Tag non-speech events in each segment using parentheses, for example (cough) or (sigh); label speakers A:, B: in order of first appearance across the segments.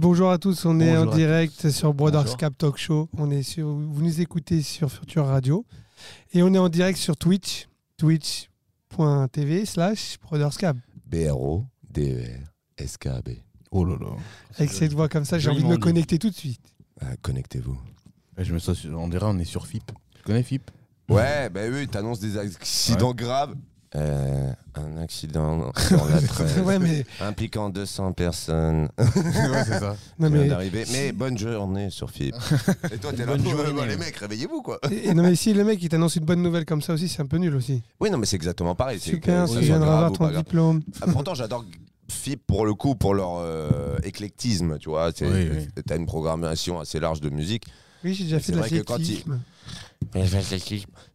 A: Bonjour à tous, on est
B: Bonjour
A: en
B: à tous.
A: direct sur Brothers
B: Bonjour.
A: Cap Talk Show. On est sur, vous nous écoutez sur Future Radio et on est en direct sur Twitch, twitch.tv slash Brothers Cap.
C: E B-R-O-D-E-R-S-K-A-B.
B: Oh là là.
A: Avec cette voix comme ça, j'ai
B: Joliment
A: envie de me
B: dit.
A: connecter tout de suite.
C: Ah, Connectez-vous.
B: Eh, Je me sens sur- on dirait on est sur FIP. Tu connais FIP
C: Ouais, bah oui, t'annonces des accidents graves. Euh, un accident sur (laughs) la 13,
A: (laughs) Ouais, mais,
C: impliquant 200 personnes
B: (laughs) Ouais, c'est ça.
A: non,
C: qui viennent
A: mais,
C: d'arriver. Ah, Mais bonne journée sur FIP. (laughs) Et toi, t'es là,
B: Bonne
C: ouais,
B: journée.
C: ouais, les mecs, réveillez-vous, quoi.
A: et- non, mais si le mec il t'annonce une bonne nouvelle comme ça aussi, c'est un peu nul aussi.
C: Oui, non, mais c'est exactement pareil. c'est
A: Super, tu
C: que ça soit
A: viendras
C: grave
A: voir
C: ou
A: ton
C: pas grave.
A: diplôme.
C: Ah, Pourtant, j'adore FIP pour le coup, pour leur euh, éclectisme, tu vois. C'est-
B: Oui, oui.
C: T'as une programmation assez large de musique.
A: Oui, j'ai déjà
C: Mais
A: fait
C: c'est
A: de la
C: vrai que quand il-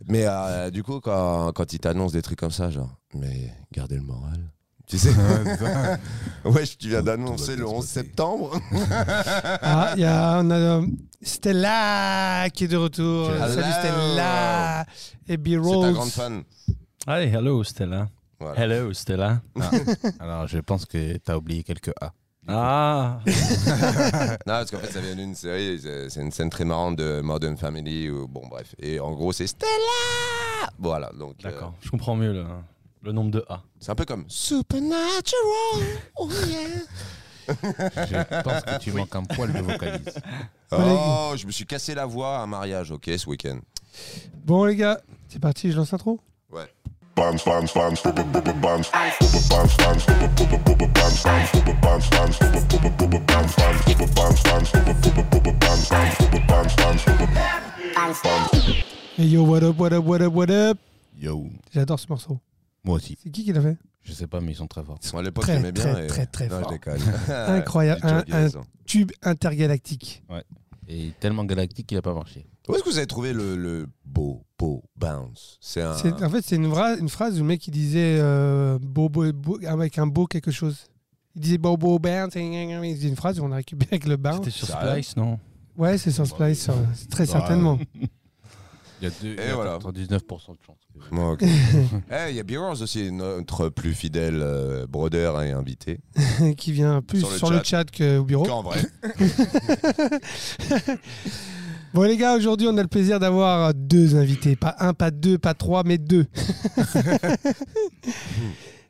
C: Mais euh, du coup, quand, quand ils t'annoncent des trucs comme ça, genre, mais gardez le moral. Tu sais,
B: Ouais, c'est ça.
C: (laughs) ouais, tu viens
B: Tout- tout
C: d'annoncer
B: va
C: le
B: bien se
C: 11
B: passer.
C: septembre.
A: Ah, il y a, on a euh, Stella qui est de retour.
C: Hello.
A: Salut Stella et
C: C'est ta
A: B-Rose.
C: grande fan.
D: Hey, hello Stella.
C: Voilà.
D: Hello Stella.
B: Ah. Alors, je pense que t'as oublié quelques A.
D: (laughs) Ah,
C: Non, parce qu'en fait, ça vient d'une série, c'est c'est une scène très marrante de Modern Family, ou bon, bref. Et en gros, c'est Stella Voilà, donc. euh,
D: d'accord. Je comprends mieux le, le nombre de A.
C: c'est un peu comme Supernatural Oh yeah
B: Je pense que tu manques un poil de vocalise.
C: Oh, je me suis cassé la voix à un mariage, ok, ce week-end.
A: Bon les gars, c'est parti, je lance l'intro.
C: Ouais.
A: Hey yo, what up, what up, what up, what up
B: Yo.
A: J'adore ce morceau.
B: Moi aussi.
A: C'est qui qui l'a fait
B: Je sais pas, mais ils sont très forts.
C: Moi, à l'époque,
A: Très,
C: j'aimais bien.
A: très,
C: et-
A: très, très
C: non,
A: fort.
C: je (laughs) déconne.
A: Incroyable,
C: J'ai toujours
A: un-
C: dit ça.
A: Tube intergalactique.
B: Et tellement galactique qu'il a pas marché.
C: Où est-ce que vous avez trouvé le, le beau, beau bounce C'est un.
A: C'est- En fait, c'est une, vra- une phrase où le mec il disait euh, beau, beau, beau- avec un beau quelque chose. Il disait beau, beau, bounce. Il disait une phrase où on a récupéré avec le bounce.
D: C'était sur
C: Ça va
D: Splice, non
A: Ouais, c'est sur Splice, euh, c'est très
B: Bah,
A: certainement.
B: Il y a, deux,
C: Et Eh, voilà.
B: 99% de chance. que-
C: Bon, ok.
D: (laughs)
C: Eh, Il y a B-Rose aussi, notre plus fidèle euh, brodeur et invité.
A: (laughs) qui vient plus sur
C: Sur
A: le,
C: le
A: chat. que au bureau.
C: Qu'en
D: (laughs)
C: vrai.
A: Bon les gars, aujourd'hui on a le plaisir d'avoir deux invités, pas un, pas deux, pas trois, mais
D: (laughs)
A: deux.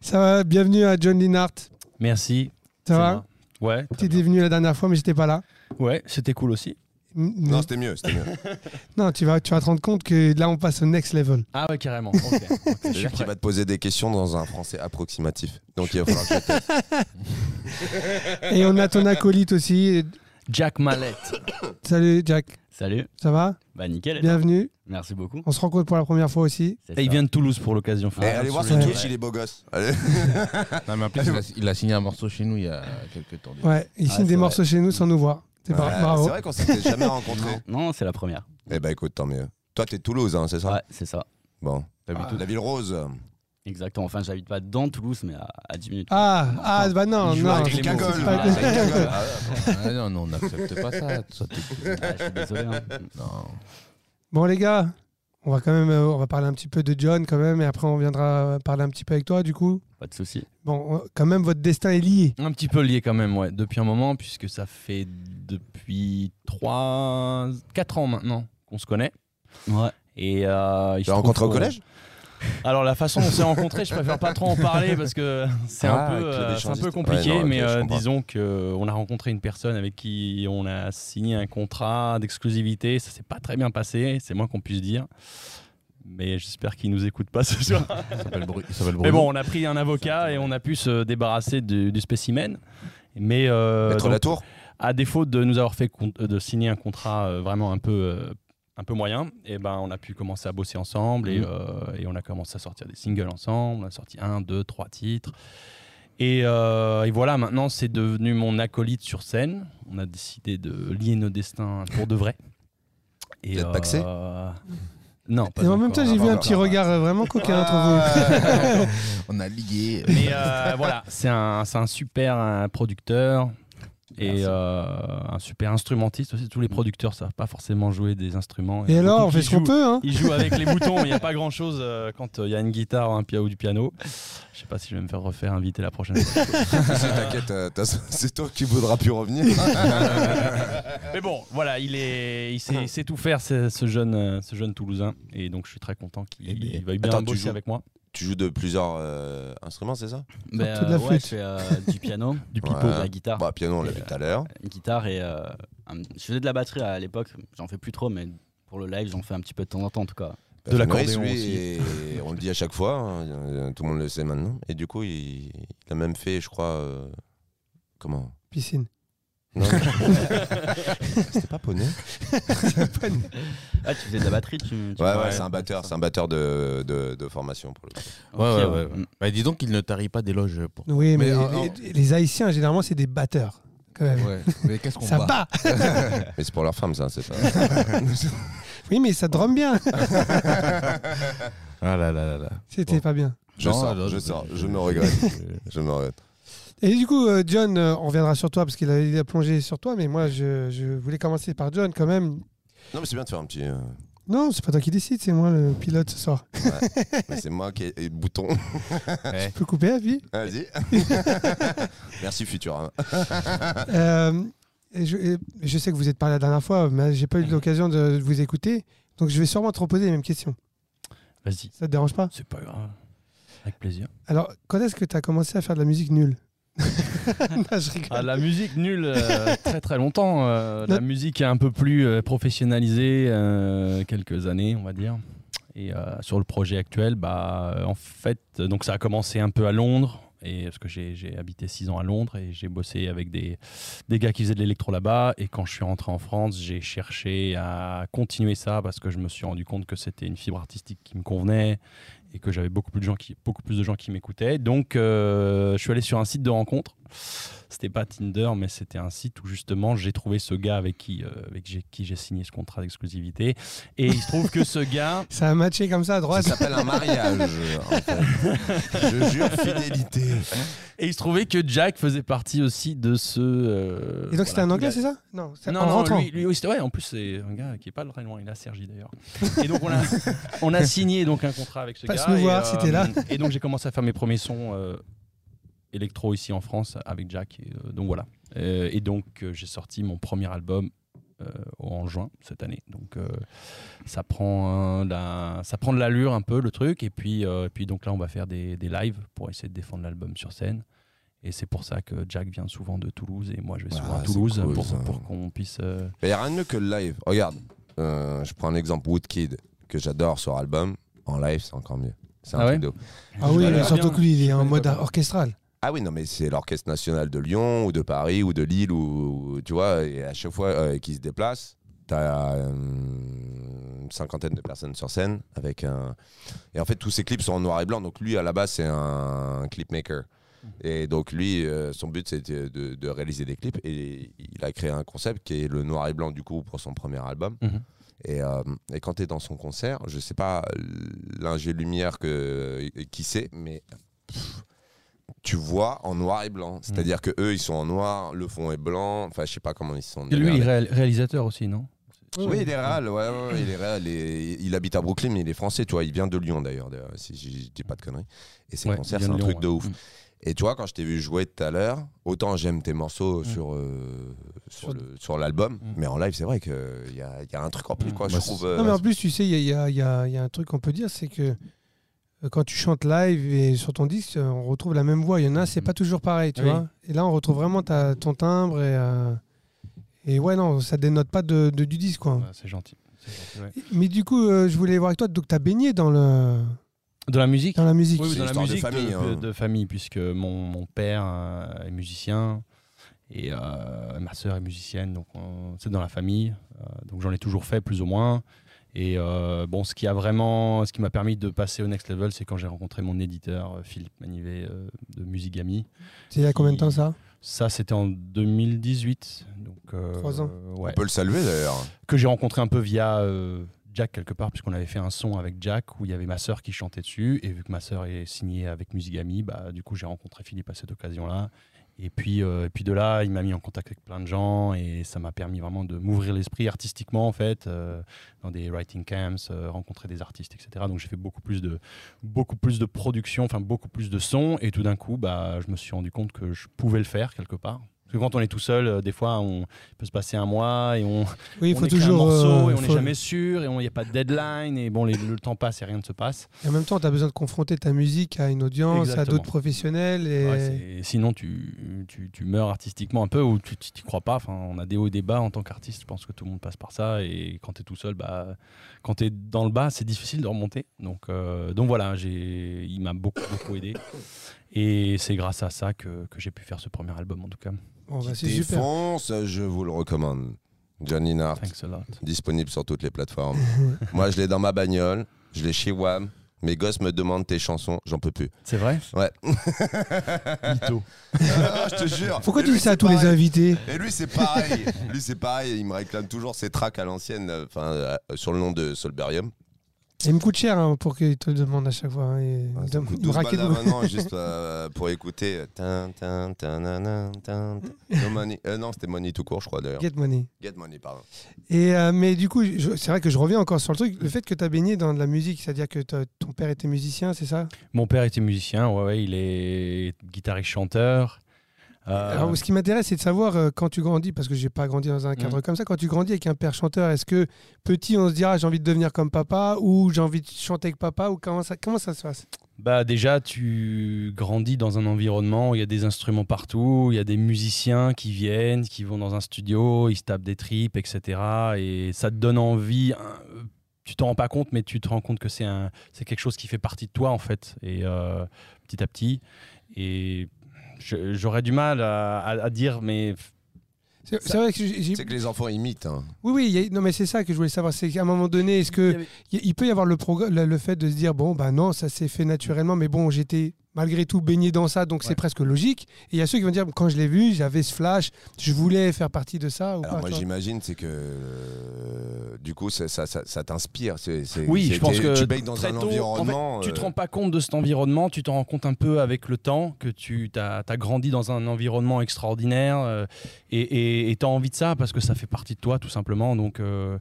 A: Ça va, bienvenue à John Linhart.
D: Merci.
A: Ça va
D: va Ouais. très
A: T'étais
D: bien.
A: venu la dernière fois mais j'étais pas là.
D: Ouais, c'était cool aussi.
A: M-
C: Non,
A: Non,
C: c'était mieux, c'était mieux.
A: tu, vas, tu vas te rendre compte que là on passe au next level.
D: Ah ouais, carrément. Ok. Ok, je suis
C: C'est-à-dire qu'il
D: prêt.
C: va te poser des questions dans un français approximatif. Donc il va
D: (laughs)
C: falloir que tu-
A: Et on a ton acolyte aussi.
D: (laughs) Jack Mallette.
A: Salut Jack,
D: Salut.
A: ça va
D: Bah nickel.
A: Bienvenue.
D: Merci beaucoup.
A: On se rencontre pour la première fois aussi.
D: Et il vient de Toulouse pour l'occasion. faut
C: Eh,
D: dire.
C: allez voir sur
A: absolument.
C: Twitch, il est beau gosse. Allez.
D: (laughs)
B: Non, mais en plus, il a, il a signé un morceau chez nous il y a quelques temps. déjà.
A: Ouais, il
D: Ah,
A: signe
D: c'est
A: des
D: vrai.
A: morceaux chez nous sans nous voir. C'est pas-
C: Ouais,
A: bravo.
C: c'est vrai qu'on s'était jamais rencontrés.
D: Non, c'est la première.
C: Eh ben écoute, tant mieux. Toi, t'es de Toulouse, hein, c'est ça
D: Ouais, c'est ça.
C: Bon. Ah,
B: T'habites
C: La ville rose.
D: Exactement. Enfin, j'habite pas dans Toulouse, mais à, à 10 minutes.
A: Ah, ah, bah non,
D: Il joue
A: non.
D: avec
C: Avec
D: les
C: une
D: mots.
C: cagole.
D: C'est Euh, pas-
C: Avec une cagole. Ah,
B: où Ah Non, non, on n'accepte pas ça. Toi, t'es-
D: Ah, je suis
C: (laughs)
D: désolé. hein.
B: (laughs) Non.
A: Bon les gars, on va quand même euh, on va parler un petit peu de John quand même et après on viendra parler un petit peu avec toi du coup.
D: Pas de souci.
A: Bon, on- quand même votre destin est lié.
D: Un petit peu lié quand même, ouais, depuis un moment, puisque ça fait depuis 3, 4 ans maintenant qu'on se connaît. Ouais. Et euh, il
C: Tu
D: se
C: l'as
D: trouve
C: rencontré au
D: qu'on-
C: collège
D: Alors la façon dont on s'est rencontrés, je préfère pas trop
C: (laughs)
D: en parler parce que c'est
C: Ah,
D: un peu,
C: avec le
D: euh, c'est un peu
C: déchargiste.
D: compliqué,
C: Ouais, non, ok,
D: mais
C: je
D: euh,
C: comprends.
D: disons qu'on a rencontré une personne avec qui on a signé un contrat d'exclusivité. Ça s'est pas très bien passé, c'est moins qu'on puisse dire. Mais j'espère qu'il nous écoute pas
C: (laughs)
D: ce soir.
B: Il s'appelle Bru- il s'appelle
D: Mais
B: Bruno.
D: bon, on a pris un avocat et on a pu se débarrasser du, du spécimen. Mais euh,
C: Maître
D: donc,
C: la tour
D: à défaut de nous avoir fait con- euh, de signer un contrat euh, vraiment un peu, euh, un peu moyen, et ben on a pu commencer à bosser ensemble et,
C: Mm.
B: Mhm.
D: euh, et on a commencé à sortir des singles ensemble. On a sorti un, deux, trois titres. Et, euh, et voilà, maintenant c'est devenu mon acolyte sur scène. On a décidé de lier nos destins pour de vrai. Et euh,
C: Vous êtes paxés
D: Non, pas
A: et en même temps,
D: encore. Ah, bah,
A: j'ai vu un
C: Encore.
A: petit regard euh, vraiment coquin entre (laughs)
C: Ah,
B: on a ligué.
D: Mais euh, voilà, c'est un, c'est un super euh, producteur, Et euh, un super instrumentiste aussi. Tous
C: Mm.
D: les producteurs savent pas forcément jouer des instruments.
A: Et alors,
D: bah, beaucoup
A: on fait
D: qui
A: ce qu'on
D: jouent-
A: peut, hein
D: Ils jouent avec
A: (laughs)
D: les boutons, mais il n'y a pas grand chose quand euh, il y a une guitare, un piano ou du piano. Je sais pas si je vais me faire refaire inviter la
C: (laughs)
D: prochaine fois.
C: T'inquiète, euh, t'as- (laughs) c'est toi qui voudras plus revenir.
D: Mais bon, voilà, il, est, il, sait, il sait tout faire, ce, ce jeune, euh, ce jeune Toulousain. Et donc, je suis très content qu'il
C: Eh ben,
D: il veuille bien
C: attends, tu
D: bosser
C: joues
D: avec moi.
C: (laughs) tu joues de plusieurs euh, instruments, c'est ça
E: Ben,
A: Surtout de la
E: euh, ouais,
A: flûte.
E: je fais euh,
C: (laughs)
E: du piano,
D: Du
C: Ouais.
D: pipeau.
E: de la guitare.
C: Bah, piano, on l'a vu tout à l'heure.
E: Une guitare et. euh, un- Je faisais de la batterie à l'époque, j'en fais plus trop, mais pour le live, j'en fais un petit peu de temps en temps en tout cas.
D: De l'accordéon
C: Noé, Bah, lui,
D: aussi.
C: est- on le dit à chaque fois, hein, euh, tout le monde le sait maintenant. Et du coup, il, il a même fait, je crois, euh, comment
A: Piscine.
C: Non. C'était pas poney.
E: Ah, tu faisais de la batterie tu, euh, tu
C: Ouais, ouais,
E: parlais.
C: c'est un batteur, c'est un batteur de, de, de formation pour le coup.
E: Ok,
B: Ouais, ouais, ouais.
E: Mm.
B: Bah, dis donc qu'il ne tarit pas d'éloges pour.
A: Oui, mais,
B: Mais
A: les,
B: en- en-
A: les- les Haïtiens, généralement, c'est des batteurs. Quand même.
F: Ouais, mais qu'est-ce qu'on
A: ça
F: bat
A: bat
C: Mais c'est pour leur femme, ça, c'est ça.
A: Oui, mais ça drame bien
B: Ah là là là là.
A: (laughs) C'était
B: Bon.
A: pas bien.
C: (laughs) Je
B: Non,
C: sors,
B: non,
C: je
B: non,
C: sors,
B: je-
C: je
B: (laughs)
C: me regrette. Je me regrette.
A: Et du coup, euh, John, euh, on reviendra sur toi parce qu'il a, il a plongé sur toi, mais moi, je, je voulais commencer par John quand même.
C: Non, mais c'est bien de faire un petit. euh,
A: Non, c'est pas toi qui décide, c'est moi le pilote ce soir.
C: mais c'est moi qui ai et le bouton.
A: Tu peux couper, vie
C: Vas-y. Merci, Futurama.
A: Euh, et je, et je sais que vous êtes parlé la dernière fois, mais j'ai pas eu l'occasion de vous écouter. Donc je vais sûrement te reposer les mêmes questions.
D: Vas-y,
A: Ça te dérange pas
D: c'est pas grave. Avec plaisir.
A: Alors, quand est-ce que tu as commencé à faire de la musique
D: (laughs)
A: nulle Non, je rigole.
D: Ah, la musique nulle, euh, très très longtemps. euh,
A: Le-
D: la musique est un peu plus euh, professionnalisée, euh, quelques années, on va dire. Et euh, sur le projet actuel, bah, euh, en fait, euh, donc ça a commencé un peu à Londres. Et parce que j'ai j'ai habité 6 ans à Londres et j'ai bossé avec des, des gars qui faisaient de l'électro là-bas. Et quand je suis rentré en France, j'ai cherché à continuer ça parce que je me suis rendu compte que c'était une fibre artistique qui me convenait et que j'avais beaucoup plus de gens qui beaucoup plus de gens qui m'écoutaient. Donc euh, je suis allé sur un site de rencontre. C'était pas Tinder, mais c'était un site où justement j'ai trouvé ce gars avec qui euh, avec j'ai- qui j'ai signé ce contrat d'exclusivité. Et il se trouve que ce gars
A: Ça a matché comme ça à
C: Ça
A: droite.
C: s'appelle un mariage. en fait. (laughs) Je jure fidélité.
D: et il se trouvait que Jack faisait partie aussi de ce. euh,
A: Et donc c'était
D: voilà,
A: un
D: il
A: anglais,
D: a-
A: c'est ça Non, c'est
D: Non,
A: en
D: non,
A: rentrant.
D: lui, lui, oui, c'était- ouais, en plus, c'est un gars qui est pas très loin, il a
A: (laughs)
D: Sergi d'ailleurs. Et donc, on a, on a signé donc, un contrat avec ce
A: Passe
D: gars.
A: nous
D: et, euh,
A: voir si t'es là.
D: Et donc, j'ai commencé à faire mes premiers sons euh, électro ici en France avec Jack. Et, euh, donc, voilà. Euh, et donc, euh, j'ai sorti mon premier album euh, en juin cette année. Donc, euh, ça, prend, hein, la- ça prend de l'allure un peu le truc. Et puis, euh, et puis donc là, on va faire des, des lives pour essayer de défendre l'album sur scène. Et c'est pour ça que Jack vient souvent de Toulouse et moi je vais
C: Ah,
D: souvent à
C: c'est
D: Toulouse
C: cool,
D: pour,
C: ça.
D: pour qu'on puisse euh,
C: Il n'y a rien de mieux que le live. Regarde, euh, je prends un exemple Woodkid que j'adore sur album. En live, c'est encore mieux. C'est un
D: Ah
C: truc
D: ouais
C: de ouf.
A: Ah oui,
C: Je connais
A: surtout
D: pas.
A: que lui, il est en
D: connais
A: mode
D: pas.
A: orchestral.
C: Ah oui, non, mais c'est l'Orchestre National de Lyon ou de Paris ou de Lille ou, ou- tu vois, et à chaque fois euh, qu'ils se déplacent, t'as euh, une cinquantaine de personnes sur scène avec un. Et en fait, tous ces clips sont en noir et blanc, donc lui, à la base, c'est un clipmaker.
D: Mm-hmm.
C: Et donc lui, euh, son but c'est de, de- de réaliser des clips et il a créé un concept qui est le noir et blanc du coup pour son premier album.
D: Mhm.
C: Et, euh, et quand tu es dans son concert, je sais pas l'ingé lumière que, qui c'est, mais pff, tu vois en noir et blanc.
D: Mm-hmm.
C: C'est-à-dire que eux ils sont en noir, le fond est blanc, enfin je sais pas comment ils se sont.
D: Et lui, il
C: démerdés.
D: est réal- réalisateur aussi, non
C: Oui, il est réel, ouais, ouais, ouais, il est réel. Et il habite à Brooklyn, mais il est français, tu vois. Il vient de Lyon d'ailleurs, d'ailleurs, si je je dis pas de conneries. Et ses
D: Ouais,
C: concerts,
D: il vient
C: c'est un
D: de Lyon,
C: truc de
D: ouais.
C: ouf.
D: Mm.
C: Et tu vois, quand je t'ai vu jouer tout à l'heure, autant j'aime tes morceaux sur, euh, sur,
D: Sur-
C: le- sur l'album,
D: Mm.
C: mais en live, c'est vrai qu'il y a, y a un truc en plus,
D: Mm.
C: quoi, je
B: Bah,
C: trouve.
B: c'est-
C: euh,
A: Non, mais en plus, tu sais, il y a, il y a- il y a- il y a un truc qu'on peut dire, c'est que euh, quand tu chantes live et sur ton disque, euh, on retrouve la même voix. Il y en a, c'est pas toujours pareil, tu
D: Mm. Oui.
A: vois. Et là, on retrouve vraiment ta, ton timbre et. euh, et ouais, non, ça dénote pas de, de- du disque, quoi.
D: Ouais, C'est gentil. C'est gentil, ouais.
A: Mais du coup, euh, je voulais voir avec toi, donc t'as baigné dans, le,
D: De la musique
A: dans la musique.
C: C'est
D: dans la
C: histoire de
D: musique de de- de
C: famille,
D: famille,
C: hein.
D: puisque mon, mon père euh, est musicien et euh, ma sœur est musicienne, donc on- c'est dans la famille. euh, donc j'en ai toujours fait plus ou moins. Et euh, bon, ce qui a vraiment, ce qui m'a permis de passer au next level, c'est quand j'ai rencontré mon éditeur euh, Philippe Manivet euh, de Musigami.
A: C'est il y a combien de temps ça
D: Ça, c'était en 2018, donc euh,
A: Trois ans.
C: On
D: ouais.
C: peut le saluer d'ailleurs.
D: que j'ai rencontré un peu via euh, Jack quelque part, puisqu'on avait fait un son avec Jack où il y avait ma sœur qui chantait dessus. Et vu que ma sœur est signée avec Musigami, bah, du coup j'ai rencontré Philippe à cette occasion-là. Et puis, euh, et puis de là, il m'a mis en contact avec plein de gens et ça m'a permis vraiment de m'ouvrir l'esprit artistiquement, en fait, euh, dans des writing camps, euh, rencontrer des artistes, etc. Donc j'ai fait beaucoup plus de, beaucoup plus de production, enfin beaucoup plus de sons. Et tout d'un coup, bah, je me suis rendu compte que je pouvais le faire quelque part. Parce que quand on est tout seul, euh, des fois, on il peut se passer un mois et on,
A: Oui, il
D: on
A: faut
D: écrit
A: toujours.
D: un morceau
A: euh,
D: et on n'est
A: faut-
D: jamais sûr et il n'y a pas de deadline et bon, les- le temps passe et rien ne se passe.
A: et en même temps, tu as besoin de confronter ta musique à une audience, à
D: Exactement.
A: d'autres professionnels. Et...
D: Ouais, c'est- sinon, tu, tu, tu meurs artistiquement un peu ou tu tu- t'y crois pas. Enfin, on a des hauts et des bas en tant qu'artiste. Je pense que tout le monde passe par ça. Et quand tu es tout seul, bah, quand tu es dans le bas, c'est difficile de remonter. Donc, euh, donc voilà, j'ai- il m'a beaucoup, beaucoup aidé. Et c'est grâce à ça que, que j'ai pu faire ce premier album, en tout cas.
A: Bon, bah, c'est super.
C: Défonce, je vous le recommande. Johnny Nart,
D: Thanks a lot.
C: disponible sur toutes les
D: (laughs)
C: plateformes. Moi, je l'ai dans ma bagnole, je l'ai chez Wam. Mes gosses me demandent tes chansons, j'en peux plus.
D: C'est vrai
C: Ouais.
D: Mytho.
C: Ah, je te jure.
A: Pourquoi
C: Et
A: tu
C: lui,
A: dis ça à
C: c'est
A: tous les
C: pareil.
A: invités
C: Et lui, c'est pareil. lui, c'est pareil. Il me réclame toujours ses tracks à l'ancienne, euh, enfin, euh, sur le nom de Solberium.
A: Il me coûte cher hein, pour qu'ils te le demandent à chaque fois. hein, et
C: Ouais, Ah, ça
A: de-
C: me coûte hein.
A: me
C: 12
A: raquer
C: balles là
A: de-
C: maintenant juste euh, pour écouter. euh, tin, tin, tin, nanan, tin, tin. No money. Euh, non, c'était Money tout court, je crois d'ailleurs.
A: Get money.
C: Get Money, pardon.
A: Et, euh, mais du coup, je- c'est vrai que je reviens encore sur le truc. Le fait que tu as baigné dans de la musique, c'est-à-dire que t'as- ton père était musicien, c'est ça
D: (laughs) Mon père était musicien. Ouais, ouais, il est guitariste-chanteur.
C: Ah,
D: Euh,
A: Alors, ce qui m'intéresse, c'est de savoir euh, quand tu grandis, parce que j'ai pas grandi dans un cadre comme ça, quand tu grandis avec un père chanteur, est-ce que petit, on se dira j'ai envie de devenir comme papa, ou j'ai envie de chanter avec papa, ou comment ça, comment ça se passe
D: Bah déjà, tu grandis dans un environnement où il y a des instruments partout, il y a des musiciens qui viennent, qui vont dans un studio, ils se tapent des tripes, etc. Et ça te donne envie. hein, Tu t'en rends pas compte, mais tu te rends compte que c'est un, c'est quelque chose qui fait partie de toi en fait. Et euh, petit à petit, et je- j'aurais du mal à, à- à dire, mais
A: C'est
C: Ça-
A: c'est vrai que j'ai- j'ai-
C: C'est que les enfants imitent. hein.
A: Oui, oui, il y a- non, mais c'est ça que je voulais savoir. C'est qu'à un moment donné, est-ce que il il peut y avoir le, progr- le, le fait de se dire bon, bah non, ça s'est fait naturellement, mais bon, j'étais malgré tout baigné dans ça, donc c'est
D: Ouais.
A: presque logique. Et il y a ceux qui vont dire quand je l'ai vu, j'avais ce flash, je voulais faire partie de ça. Ou
C: Alors
A: pas, tu
C: moi
A: vois.
C: j'imagine c'est que euh, du coup ça, ça, ça, ça t'inspire. C'est- c'est-
D: Oui,
C: c'est-
D: je pense
C: t'es-
D: que
C: tu baignes dans
D: très
C: un
D: tôt,
C: environnement.
D: en fait, tu te
C: euh,
D: rends pas compte de cet environnement, tu t'en rends compte un peu avec le temps, que tu as, grandi dans un environnement extraordinaire euh, et tu as envie de ça parce que ça fait partie de toi tout simplement. Donc, euh,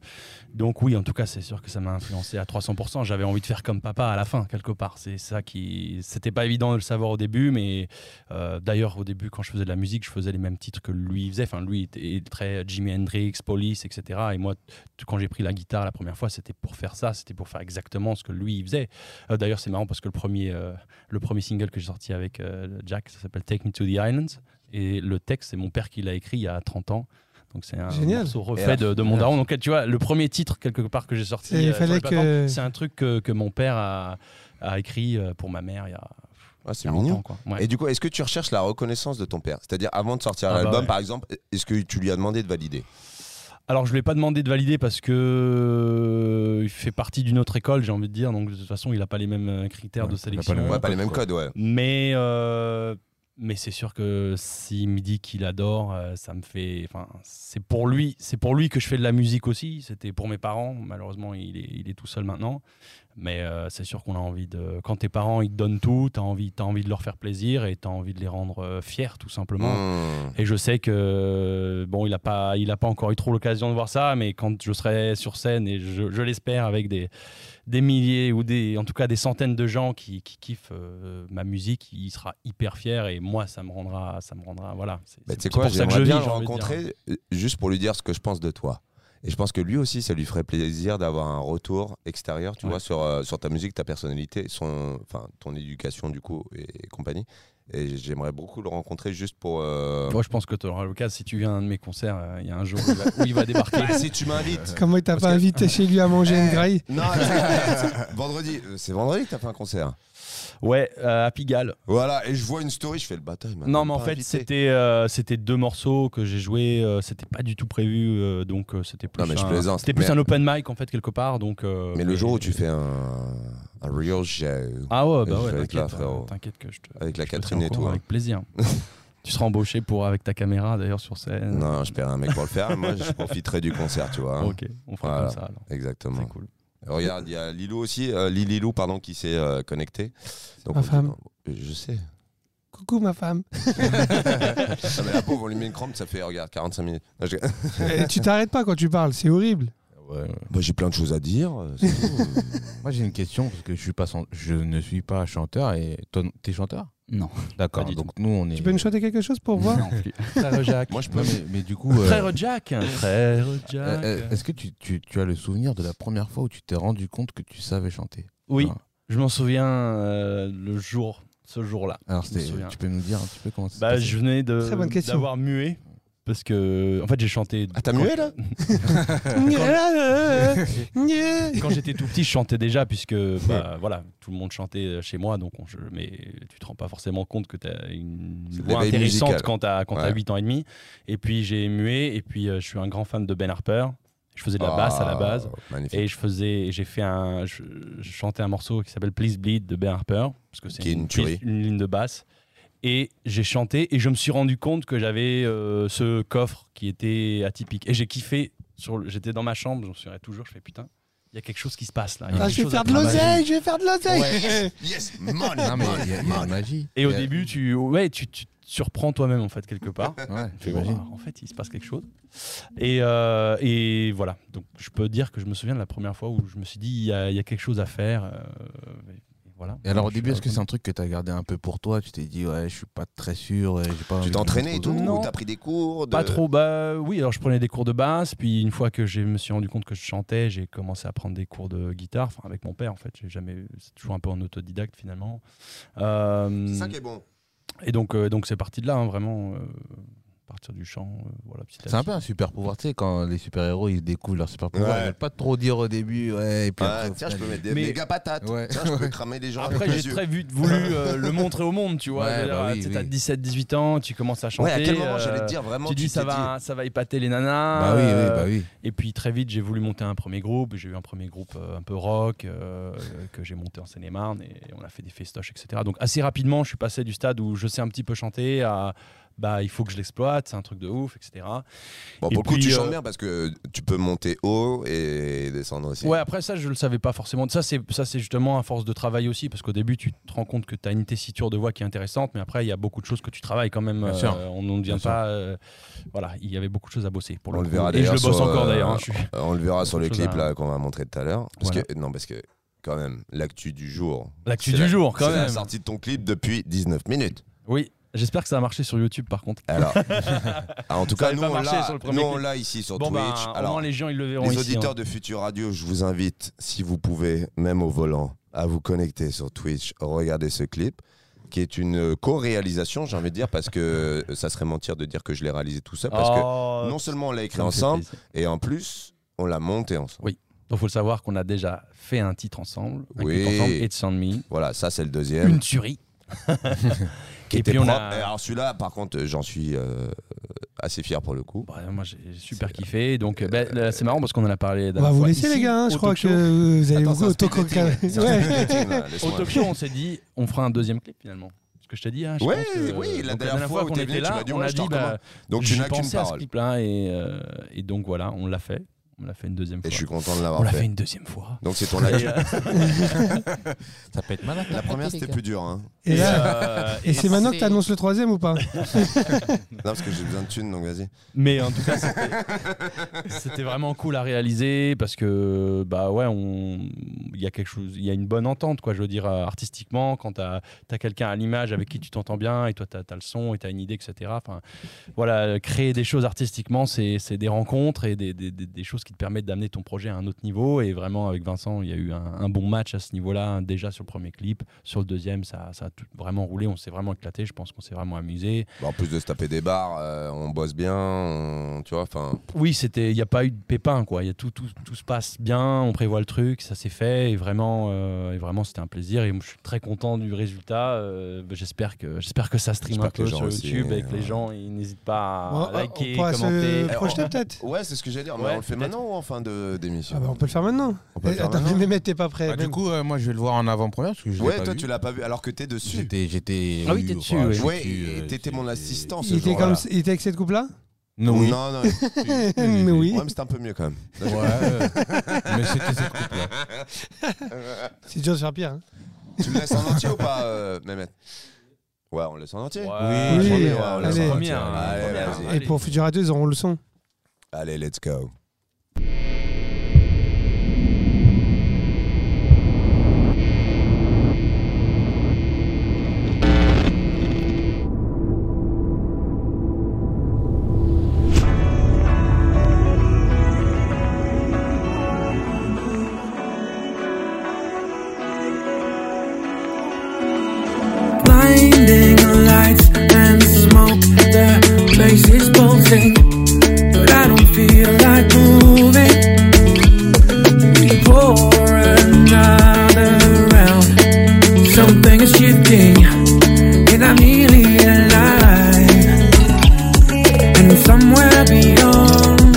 D: donc oui, en tout cas, c'est sûr que ça m'a influencé à 300%. J'avais envie de faire comme papa à la fin, quelque part. C'est ça qui. C'était pas évident de le savoir au début, mais euh, d'ailleurs, au début, quand je faisais de la musique, je faisais les mêmes titres que lui faisait. Enfin, lui était très Jimi Hendrix, Police, etc. Et moi, t- quand j'ai pris la guitare la première fois, c'était pour faire ça, c'était pour faire exactement ce que lui il faisait. Euh, D'ailleurs, c'est marrant parce que le premier, euh, le premier single que j'ai sorti avec euh, Jack, ça s'appelle Take Me to the Islands. Et le texte, c'est mon père qui l'a écrit il y a 30 ans. Donc c'est un
A: Génial.
D: morceau
C: Et
D: refait
C: alors-
D: de, de mon daron. Donc tu vois, le premier titre quelque part que j'ai sorti,
A: C'est- il
D: euh, sur
A: fallait
D: les plateformes,
A: que-
D: c'est un truc que, que mon père a, a écrit euh, pour ma mère il y a
C: ah, c'est
D: 40
C: mignon.
D: ans. Quoi. Ouais.
C: Et du coup, est-ce que tu recherches la reconnaissance de ton père C'est-à-dire avant de sortir
D: Ah bah
C: l'album,
D: ouais.
C: par exemple, est-ce que tu lui as demandé de valider
D: Alors, je ne lui ai pas demandé de valider parce que euh, il fait partie d'une autre école, j'ai envie de dire. Donc, de toute façon, il n'a pas les mêmes euh, critères
B: Ouais, il
D: de
B: a pas les
D: sélection.
B: mêmes-
C: Ouais, pas les
B: codes,
C: mêmes
B: quoi.
C: codes, ouais.
D: Mais, euh, mais c'est sûr que s'il me dit qu'il adore, euh, ça me fait. Enfin, c'est pour lui. C'est pour lui que je fais de la musique aussi. C'était pour mes parents. Malheureusement, il est, il est tout seul maintenant. Mais euh, c'est sûr qu'on a envie de. Quand tes parents, ils te donnent tout, t'as envie, t'as envie de leur faire plaisir et t'as envie de les rendre euh, fiers, tout simplement.
C: Mmh.
D: Et je sais que bon, il n'a pas, il a pas encore eu trop l'occasion de voir ça, mais quand je serai sur scène et je, je l'espère avec des, des milliers ou des, en tout cas des centaines de gens qui, qui kiffent euh, ma musique, il sera hyper fier et moi ça me rendra, ça me rendra, voilà. C'est
C: Bah, tu
D: c'est-
C: sais
D: c'est
C: quoi,
D: pour ça que je
C: j'aimerais bien le
D: vis, j'ai envie de dire.
C: rencontrer euh, juste pour lui dire ce que je pense de toi. Et je pense que lui aussi, ça lui ferait plaisir d'avoir un retour extérieur, tu
D: Ouais.
C: vois, sur, euh, sur ta musique, ta personnalité, son, enfin, ton éducation du coup et, et compagnie. Et j'aimerais beaucoup le rencontrer juste pour. euh,
D: Moi, je pense que tu auras l'occasion si tu viens à un de mes concerts, euh, il y a un jour où il va, où il
C: (laughs)
D: va débarquer.
C: Bah, si tu m'invites.
A: Comment il t'a
C: Parce
A: pas
C: que-
A: invité chez lui à manger une
C: Eh,
A: graille
D: (laughs)
C: Non, (laughs) c'est- vendredi. euh, C'est vendredi que t'as fait un concert.
D: Ouais, euh, à Pigalle.
C: Voilà, et je vois une story, je fais le bataille.
D: Non, mais en fait, c'était euh, c'était deux morceaux que j'ai joués. euh, c'était pas du tout prévu, euh, donc euh, c'était plus.
C: Non, mais je
D: un-
C: plaisante,
D: C'était plus
C: mais-
D: un open mic en fait quelque part, donc. euh,
C: Mais le
D: et-
C: jour où tu fais un, un real show
D: Ah ouais, bah
C: Je
D: ouais,
C: vais être là,
D: t'inquiète,
C: frérot.
D: euh, t'inquiète que je te.
C: avec la
D: je te
C: Catherine
D: tiens au
C: et
D: courant
C: tout. hein.
D: Avec plaisir.
C: (laughs)
D: tu seras embauché pour avec ta caméra d'ailleurs sur scène.
C: Non, je paierai un mec pour le faire. Moi, je profiterai du concert, tu vois. hein.
D: Ok, on fera
C: Voilà.
D: comme ça alors.
C: Exactement.
D: C'est cool.
C: Regarde, il y euh, a Lilou aussi, euh, Lililou, pardon, qui s'est connecté.
A: ma femme.
C: Je sais.
A: Coucou ma femme.
C: Ah, mais la pauvre, on lui met une crampe, ça fait, regarde, 45 minutes. Non, je-
D: Eh.
A: Et Eh, tu t'arrêtes pas quand tu parles, c'est horrible.
B: Ouais, ouais.
C: Bah, j'ai plein de choses à dire. euh, c'est tout, euh.
D: (laughs)
B: Moi j'ai une question parce que je suis pas chan- je ne suis pas chanteur et toi non- t'es chanteur
E: Non.
B: D'accord.
E: Pas du
B: Donc nous on est.
A: Tu peux nous chanter quelque chose pour voir
D: (laughs)
E: non plus.
D: Frère Jacques.
B: Moi je peux. mais, mais du coup. euh,
D: Frère Jack. Frère
B: euh,
D: Jack.
B: euh, Est-ce que tu, tu- tu as le souvenir de la première fois où tu t'es rendu compte que tu savais chanter
D: Oui,
B: Enfin,
D: je m'en souviens euh, le jour, ce jour-là.
B: Alors
D: Je me
B: c'était-
D: souviens.
B: tu peux nous dire un petit peu comment ça s'est
D: Bah,
B: passé
D: je venais de
A: Très bonne question.
D: d'avoir mué parce que en fait j'ai chanté.
C: Ah, t'as mué, là
A: euh,
D: Quand, quand j'étais tout petit, je chantais déjà puisque bah, voilà, tout le monde chantait chez moi, donc on- je, mais tu te rends pas forcément compte que t'as une
C: C'est de
D: voix
C: l'éveil
D: intéressante
C: musical.
D: quand t'as quand t'as
C: Ouais.
D: 8 ans et demi. Et puis j'ai mué et puis euh, je suis un grand fan de Ben Harper. Je faisais de la basse à la
C: Ah,
D: base.
C: Magnifique.
D: Et je faisais, j'ai fait un, je, je chantais un morceau qui s'appelle Please Bleed de Ben Harper, parce que c'est
C: Qui est une tuerie.
D: piste- une ligne de basse. Et j'ai chanté et je me suis rendu compte que j'avais euh, ce coffre qui était atypique. Et j'ai kiffé. Sur le- j'étais dans ma chambre, j'en souviendrai toujours. Je fais putain, il y a quelque chose qui se passe là. il y a
A: Ah, je
D: quelque
A: vais
D: chose à
A: faire de
D: travailler.
A: l'oseille, je vais faire de l'oseille.
C: Yes, money,
B: Non mais
C: money,
B: il y, a- il y a une magie.
D: Et au
B: Il y a-
D: début, tu, ouais, tu, tu te surprends toi-même en fait quelque part.
B: Ouais,
D: Tu fais,
B: j'imagine.
D: Ouah, en fait, il se passe quelque chose. Et, euh, et voilà. Donc, je peux dire que je me souviens de la première fois où je me suis dit, il y a, il y a quelque chose à faire. euh, et voilà.
B: Et alors au
D: Je suis
B: début, est-ce que
D: reconnu.
B: c'est un truc que t'as gardé un peu pour toi Tu t'es dit ouais, je suis pas très sûr. ouais, j'ai pas envie
C: Tu
B: de
C: t'es entraîné et tout
B: m'exposer.
D: Non.
C: ou T'as pris des cours de-
D: Pas trop, bah oui, alors je prenais des cours de basse, puis une fois que je me suis rendu compte que je chantais, j'ai commencé à prendre des cours de guitare, enfin avec mon père en fait, j'ai jamais, c'est toujours un peu en autodidacte finalement. Euh,
C: C'est ça qui est bon.
D: et donc euh, donc c'est parti de là, hein, vraiment, euh, partir du chant, euh, voilà. petit à
B: C'est un
D: petit.
B: peu un super pouvoir, tu sais, quand les super-héros ils découvrent leur super pouvoir,
C: Ouais.
B: ils veulent pas trop dire au début, ouais, et puis
C: Ah,
B: après, au
C: tiens, je
B: final,
C: peux mettre des
D: Mais-
C: méga patates.
B: Ouais.
C: Tiens, je peux cramer des gens
D: Après,
C: avec mes
D: j'ai
C: yeux.
D: très vite voulu euh, le montrer au monde, tu vois.
B: Ouais,
D: Je veux dire,
B: bah oui,
D: tu sais,
B: oui.
D: T'as 17-18 ans, tu commences à chanter.
C: Ouais, à quel moment
D: euh,
C: j'allais te dire vraiment
D: Tu dis
C: t'es
D: ça va, ça va épater les nanas.
B: Bah oui, oui,
D: euh,
B: bah oui.
D: Et puis très vite, j'ai voulu monter un premier groupe. J'ai eu un premier groupe euh, un peu rock euh, que j'ai monté en Seine-et-Marne et on a fait des festoches, etc. Donc assez rapidement, je suis passé du stade où je sais un petit peu chanter à bah il faut que je l'exploite, c'est un truc de ouf, etc.
C: Bon,
D: Et
C: pour le coup,
D: puis,
C: tu
D: euh,
C: chantes bien parce que tu peux monter haut et descendre aussi.
D: Ouais, après ça, je le savais pas forcément. Ça, c'est ça, c'est justement à force de travail aussi, parce qu'au début, tu te rends compte que tu as une tessiture de voix qui est intéressante, mais après, il y a beaucoup de choses que tu travailles quand même.
B: Bien sûr.
D: On ne
B: Bien
D: devient
B: sûr.
D: pas. euh, voilà, il y avait beaucoup de choses à bosser pour le
C: On le
D: coup.
C: verra
D: Et je
C: d'ailleurs
D: le bosse
C: sur,
D: encore
C: euh,
D: d'ailleurs. hein, je suis-
C: Euh, On le verra sur le
D: Chose
C: clip
D: à-
C: là qu'on va montrer tout à l'heure. Parce
D: Voilà.
C: que non, parce que quand même, l'actu du jour.
D: L'actu
C: c'est
D: du
C: la-
D: jour, quand
C: c'est la
D: même.
C: sortie de ton clip depuis 19 minutes.
D: Oui, j'espère que ça a marché sur YouTube, par contre. (laughs)
C: Alors, ah, en tout cas,
D: Ça avait
C: nous
D: pas
C: on
D: marché
C: l'a,
D: sur le premier
C: nous, on
D: clip.
C: l'a ici sur
D: bon, bah,
C: Twitch.
D: au
C: Alors,
D: moins, les gens, ils le verront
C: les
D: ici.
C: auditeurs
D: hein.
C: de Future Radio, je vous invite, si vous pouvez, même au volant, à vous connecter sur Twitch, regarder ce clip, qui est une euh, co-réalisation, j'ai envie de dire, parce que euh, ça serait mentir de dire que je l'ai réalisé tout seul, parce
D: Oh,
C: que non seulement on l'a écrit
D: ça me fait
C: ensemble,
D: plaisir.
C: et en plus, on l'a monté ensemble.
D: Donc, faut le savoir qu'on a déjà fait un titre ensemble. Un
C: Oui.
D: clip ensemble, It's on Me.
C: Voilà, ça c'est le deuxième.
D: Une tuerie.
C: qui
D: et
C: était
D: puis, on
C: propre.
D: a-
C: Et Alors celui-là, par contre, euh, j'en suis euh, assez fier pour le coup.
D: Bah, moi, j'ai super kiffé. Donc, euh, bah, là, c'est marrant parce qu'on en a parlé.
A: On va
D: dernière
A: vous
D: fois
A: laisser
D: ici,
A: les gars, hein, je
D: au
A: crois
D: talk show.
A: que vous allez
C: Attends,
A: vous
C: c'est un speed
A: auto
C: dating.
D: (laughs)
C: C'est un speed dating, là,
D: Au
C: laisse-moi.
D: Top Show, on s'est dit, on fera un deuxième clip finalement. Parce que je t'ai dit, hein, je
C: Ouais,
D: pense que-
C: oui, la
D: donc
C: dernière fois où
D: qu'on
C: t'es
D: était
C: venu, tu
D: là,
C: m'as dit,
D: on
C: ouais,
D: a
C: je te
D: dit, bah,
C: recommande. Donc tu
D: j'y
C: n'as qu'une
D: pensais à ce
C: parole.
D: clip-là et, euh, et donc voilà, on l'a fait. On l'a fait une deuxième
C: Et
D: fois.
C: je suis content de
D: on
C: l'avoir
D: l'a fait
C: fait.
D: une deuxième fois.
C: Donc c'est ton
D: Et,
C: actu.
D: euh,
B: Ça peut être malade.
C: La première c'était plus dur. hein.
A: Et
D: (laughs)
A: là,
D: euh,
A: et c'est maintenant que
F: c'est-
A: tu annonces le troisième ou pas
C: Non, parce que j'ai besoin de thunes, donc vas-y.
D: Mais en tout cas, c'était- c'était vraiment cool à réaliser parce que bah ouais, on il y a quelque chose, il y a une bonne entente quoi. Je veux dire euh, artistiquement, quand t'as as, quelqu'un à l'image avec qui tu t'entends bien et toi t'as as le son et t'as une idée, etc. Enfin voilà, euh, créer des choses artistiquement, c'est c'est des rencontres et des, des- des- des choses qui te permettent d'amener ton projet à un autre niveau. Et vraiment avec Vincent, il y a eu un, un bon match à ce niveau-là hein, déjà sur le premier clip, sur le deuxième, ça ça a tout vraiment roulé, on s'est vraiment éclaté. Je pense qu'on s'est vraiment amusé.
C: Bah, en plus de se taper des bars, euh, on bosse bien, on- tu vois. Enfin,
D: Oui, c'était, il n'y a pas eu de pépin, quoi. Il y a tout, tout, tout se passe bien, on prévoit le truc, ça s'est fait, et vraiment, euh, et vraiment, c'était un plaisir. Et je suis très content du résultat. euh, j'espère que, j'espère que ça stream
C: J'espère
D: un
C: que les
D: peu
C: gens
D: sur
C: aussi,
D: YouTube avec
C: ouais.
D: les gens. Ils n'hésitent pas
C: Ah,
D: à
A: On- on-
D: liker,
A: On pourra
D: commenter.
A: se projeter peut-être
C: ouais, c'est ce que j'allais dire.
D: mais Ouais, on le fait peut-être.
C: maintenant ou en fin de d'émission
A: Ah bah, On peut le faire maintenant.
C: On peut le
A: Eh,
C: faire
A: Attends,
C: maintenant. Ah,
A: mais mais t'es pas prêt.
B: Bah, du
A: même.
B: coup, euh, moi je vais le voir en avant-première parce que je l'ai
C: ben, Ouais,
B: pas
C: toi
B: vu.
C: tu l'as pas vu alors que t'es dessus.
B: J'étais, j'étais.
D: Ah oui, t'es
B: enfin,
D: dessus, oui.
B: j'étais,
C: Ouais,
B: euh,
C: et t'étais mon
B: j'étais-
C: assistant
A: Il
C: ce
A: était,
C: jour-là.
A: comme... il était avec cette coupe-là Eh,
B: Non, oui.
C: Non, non,
A: (laughs) Oui.
C: ouais, mais c'était un peu mieux quand même.
B: Ouais, euh, mais c'était cette coupe-là.
A: C'est dur de faire pire. hein.
C: tu le laisses en entier ou pas, euh, Mehmet Ouais, on le sent entier.
D: Ouais,
A: Oui,
D: la
A: oui,
D: première, ouais, la
A: allez.
D: première, la
C: Allez,
D: première.
C: vas-y.
A: Et pour Futura 2, ils auront le son.
C: Allez, let's go.
F: Blinding lights and smoke, their face is pulsing, but I don't feel like moving. We pour another round. Something is shifting, and I'm nearly alive. And somewhere beyond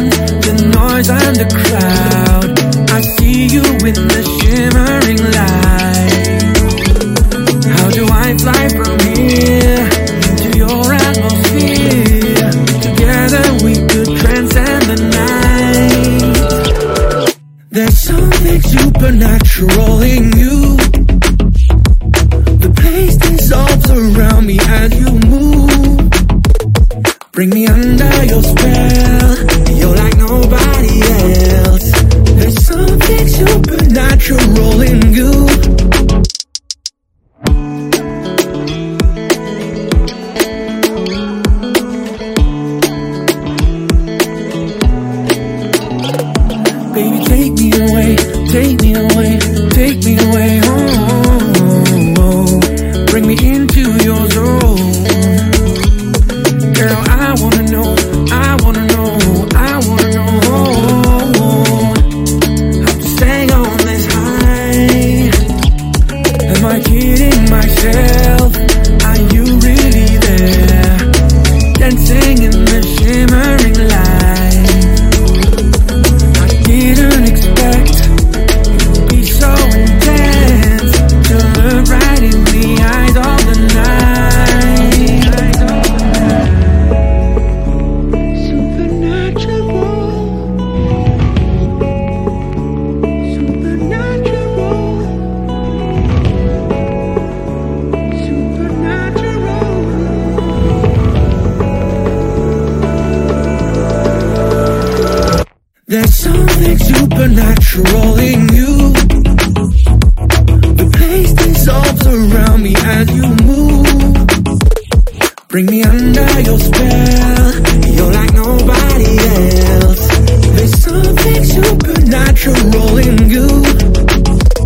F: the noise and the crowd, I see you in the shimmering light. How do I fly from here into your atmosphere? Together we could transcend the night. There's something supernatural in you. The place dissolves around me as you move. Bring me under your spell. You're like nobody else. There's something supernatural in you. Baby, take me away, take me away, take me away. Oh, oh, oh. bring me into your zone, girl. I wanna know, I wanna know, I wanna know. Oh, oh, oh. Have to stay on this high. Am I kidding myself? Are you really there? Dancing in the shimmering light. I didn't expect it would be so intense to look right in the eyes of the night. Supernatural, supernatural, supernatural. There's something supernatural in you. The place dissolves around me as you move. Bring me under your spell. You're like nobody else. There's something supernatural in you.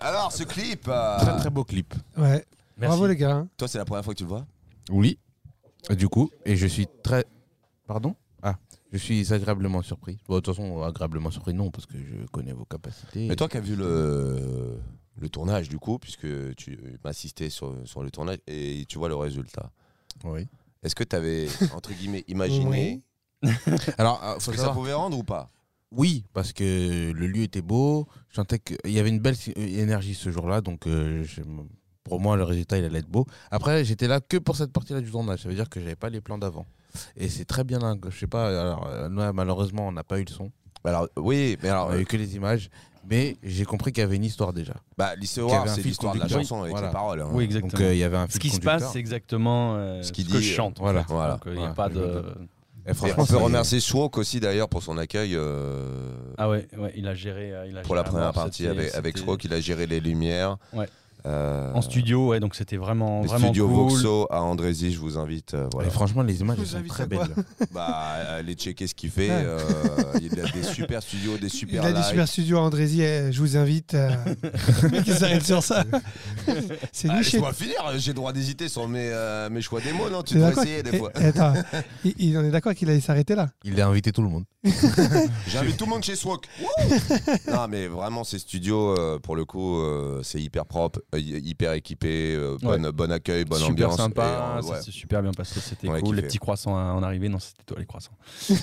C: Alors, ce clip. euh,
B: Très très beau clip.
A: Ouais.
D: Merci.
A: Bravo les gars. hein.
C: Toi, c'est la première fois que tu le vois
B: Oui. Du coup, et je suis très. Pardon Ah, je suis agréablement surpris. Bon, de toute façon, agréablement surpris, non, parce que je connais vos capacités.
C: Mais toi qui as vu le, le tournage, du coup, puisque tu m'assistais sur, sur le tournage et tu vois le résultat.
B: Oui.
C: Est-ce que tu (laughs) avais, entre guillemets, imaginé
B: Alors, euh, faut
C: que ça
B: savoir-
C: pouvait rendre ou pas
B: Oui, parce que le lieu était beau. Je sentais qu'il y avait une belle sy- énergie ce jour-là, donc euh, je- pour moi le résultat il allait être beau. Après, j'étais là que pour cette partie-là du tournage. Ça veut dire que j'avais pas les plans d'avant. Et c'est très bien. hein, que- Je sais pas. Alors euh, là, malheureusement, on n'a pas eu le son.
C: alors, Oui, mais alors,
B: on a eu que les images. Mais j'ai compris qu'il y avait une histoire déjà.
C: bah, l'histoire,
B: qu'il y avait un
C: c'est
B: fil
C: l'histoire de la
B: conducteur.
C: chanson avec
B: Voilà.
C: les paroles. hein.
D: Oui, exactement.
B: Donc euh, il y avait un
D: ce
B: fil
D: qui se
B: conducteur.
D: pace, c'est exactement euh,
C: Ce
D: ce,
C: qu'il
D: que
C: dit,
D: je chante.
B: Voilà.
C: Voilà.
D: Donc, euh, il n'y a
B: Ouais,
D: pas
B: je
D: de.
B: Et
C: Et
B: franchement,
C: on
B: c'est-
C: peut remercier Swok aussi d'ailleurs pour son accueil euh,
D: Ah ouais, ouais, il a géré. euh, il a
C: pour
D: géré
C: la
D: à
C: première
D: mort,
C: partie
D: c'était-
C: avec, avec
D: c'était
C: Swok. Il a géré les lumières.
D: Ouais.
C: Euh,
D: En studio, ouais, donc c'était vraiment,
C: les
D: vraiment
C: studios
D: cool.
C: Voxo à Andrézy, je vous invite. euh, voilà.
B: Et franchement, les images
A: Je
B: elles
A: vous
B: sont
A: invite
B: très
A: à quoi
B: belles.
C: bah, allez checker ce qu'il fait.
A: Ouais.
C: euh, il a des super studios, des
A: Il
C: super
A: a des
C: lights.
A: super studios à Andrézy, eh, je vous invite.
C: (laughs)
A: euh, Qu'ils s'arrêtent sur ça. C'est
C: Ah,
A: niché.
C: Laisse-moi finir, j'ai le droit d'hésiter sur mes, euh, mes choix des mots, non Tu
A: T'es
C: dois
A: d'accord
C: essayer des
A: Eh,
D: (laughs)
C: fois.
A: eh, attends, il, il- on est d'accord qu'il allait s'arrêter là.
B: Il a invité tout le monde.
C: J'invite tout le
D: (laughs)
C: monde chez Swok. Wouh non, mais vraiment, ces studios, euh, pour le coup, euh, c'est hyper propre, euh, hy- hyper équipé, euh, bonne, bon accueil, bonne
D: super
C: ambiance.
D: sympa,
C: et, euh,
D: ça
C: ouais,
D: s'est super bien passé, c'était
C: On a
D: cool. Les
C: kiffé.
D: petits croissants à- en arrivée, non, c'était toi
C: (laughs)
D: les croissants.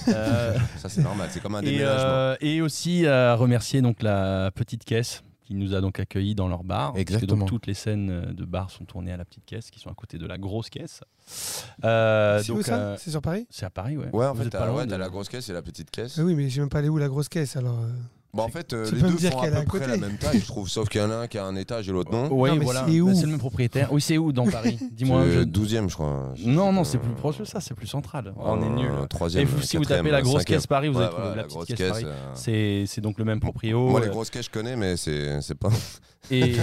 D: Euh,
C: ça c'est normal, c'est comme un
D: et,
C: déménagement.
D: euh, et aussi euh, remercier donc la petite caisse qui nous a donc accueillis dans leur bar. Parce que donc
B: Exactement.
D: toutes les scènes euh, de bar sont tournées à la petite caisse, qui sont à côté de la grosse caisse. Euh,
A: C'est
D: donc,
A: où ça
D: euh,
A: C'est sur Paris
D: C'est à Paris, ouais.
C: Ouais, en
D: Vous
C: fait,
D: êtes
C: t'as
D: pas loin
C: ouais,
D: de-
C: t'as la grosse caisse et la petite caisse.
A: Ah Oui, mais j'ai même pas allé où la grosse caisse alors. euh.
C: Bon, en fait, euh,
A: Tu
C: les
A: peux me
C: deux
A: dire
C: font à
A: qu'elle est
C: peu
A: à
C: près
A: côté.
C: la même taille, je trouve, sauf qu'il y en a un qui a un étage et l'autre non.
D: Oui,
A: Non, mais
D: voilà.
A: c'est
D: Bah,
A: où
D: C'est le même propriétaire. Oui, c'est où
C: (laughs)
D: dans Paris Dis-moi.
C: C'est
D: je-
C: 12e, je crois. Oh,
D: Non, non, c'est plus proche que ça, c'est plus central. On est nul. Et
C: Troisième.
D: vous, si vous tapez la grosse caisse Paris, vous allez trouver la petite
C: grosse
D: caisse
C: caisse.
D: Paris.
C: euh,
D: C'est c'est donc le même proprio.
C: Moi, les
D: euh,
C: grosses caisses, je connais, mais c'est c'est pas. (laughs)
D: Et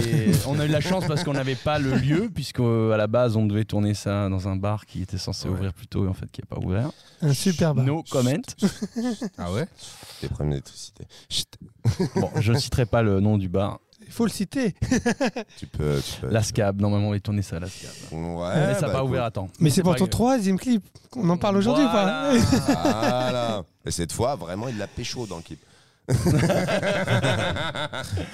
D: on a eu la chance parce qu'on n'avait pas le lieu, puisque euh, à la base on devait tourner ça dans un bar qui était censé
C: Ouais.
D: ouvrir plus tôt et en fait qui n'est pas ouvert.
A: Un super bar.
D: No comment.
B: Ah ouais
C: Des problèmes d'électricité. Chut,
D: Bon, je ne citerai pas le nom du bar.
A: Il faut le citer.
C: Tu peux. tu peux-
D: La SCAB, normalement on avait tourné ça à la SCAB.
C: Ouais,
D: Mais ça n'a
C: bah,
D: pas
C: écoute.
D: ouvert à temps.
A: Mais c'est pour
D: pas
A: ton
D: grave.
A: troisième clip. On en parle aujourd'hui ou (laughs) pas
D: Voilà.
C: Voilà. Et cette fois, vraiment, il l'a pécho dans le clip. (laughs)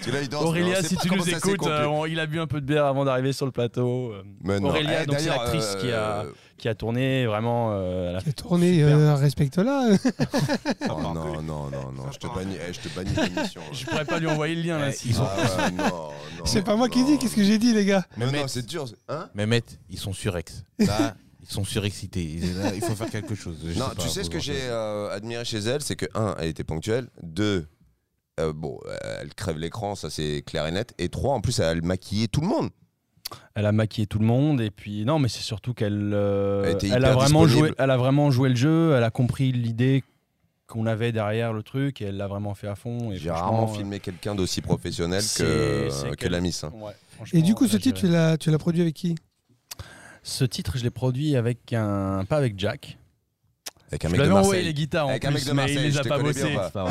C: tu l'as eu dans
D: Aurélia, si tu nous écoutes, euh, on- il a bu un peu de bière avant d'arriver sur le plateau. euh,
C: Eh,
D: Aurélia, donc c'est l'actrice qui a
C: euh,
D: qui a tourné vraiment euh, à la
A: Qui a tourné
D: Super.
A: euh, Respecte-la. (laughs)
D: Ah,
C: non, non, non, non, non, je te bannis, eh, je te bannis de l'émission.
D: (laughs) Je pourrais pas lui envoyer le lien là. si-
C: Ah ouais, non, non,
A: C'est pas moi qui
C: non.
A: dis, qu'est-ce que j'ai dit, les gars
C: Mais
B: Mais
C: non,
B: mec-
C: c'est dur. c'est- Hein
B: Mehmet, ils sont
C: (laughs)
B: surex. Là, ils sont surexcités. Ils- là, il faut faire quelque chose. Je
C: Non,
B: pas,
C: tu sais ce
B: faut
C: que
B: voir.
C: j'ai euh, admiré chez elle, c'est que, un, elle était ponctuelle, deux, euh, bon, euh, elle crève l'écran, ça c'est clair et net, et trois, en plus, elle maquillait tout le monde.
D: Elle a maquillé tout le monde et puis non mais c'est surtout qu'elle euh,
C: Elle était
D: elle
C: hyper
D: a vraiment
C: disponible.
D: joué elle a vraiment joué le jeu, elle a compris l'idée qu'on avait derrière le truc et elle l'a vraiment fait à fond et
C: J'ai
D: franchement,
C: rarement
D: euh,
C: filmé quelqu'un d'aussi professionnel
D: c'est-
C: que,
D: c'est
C: que
D: quel-
C: la Miss. hein.
D: euh, ouais, franchement,
A: Et du coup,
D: elle
A: ce
D: a
A: titre, tu
D: géré.
A: l'as tu l'as produit avec qui
D: ce titre, je l'ai produit avec un pas avec Jack.
C: Avec un
D: Je
C: mec
D: lui
C: de
D: avais envoyé
C: Marseille.
D: les guitares en
C: Avec un
D: plus,
C: mec de
D: mais il
C: Marseille,
D: les
C: je
D: a
C: te
D: pas
C: connais bien, Ah.
D: bossé.
C: pas.
E: C'est pas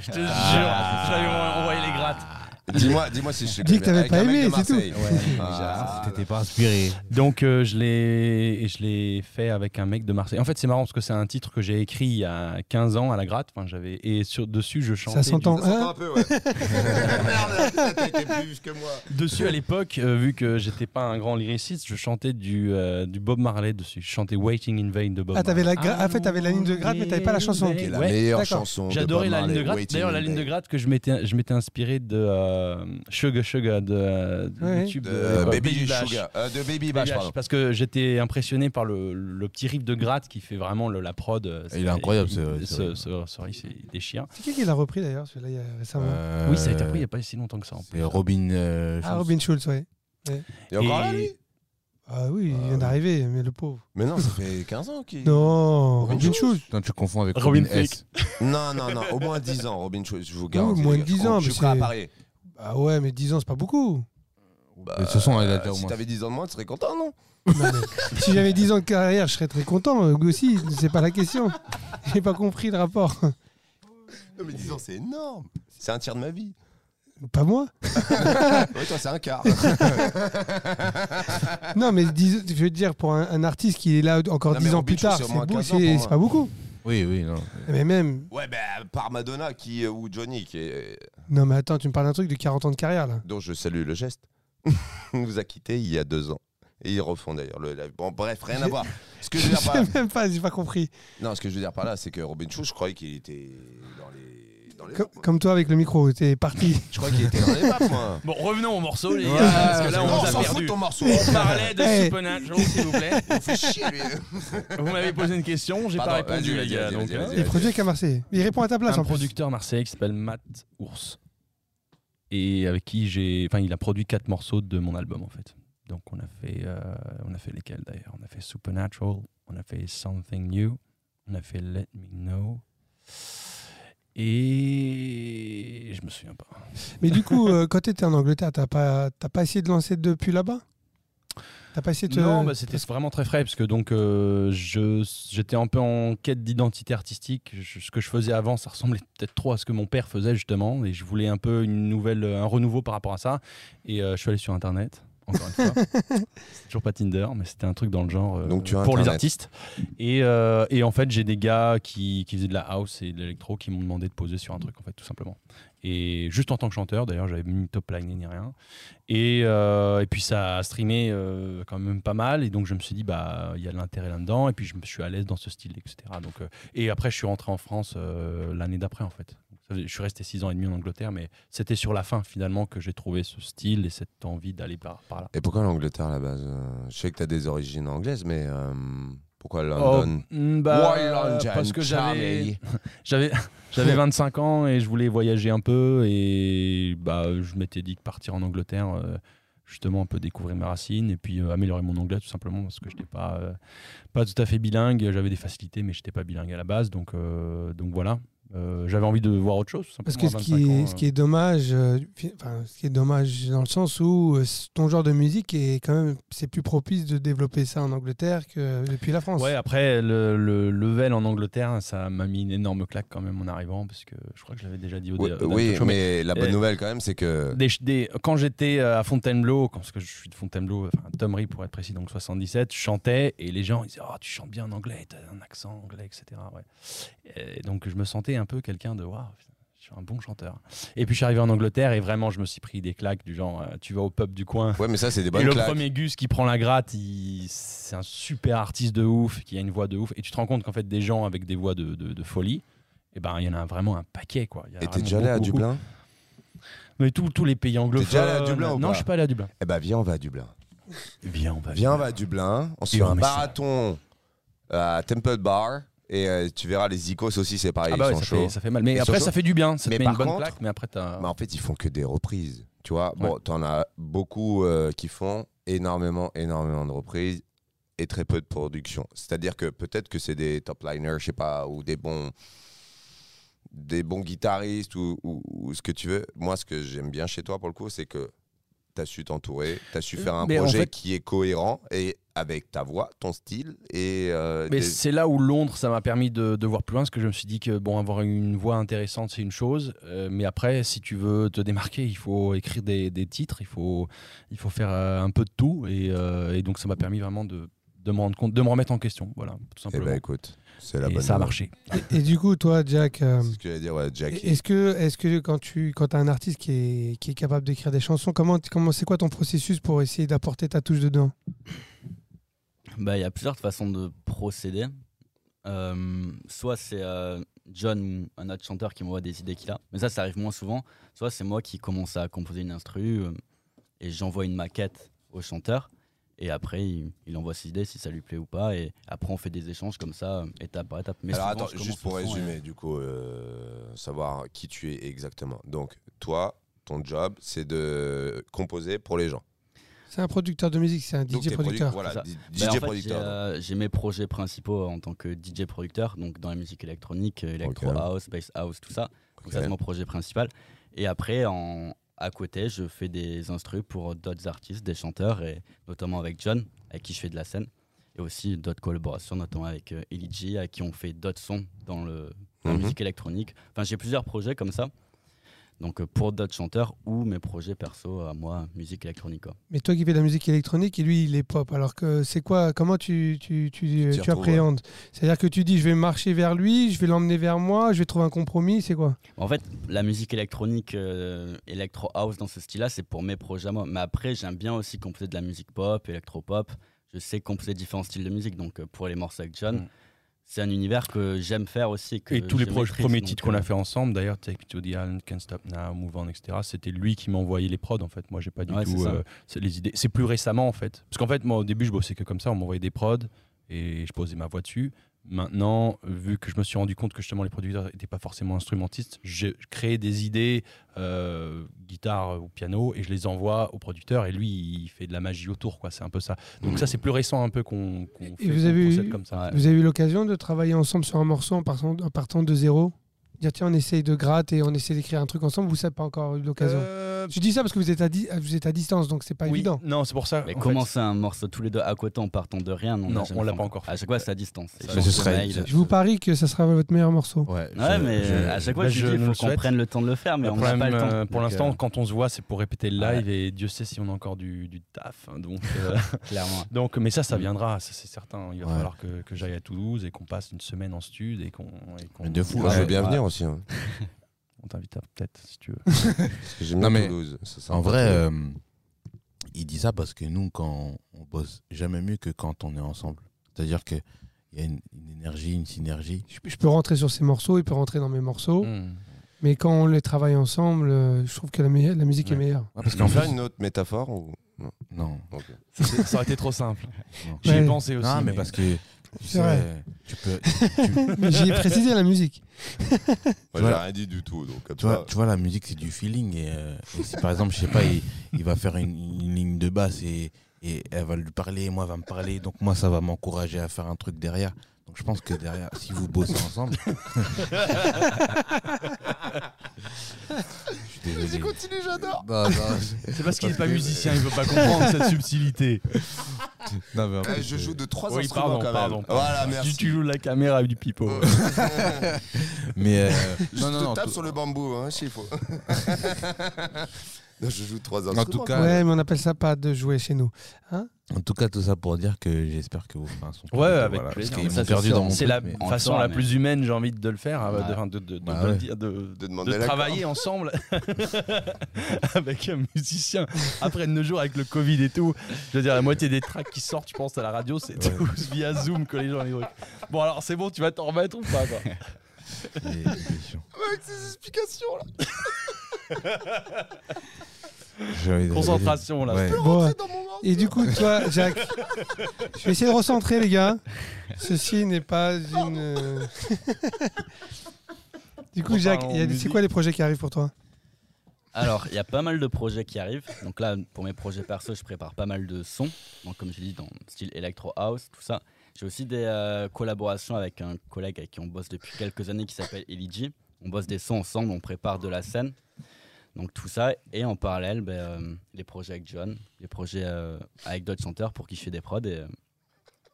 D: (laughs) je te jure, je lui avais envoyé les grattes.
C: Dis-moi dis si je suis
A: Dis que t'avais
C: avec
A: pas
C: un mec
A: aimé,
C: de
A: c'est tout.
C: Marseille.
B: Ah,
C: Ah,
B: T'étais pas inspiré.
D: Donc euh, je l'ai et je l'ai fait avec un mec de Marseille. En fait, c'est marrant parce que c'est un titre que j'ai écrit il y a 15 ans à la gratte. Enfin, j'avais et sur dessus je
A: Ça
D: chantais.
A: s'entend.
C: Ça s'entend un peu, ouais. Merde, t'as été plus que moi.
D: du- Dessus à l'époque, euh, vu que j'étais pas un grand lyriciste, je chantais du, euh, du Bob Marley dessus. Je chantais Waiting in Vain de Bob.
A: Ah, t'avais la
D: Marley.
A: gra- en fait, t'avais la ligne de gratte, mais t'avais pas la chanson.
C: Qui est la
D: Ouais,
C: meilleure
A: d'accord.
C: chanson. de
D: J'adorais
C: Bob
D: la ligne de
C: Marley,
D: gratte.
C: Waiting
D: D'ailleurs,
C: in
D: la ligne de
C: Vain.
D: gratte que je m'étais, je m'étais inspiré de euh, Sugar Sugar de, euh, de
A: Ouais.
D: YouTube.
C: de
D: de l'époque.
C: Baby
D: Dash.
C: Sugar, euh, de Baby Bash,
D: VH,
C: pardon.
D: parce que j'étais impressionné par le, le petit riff de gratte qui fait vraiment le- la prod. euh,
B: Il est incroyable,
D: il-
B: ce-
D: ce, ce- ce riff. Il déchire.
A: C'est qui qui l'a repris d'ailleurs, celui-là, il y a récemment
B: Euh,
D: Oui, ça a été repris il n'y a pas si longtemps que ça. en plus.
B: C'est Robin. euh,
A: Ah,
B: Schulz.
A: Robin Schulz, ouais.
C: Il est encore là,
D: Et-
C: lui
A: Ah oui, il
C: Ah
A: vient
C: ouais.
A: d'arriver, mais le pauvre.
C: Mais non, ça fait 15 ans qu'il.
A: Non,
C: Robin
A: Robin Schulz.
B: Putain, tu confonds avec
D: Robin
B: Robin, S.
C: Non, non, non, au moins 10 ans, Robin Schulz, je vous garantis.
A: Oui, moins
C: les gars,
A: de 10
C: je
A: ans,
C: compte, Je
A: mais
C: suis prêt à
A: c'est-
C: parier.
A: Ah ouais, mais 10 ans, c'est pas beaucoup.
B: De toute façon, elle a
C: Euh,
B: déjà au
C: si
B: moins.
C: t'avais 10 ans de moins, tu serais content, non
A: Non, mais si j'avais 10 ans de carrière, je serais très content. euh, aussi, c'est pas la question. J'ai pas compris le rapport.
C: Non, mais 10 ans, c'est énorme. C'est un tiers de ma vie.
A: Pas moi.
C: (laughs) Ouais, toi, c'est un quart.
A: Non, mais 10 je veux dire, pour un, un artiste qui est là encore
C: Non, mais
A: 10 ans
C: Robin
A: plus tard,
C: Schulz,
A: c'est
C: c'est au moins
A: beau-
C: 15 ans pour
A: c'est-
C: moi.
A: c'est pas beaucoup.
B: Oui, oui, non.
A: Mais même.
C: (laughs) ouais, bah, par Madonna qui, euh, ou Johnny, qui est,
A: Non, mais attends, tu me parles d'un truc de 40 ans de carrière, là.
C: dont je salue le geste, (laughs) nous a quittés il y a 2 ans. Et ils refont d'ailleurs le live. Bon, bref, rien à voir. Ce que je
A: Je
C: veux dire par
A: sais même pas, (laughs) j'ai pas compris.
C: Non, ce que je veux dire par là, c'est que Robin Schulz, je croyais qu'il était dans les. Dans les
A: Com-
C: vapes.
A: Comme toi avec le micro, t'es parti.
C: Je croyais qu'il était dans les vapes, (laughs) moi. euh,
D: Bon, revenons au morceau, les gars,
C: Ouais,
D: parce que là,
C: non,
D: on vous
C: s'en fout
D: a
C: de
D: perdu.
C: ton morceau.
D: On parlait
A: (laughs)
D: de
A: Hey.
D: Supernatural, s'il vous plaît.
C: On fait chier, lui.
D: Vous m'avez posé une question, j'ai pas
C: Pardon,
D: répondu,
C: vas-y,
D: les gars.
C: vas-y,
D: donc,
C: vas-y,
D: euh,
C: vas-y,
A: Il
C: vas-y.
A: produit qu'à Marseille. Il répond à ta place,
D: un
A: en plus.
D: producteur marseillais qui s'appelle Matt Ours et avec qui j'ai enfin il a produit quatre morceaux de mon album en fait donc on a fait euh, on a fait lesquels d'ailleurs on a fait Supernatural on a fait Something New on a fait Let Me Know et je me souviens pas
A: Mais du coup, euh, quand t'étais en Angleterre, t'as pas, t'as pas essayé de lancer depuis là-bas T'as pas essayé de.
D: Non, bah, c'était vraiment très frais parce que donc euh, je j'étais un peu en quête d'identité artistique. Je- ce que je faisais avant, ça ressemblait peut-être trop à ce que mon père faisait justement, et je voulais un peu une nouvelle, un renouveau par rapport à ça. Et euh, je suis allé sur internet encore une fois. C'est toujours pas Tinder, mais c'était un truc dans le genre euh,
C: Donc, tu as
D: pour les
C: Internet.
D: artistes. Et, euh, et en fait, j'ai des gars qui, qui faisaient de la house et de l'électro qui m'ont demandé de poser sur un truc, en fait, tout simplement. Et juste en tant que chanteur, d'ailleurs, j'avais mis ni top line ni rien. Et, euh, et puis ça a streamé euh, quand même pas mal. Et donc je me suis dit, bah il y a de l'intérêt là-dedans. Et puis je me suis à l'aise dans ce style, etc. Donc, euh, et après, je suis rentré en France euh, l'année d'après, en fait. Ça faisait- Je suis resté six ans et demi en Angleterre, mais c'était sur la fin, finalement, que j'ai trouvé ce style et cette envie d'aller par, par là.
C: Et pourquoi l'Angleterre à la base Euh, Je sais que tu as des origines anglaises, mais euh, pourquoi London
D: Oh, mm, bah,
C: Why London
D: parce que j'avais
C: Charlie
D: j'avais- (laughs) j'avais 25 ans et je voulais voyager un peu. Et bah, je m'étais dit que partir en Angleterre, euh, justement, un peu découvrir mes racines et puis euh, améliorer mon anglais, tout simplement, parce que je n'étais pas, euh, pas tout à fait bilingue. J'avais des facilités, mais je n'étais pas bilingue à la base. Donc, euh, donc voilà. Euh, j'avais envie de voir autre chose. tout
A: Parce
D: simplement,
A: que
D: à
A: ce
D: 25
A: qui, est,
D: ans,
A: ce qui est dommage, euh, fi- enfin, ce qui est dommage dans le sens où euh, c- ton genre de musique est quand même, c'est plus propice de développer ça en Angleterre que depuis la France.
D: Ouais, après, le, le level en Angleterre, ça m'a mis une énorme claque quand même en arrivant, parce que je crois que je l'avais déjà dit au
C: Oui,
D: dé- au
C: oui,
D: show, mais
C: mais euh, la bonne
D: Eh.
C: nouvelle quand même, c'est que
D: des- des- quand j'étais euh, à Fontainebleau, quand- parce que je suis de Fontainebleau, enfin Thomery pour être précis, donc 77, je chantais et les gens ils disaient Oh, tu chantes bien en anglais, t'as un accent anglais, etc. Ouais. Et donc je me sentais un peu quelqu'un de Waouh, putain, je suis un bon chanteur. Et puis je suis arrivé en Angleterre et vraiment je me suis pris des claques du genre euh, Tu vas au pub du coin,
C: Ouais, mais ça, c'est des
D: et
C: bonnes
D: le
C: claques.
D: premier Gus qui prend la gratte, il- c'est un super artiste de ouf, qui a une voix de ouf. Et tu te rends compte qu'en fait, des gens avec des voix de, de- de folie, eh ben, il y en a vraiment un paquet. Quoi. Il y a
C: Et t'es
D: vraiment
C: déjà allé à
D: beaucoup, Ah, beaucoup.
C: Dublin
D: Mais tous- tous les pays anglophones.
C: déjà allé à Dublin ou
D: Non,
C: pas
D: je suis pas allé à Dublin.
C: Eh ben, viens, on va à Dublin.
D: Viens, on va.
C: Viens, on va à Dublin. On se fait
D: Et on
C: un
D: met ça.
C: marathon euh, à Temple Bar. Et euh, tu verras, les icos aussi, c'est pareil,
D: Ah bah
C: ils
D: ouais,
C: sont
D: ça,
C: chauds.
D: fait, ça fait mal. Mais
C: Ils
D: après,
C: sont
D: ça fait du bien. Ça
C: Mais
D: te met
C: par
D: une bonne
C: contre- bah,
D: claque, mais après, t'as.
C: Mais en fait, ils font que des reprises. Tu vois, bon, t'en as beaucoup euh, qui font énormément, énormément de reprises et très peu de production. C'est-à-dire que peut-être que c'est des top liners, je sais pas, ou des bons des bons guitaristes ou, ou- ou ce que tu veux. Moi, ce que j'aime bien chez toi, pour le coup, c'est que tu as su t'entourer, tu as su faire un
D: Mais en
C: projet
D: fait-
C: qui est cohérent et avec ta voix, ton style et euh,
D: Mais
C: des-
D: c'est là où Londres, ça m'a permis de, de voir plus loin, parce que je me suis dit que bon, avoir une voix intéressante, c'est une chose, euh, mais après, si tu veux te démarquer, il faut écrire des, des titres, il faut, il faut faire euh, un peu de tout, et, euh, et donc ça m'a permis vraiment de, de me rendre compte, de me remettre en question, voilà, tout
C: Eh
D: simplement.
C: ben écoute, c'est la
D: et
C: bonne
D: ça a
C: nouvelle.
D: marché.
A: Et du coup, toi, Jack, euh,
C: C'est ce que j'allais dire, ouais, Jackie.
A: est-ce que, est-ce que quand tu quand as un artiste qui est, qui est capable d'écrire des chansons, comment, comment c'est quoi ton processus pour essayer d'apporter ta touche dedans
E: Bah, il y a plusieurs façons de procéder. Euh, soit c'est euh, John ou un autre chanteur qui m'envoie des idées qu'il a, mais ça, ça arrive moins souvent. Soit c'est moi qui commence à composer une instru euh, et j'envoie une maquette au chanteur. Et après, il, il envoie ses idées si ça lui plaît ou pas. Et après, on fait des échanges comme ça, euh, étape par étape. Mais
C: Alors
E: souvent,
C: attends,
E: je commence
C: juste pour
E: souvent,
C: résumer, du coup, euh, savoir qui tu es exactement. Donc, toi, ton job, c'est de composer pour les gens.
A: C'est un producteur de musique, c'est un
C: Donc,
A: DJ
C: t'es
A: producteur.
C: produ- Voilà,
E: C'est ça.
C: di-
E: Bah, en
C: DJ
E: fait,
C: producteur.
E: j'ai,
C: donc.
E: euh, J'ai mes projets principaux en tant que DJ producteur, donc dans la musique électronique, euh, electro
C: Ok.
E: house, space house, tout ça. Donc ça
C: Ok.
E: c'est mon projet principal. Et après, en, à côté, je fais des instrus pour d'autres artistes, des chanteurs, et notamment avec John, avec qui je fais de la scène, et aussi d'autres collaborations, notamment avec euh, Ellie G, avec qui on fait d'autres sons dans, le, dans la
C: Mhm.
E: musique électronique. Enfin, j'ai plusieurs projets comme ça. Donc euh, pour d'autres chanteurs ou mes projets perso à moi, musique électronique. quoi.
A: Mais toi qui fais de la musique électronique, et lui, il est pop. Alors que c'est quoi Comment tu, tu, tu,
C: t'y
A: tu
C: retrouves,
A: appréhendes C'est-à-dire que tu dis, je vais marcher vers lui, je vais l'emmener vers moi, je vais trouver un compromis, c'est quoi
E: En fait, la musique électronique, euh, électro house dans ce style-là, c'est pour mes projets à moi. Mais après, j'aime bien aussi composer de la musique pop, électro-pop. Je sais composer différents styles de musique. Donc, euh, pour les morceaux avec John,
D: Mm.
E: c'est un univers que j'aime faire aussi. et que
D: Et tous les
E: je
D: proches,
E: maîtrise.
D: premiers
E: Donc,
D: titres qu'on
E: euh,
D: a fait ensemble, d'ailleurs, Take Me to the Island, Can't Stop Now, Move On, etc., c'était lui qui m'a envoyé les prods, en fait. Moi, j'ai pas du
E: Ouais, c'est
D: tout
E: ça.
D: euh, c'est les idées. C'est plus récemment, en fait. Parce qu'en fait, moi, au début, je bossais que comme ça, on m'envoyait des prods et je posais ma voix dessus. Maintenant, vu que je me suis rendu compte que justement les producteurs n'étaient pas forcément instrumentistes, j'ai créé des idées euh, guitare ou piano et je les envoie au producteur et lui il fait de la magie autour quoi. C'est un peu ça. Donc ça c'est plus récent un peu qu'on qu'on fait
A: vous
D: qu'on
A: avez eu-
D: procède comme ça.
A: Vous avez eu l'occasion de travailler ensemble sur un morceau en partant, en partant de zéro Dire, tiens, on essaye de gratter et on essaie d'écrire un truc ensemble, vous n'avez pas encore eu l'occasion
D: Euh,
A: Tu dis ça parce que vous êtes à, di- vous êtes à distance, donc c'est pas
D: Oui,
A: évident.
D: Non, c'est pour ça.
E: Mais
D: en
E: commencer
D: fait.
E: un morceau tous les deux à côté en partant de rien, non,
D: Non,
E: jamais
D: on l'a
E: fait
D: pas encore fait.
E: À chaque fois, c'est à distance. Et
B: Mais
E: sur
B: ce
E: le
B: serait-
E: mail.
B: ce-
A: Je vous parie que ça sera votre meilleur morceau.
B: Ouais,
E: Ouais,
B: je-
E: mais
B: je-
E: à chaque fois,
D: Là,
E: tu
D: je
E: dis,
D: nous
E: il
D: le
E: faut qu'on
D: souhaite.
E: prenne le temps de le faire, mais
D: Le
E: on n'a
D: problème,
E: pas le temps.
D: euh, pour
E: Donc,
D: l'instant,
E: euh,
D: quand on se voit, c'est pour répéter le live et Dieu sait si on a encore du, du taf. hein, donc, euh, (laughs)
E: clairement.
D: donc, mais ça, ça
E: Mm.
D: viendra, ça, c'est certain. Il va
B: Ouais.
D: falloir que, que j'aille à Toulouse et qu'on passe une semaine en stud et qu'on. et qu'on-
B: Mais de fou,
C: Moi, je veux
B: Ouais,
C: bien
D: voilà.
C: venir aussi. hein.
D: On t'invite à- peut-être si tu veux.
C: Parce que j'aime
B: Non,
C: bien
B: mais
C: Toulouse. ça sent
B: En
C: pas
B: vrai,
C: Toulouse.
B: euh, il dit ça parce que nous, quand on bosse jamais mieux que quand on est ensemble. C'est-à-dire qu'il y a une, une énergie, une synergie.
A: Je, je peux rentrer sur ses morceaux, il peut rentrer dans mes morceaux,
D: Hmm.
A: mais quand on les travaille ensemble, euh, je trouve que la, meille- la musique
B: Ouais.
A: est meilleure.
B: parce
C: Tu veux faire une autre métaphore ou... non,
B: Non.
C: ok.
D: C'est- ça aurait été
B: (laughs)
D: trop simple.
B: Non.
D: J'y ai
A: Ouais.
D: pensé aussi.
B: Non, mais parce que
A: C'est vrai.
B: tu peux. tu- tu-
A: Mais J'ai précisé la musique.
C: Moi, j'ai
B: vois-
C: rien dit du tout. Donc, comme
B: Tu vois,
C: ça,
B: tu vois, la musique, c'est du feeling. Et, euh, et si par exemple, je sais pas, il, il va faire une, une ligne de basse et, et elle va lui parler, et moi, elle va me parler. Donc, moi, ça va m'encourager à faire un truc derrière. Donc, je pense que derrière, si vous bossez
C: (laughs)
B: ensemble. Vas-y, continue, j'adore. Non, non, je-
D: C'est parce qu'il n'est
B: Parce
D: pas
B: que-
D: musicien, il ne veut pas comprendre cette
B: (laughs)
D: subtilité.
B: non, mais en
C: Eh,
B: fait,
C: je
B: euh,
C: joue de trois
D: Oui,
C: instruments
D: pardon,
C: quand même.
D: pardon, pardon.
C: Voilà,
D: Tu,
C: merci.
D: tu joues la caméra avec du pipeau.
B: Mais. euh,
C: Je
B: non, non,
C: te
B: non,
C: tape
B: tout-
C: sur le bambou, hein, s'il faut. non, je joue trois instruments.
B: en tout cas,
A: Ouais, mais on appelle ça pas de jouer chez nous.
B: en tout cas, tout ça pour dire que j'espère que vous ferez un son.
D: Ouais,
B: qualité,
D: avec
B: voilà,
D: plaisir.
B: parce qu'ils
E: Ça,
B: m'ont
E: c'est
B: perdu
E: sûr.
B: dans mon
D: C'est
B: truc,
D: la
B: mais-
E: on
D: façon
E: sort,
D: la
E: mais-
D: plus humaine, j'ai envie de le faire, euh,
E: Ouais.
D: de- de, de- de-
B: Bah
D: de le
B: ouais.
D: dire, de-
C: de demander
D: de
C: l'accord.
D: travailler ensemble (laughs) avec un musicien. Après nos jours avec le Covid et tout, je veux dire, la moitié des tracks qui sortent, je pense, à la radio, c'est
B: Ouais.
D: tous via Zoom que les gens les trucs. Bon, alors c'est bon, tu vas t'en remettre ou
B: (laughs)
D: pas quoi
B: Et- (laughs) et chiant.
C: Avec ces explications là,
B: (laughs) J'ai envie de-
D: Concentration là.
B: Ouais.
A: Bon,
C: dans mon monde.
A: Et du coup, toi,
C: (laughs)
A: Jacques, je vais essayer de recentrer, les gars. Ceci n'est pas une.
C: (laughs)
A: du coup,
D: Bon,
A: Jacques,
D: parlons
A: il y a- c'est
D: musique.
A: quoi les projets qui arrivent pour toi
E: Alors, il y a pas mal de projets qui arrivent. Donc là, pour mes projets perso, je prépare pas mal de sons. Donc, comme je l'ai dit, dans le style Electro House, tout ça. J'ai aussi des euh, collaborations avec un collègue avec qui on bosse depuis quelques années qui s'appelle Eligi. On bosse des sons ensemble, on prépare de la scène. Donc tout ça. Et en parallèle, ben, euh, les projets avec John, les projets euh, avec d'autres chanteurs pour qui je fais des prods. Et, euh,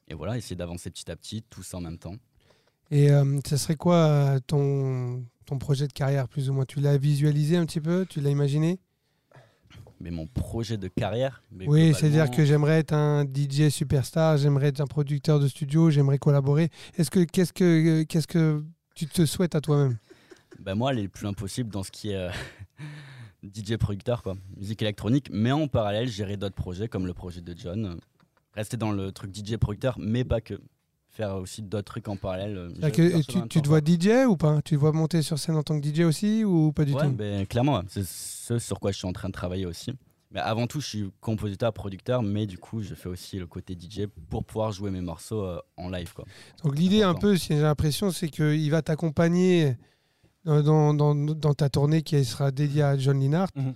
E: et voilà, essayer d'avancer petit à petit, tout ça en même temps.
A: Et euh, ça serait quoi euh, ton, ton projet de carrière, plus ou moins Tu l'as visualisé un petit peu Tu l'as imaginé
E: Mais mon projet de carrière. mais
A: Oui, c'est-à-dire
E: globalement-
A: que j'aimerais être un DJ superstar, j'aimerais être un producteur de studio, j'aimerais collaborer. Est-ce que qu'est-ce que euh, qu'est-ce que tu te souhaites à toi-même
E: Bah moi, elle est le plus impossible dans ce qui est euh, (laughs) DJ producteur, quoi. Musique électronique, mais en parallèle, gérer d'autres projets comme le projet de John. euh, Rester dans le truc DJ producteur, mais pas que. Faire aussi d'autres trucs en parallèle. euh,
A: C'est-à-dire
E: gérer
A: Ah, que
E: plusieurs choses en
A: tu,
E: même
A: tu te
E: temps,
A: vois
E: quoi.
A: DJ ou pas Tu te vois monter sur scène en tant que DJ aussi ou pas du
E: Ouais,
A: tout
E: ben, clairement, ouais. c'est ce sur quoi je suis en train de travailler aussi. Mais avant tout, je suis compositeur, producteur, mais du coup, je fais aussi le côté DJ pour pouvoir jouer mes morceaux euh, en live, quoi.
A: Donc l'idée un
E: Important.
A: peu, si j'ai l'impression, c'est qu'il va t'accompagner dans, dans- dans- dans ta tournée qui sera dédiée à John Linhart.
D: Mhm.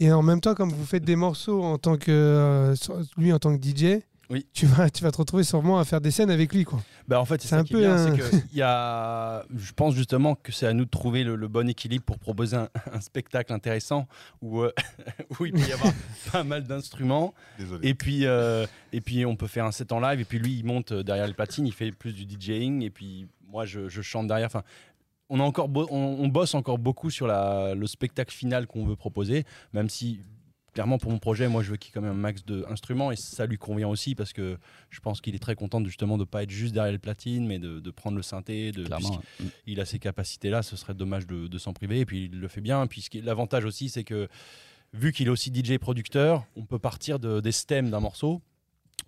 A: Et en même temps, comme vous faites des morceaux en tant que euh, sur- lui en tant que DJ,
D: Oui.
A: tu vas tu vas te retrouver sûrement à faire des scènes avec lui quoi.
D: Bah en fait,
A: C'est
D: c'est ça
A: un
D: qui est
A: peu
D: bien,
A: un-
D: c'est que il y a, je pense justement que c'est à nous de trouver le, le bon équilibre pour proposer un, (laughs) un spectacle intéressant où, euh, (laughs) où il peut
B: (laughs)
D: y avoir pas mal d'instruments.
B: Désolé.
D: Et puis, euh, et puis on peut faire un set en live et puis lui il monte euh, derrière les platines, il fait plus du DJing et puis moi je, je chante derrière. Enfin, on, a encore bo- on, on bosse encore beaucoup sur la, le spectacle final qu'on veut proposer, même si clairement pour mon projet, moi je veux qu'il y ait quand même un max d'instruments et ça lui convient aussi parce que je pense qu'il est très content de- justement de ne pas être juste derrière les platines mais de, de prendre le synthé, de,
E: Clairement. ouais.
D: il a ces capacités-là, ce serait dommage de, de s'en priver. Et puis il le fait bien. Puis ce qui- l'avantage aussi, c'est que vu qu'il est aussi DJ producteur, on peut partir de- des stems d'un morceau,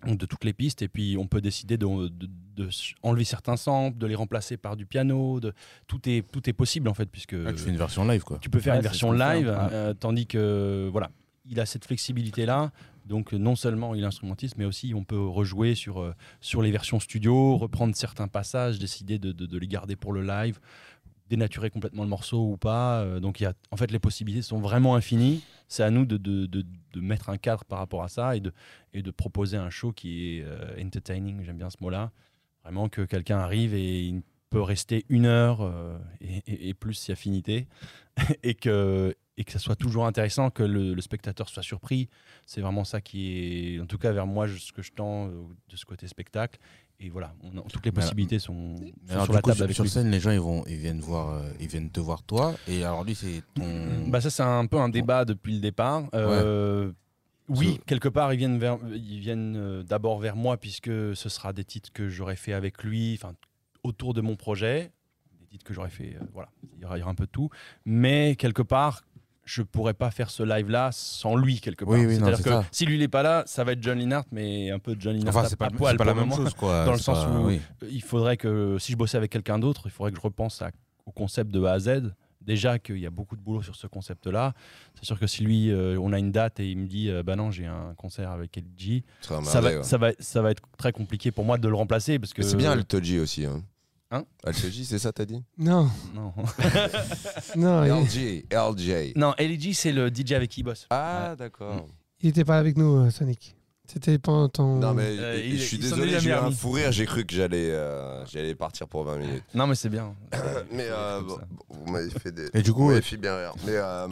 D: donc de toutes les pistes, et puis on peut décider de, de- de s- enlever certains samples, de les remplacer par du piano. De, tout, est, tout est possible en fait, puisque
B: Ah, tu fais une version live, quoi.
D: tu peux faire
E: Ouais,
D: une
E: c'est
D: version
E: ce qu'on fait,
D: live,
E: hein.
D: euh, tandis que voilà, il a cette flexibilité là. Donc euh, non seulement il est instrumentiste, mais aussi on peut rejouer sur, euh, sur les versions studio, reprendre certains passages, décider de, de- de les garder pour le live, dénaturer complètement le morceau ou pas. Euh, donc il y a, en fait les possibilités sont vraiment infinies. C'est à nous de, de- de- de mettre un cadre par rapport à ça et de, et de proposer un show qui est euh, entertaining, j'aime bien ce mot-là. Vraiment que quelqu'un arrive et il peut peut rester une heure euh, et, et- et plus si affinité, (laughs) et que et que ça soit toujours intéressant, que le, le spectateur soit surpris. C'est vraiment ça qui est, en tout cas vers moi, je- ce que je tends euh, de ce côté spectacle. Et voilà, on a- toutes les
B: Mais alors-
D: possibilités sont, sont
B: Mais alors,
D: sur
B: du
D: la
B: coup,
D: table
B: sur-
D: avec
B: sur
D: lui.
B: scène, les gens ils vont, ils viennent voir, euh, ils viennent te voir toi. Et alors lui, c'est ton.
D: Bah ça c'est un peu un débat depuis le départ. Euh, Oui, quelque part ils viennent, vers- ils viennent euh, d'abord vers moi puisque ce sera des titres que j'aurais fait avec lui, enfin autour de mon projet, des titres que j'aurais fait, euh, voilà, il y, aura, il y aura un peu de tout. Mais quelque part, je pourrais pas faire ce live là sans lui quelque part.
B: Oui, oui, non,
D: C'est-à-dire
B: c'est
D: que
B: ça.
D: si lui il est pas là, ça va être John Linhart, mais un peu John Linhart
B: enfin,
D: à-
B: c'est pas,
D: à
B: c'est
D: poil
B: pas la
D: pour le
B: même
D: moment
B: chose, quoi.
D: (laughs) dans le
B: C'est
D: sens
B: pas-
D: où-
B: oui.
D: il faudrait que si je bossais avec quelqu'un d'autre, il faudrait que je repense à- au concept de A à Z. Déjà qu'il y a beaucoup de boulot sur ce concept-là. C'est sûr que si lui, euh, on a une date et il me dit, euh, bah non, j'ai un concert avec LG,
C: Ça
D: ça va,
C: emmerdé, Ah bah ouais.
D: ça, va, ça va être très compliqué pour moi de le remplacer parce que.
C: Mais c'est bien Altoji aussi. Hein.
D: Hein
C: Altoji, c'est ça, t'as dit
A: Non,
D: Non, (laughs)
A: non,
C: (laughs)
A: Ah, il-
C: LG, LJ.
D: non LG, c'est le DJ avec qui il bosse.
C: Ah, d'accord.
A: il était pas avec nous, euh, Sonic. C'était pendant ton.
C: Non, mais
D: Euh,
C: je
D: il-
C: suis
D: ils sont
C: désolé,
D: déjà
C: j'ai eu un
D: amis.
C: fou rire. J'ai cru que j'allais euh, j'allais partir pour 20 minutes.
D: Non, mais
C: (coughs)
D: c'est bien.
C: Mais euh,
D: Comme
C: bon,
D: ça.
C: vous m'avez fait des.
B: Et du
C: vous
B: coup,
C: m'avez fait bien rire. Mais, euh,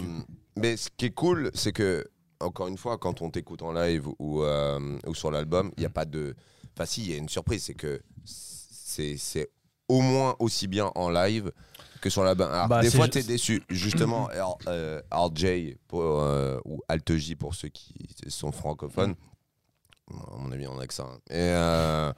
C: mais ce qui est cool, c'est que, encore une fois, quand on t'écoute en live ou, euh, ou sur l'album, il n'y a pas de. Enfin, si, il y a une surprise, c'est que c'est c'est au moins aussi bien en live que sur l'album. Alors,
D: Bah,
C: des
D: c'est
C: fois,
D: ju-
C: t'es déçu. Justement, (clears throat) R- euh, RJ pour, euh, ou Alt J pour ceux qui sont francophones, à mon avis, en accent. hein. Et. euh,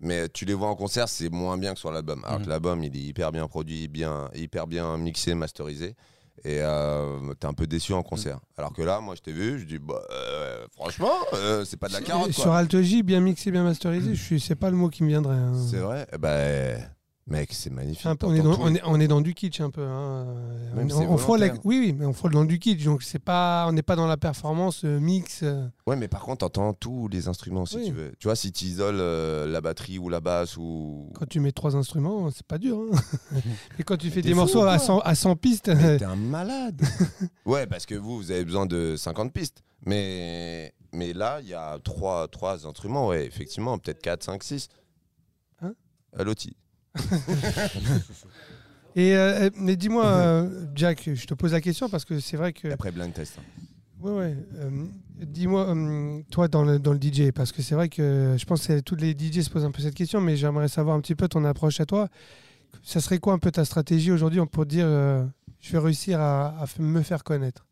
C: mais tu les vois en concert, c'est moins bien que sur l'album. Alors
D: Mhm.
A: Mm.
C: que l'album, il est hyper bien produit, bien, hyper bien mixé, masterisé. Et euh, t'es un peu déçu en concert.
A: Mm.
C: Alors que là, moi, je t'ai vu, je dis, bah, euh, franchement, euh, c'est pas de la carotte.
A: Sur
C: Quoi.
A: Alto J, bien mixé, bien masterisé, je suis... c'est pas le mot qui me viendrait. hein.
C: C'est vrai Eh ben, mec, c'est magnifique.
A: Un peu- on, est
C: T'entends
A: dans,
C: tout.
A: on, est, on est dans du kitsch un peu. hein. Euh,
C: Même
A: on-
C: si c'est
A: on, frôle avec-
C: volontaire.
A: oui, oui, mais on frôle dans du kitsch, donc c'est pas, on n'est pas dans la performance euh, mix. euh.
C: Ouais, mais par contre, t'entends tous les instruments si
A: Oui.
C: tu veux. Tu vois, si tu isoles euh, la batterie ou la basse ou.
A: Quand tu mets trois instruments, c'est pas dur.
C: (laughs)
A: hein. mais quand tu fais
C: t'es
A: des
C: fou
A: morceaux
C: ou quoi
A: à 100, à 100 pistes,
C: Mais t'es un (laughs) malade. ouais, parce que vous, vous avez besoin de 50 pistes. Mais, mais là, il y a trois, trois instruments, ouais, effectivement, peut-être 4, 5, 6.
A: Hein
C: Aloti.
A: Et euh, mais dis-moi, euh, Jack, je te pose la question parce que c'est vrai que.
C: Et après blind test. hein.
A: Ouais, ouais. euh, dis-moi, hum, toi, dans le, dans le DJ, parce que c'est vrai que je pense que tous les DJ se posent un peu cette question, mais j'aimerais savoir un petit peu ton approche à toi. Ça serait quoi un peu ta stratégie aujourd'hui pour dire euh, je vais réussir à, à f- me faire connaître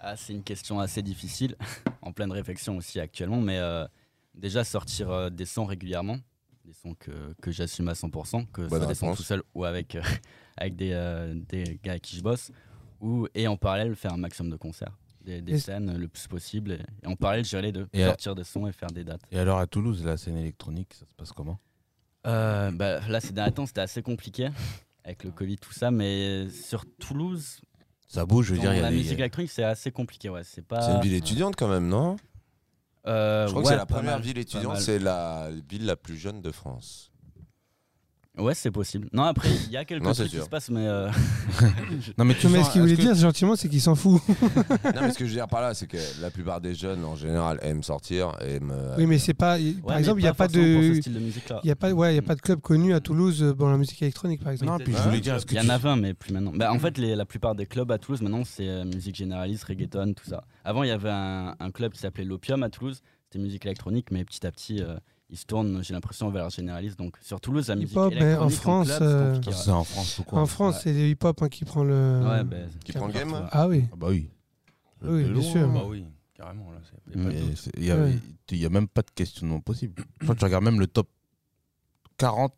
E: Ah, c'est une question assez difficile, (laughs) en pleine réflexion aussi actuellement, mais euh, déjà sortir euh, des sons régulièrement, des sons que, que j'assume à 100%, que ce soit des sons
C: réponse.
E: tout seul ou avec, euh, (laughs) avec des, euh, des gars avec qui je bosse, ou, et en parallèle faire un maximum de concerts, des, des
A: Et-
E: scènes euh, le plus possible, et, et en parallèle gérer les deux,
B: Et, euh,
E: sortir des sons et faire des dates.
B: Et alors à Toulouse, la scène électronique, ça se passe comment
E: Euh, bah, là, ces derniers temps, c'était assez compliqué, avec le Covid, tout ça, mais sur Toulouse,
B: Ça bouge, je veux
E: dans
B: dire. il y a
E: la
B: des-
E: musique électronique, c'est assez compliqué, ouais, c'est pas...
C: C'est
A: Euh,
C: une ville étudiante quand même, non
E: Euh,
C: Je crois que
E: ouais,
C: c'est la
E: pas
C: première
E: mal,
C: ville
E: pas
C: étudiante,
E: mal.
C: c'est la ville la plus jeune de France.
E: Ouais, c'est possible. Non, après, il y a quelques
C: Non, c'est
E: trucs qui
C: sûr.
E: se passent, mais euh,
B: Non mais tu
A: Non, mais
B: sens-
A: ce qu'il
B: est-ce
A: voulait
B: que-
A: dire, gentiment, c'est qu'il s'en fout.
C: non, mais ce que je veux dire par là, c'est que la plupart des jeunes, en général, aiment sortir, aiment. euh,
A: oui, mais c'est pas.
E: ouais,
A: par exemple,
E: mais
A: il n'y a pas
E: forcément Pour
A: de.
E: ce style de musique-là.
A: Il n'y a, pas- ouais, il y a pas de club connu à Toulouse euh, dans la musique électronique, par exemple.
B: Non, puis je
D: Hein
B: voulais dire, est-ce que
E: Il y
B: tu-
E: en avait un, mais plus maintenant. Bah, en fait, les- la plupart des clubs à Toulouse, maintenant, c'est euh, musique généraliste, reggaeton, tout ça. Avant, il y avait un, un club qui s'appelait l'Opium à Toulouse. C'était musique électronique, mais petit à petit, euh, ils se tournent, j'ai l'impression, vers la généraliste. Donc, sur Toulouse, la musique
A: Hip-hop, mais en
E: électronique
A: France,
E: club,
A: euh,
E: c'est compliqué,
B: c'est en France ou quoi ben,
A: en France,
E: Ouais.
A: c'est le hip-hop hein, qui prend le.
E: ouais. Ouais, bah,
C: Qui prend le game hein.
E: partout, ouais.
A: Ah oui.
B: Ah bah oui.
A: Oui, bien
B: De loin.
A: sûr.
D: Bah oui, carrément. Là, c'est- y a pas de
B: Mais
D: doute.
B: c'est- Il n'y a,
A: Ouais.
B: il y a même pas de questionnement possible. Quand tu regardes même le top 40,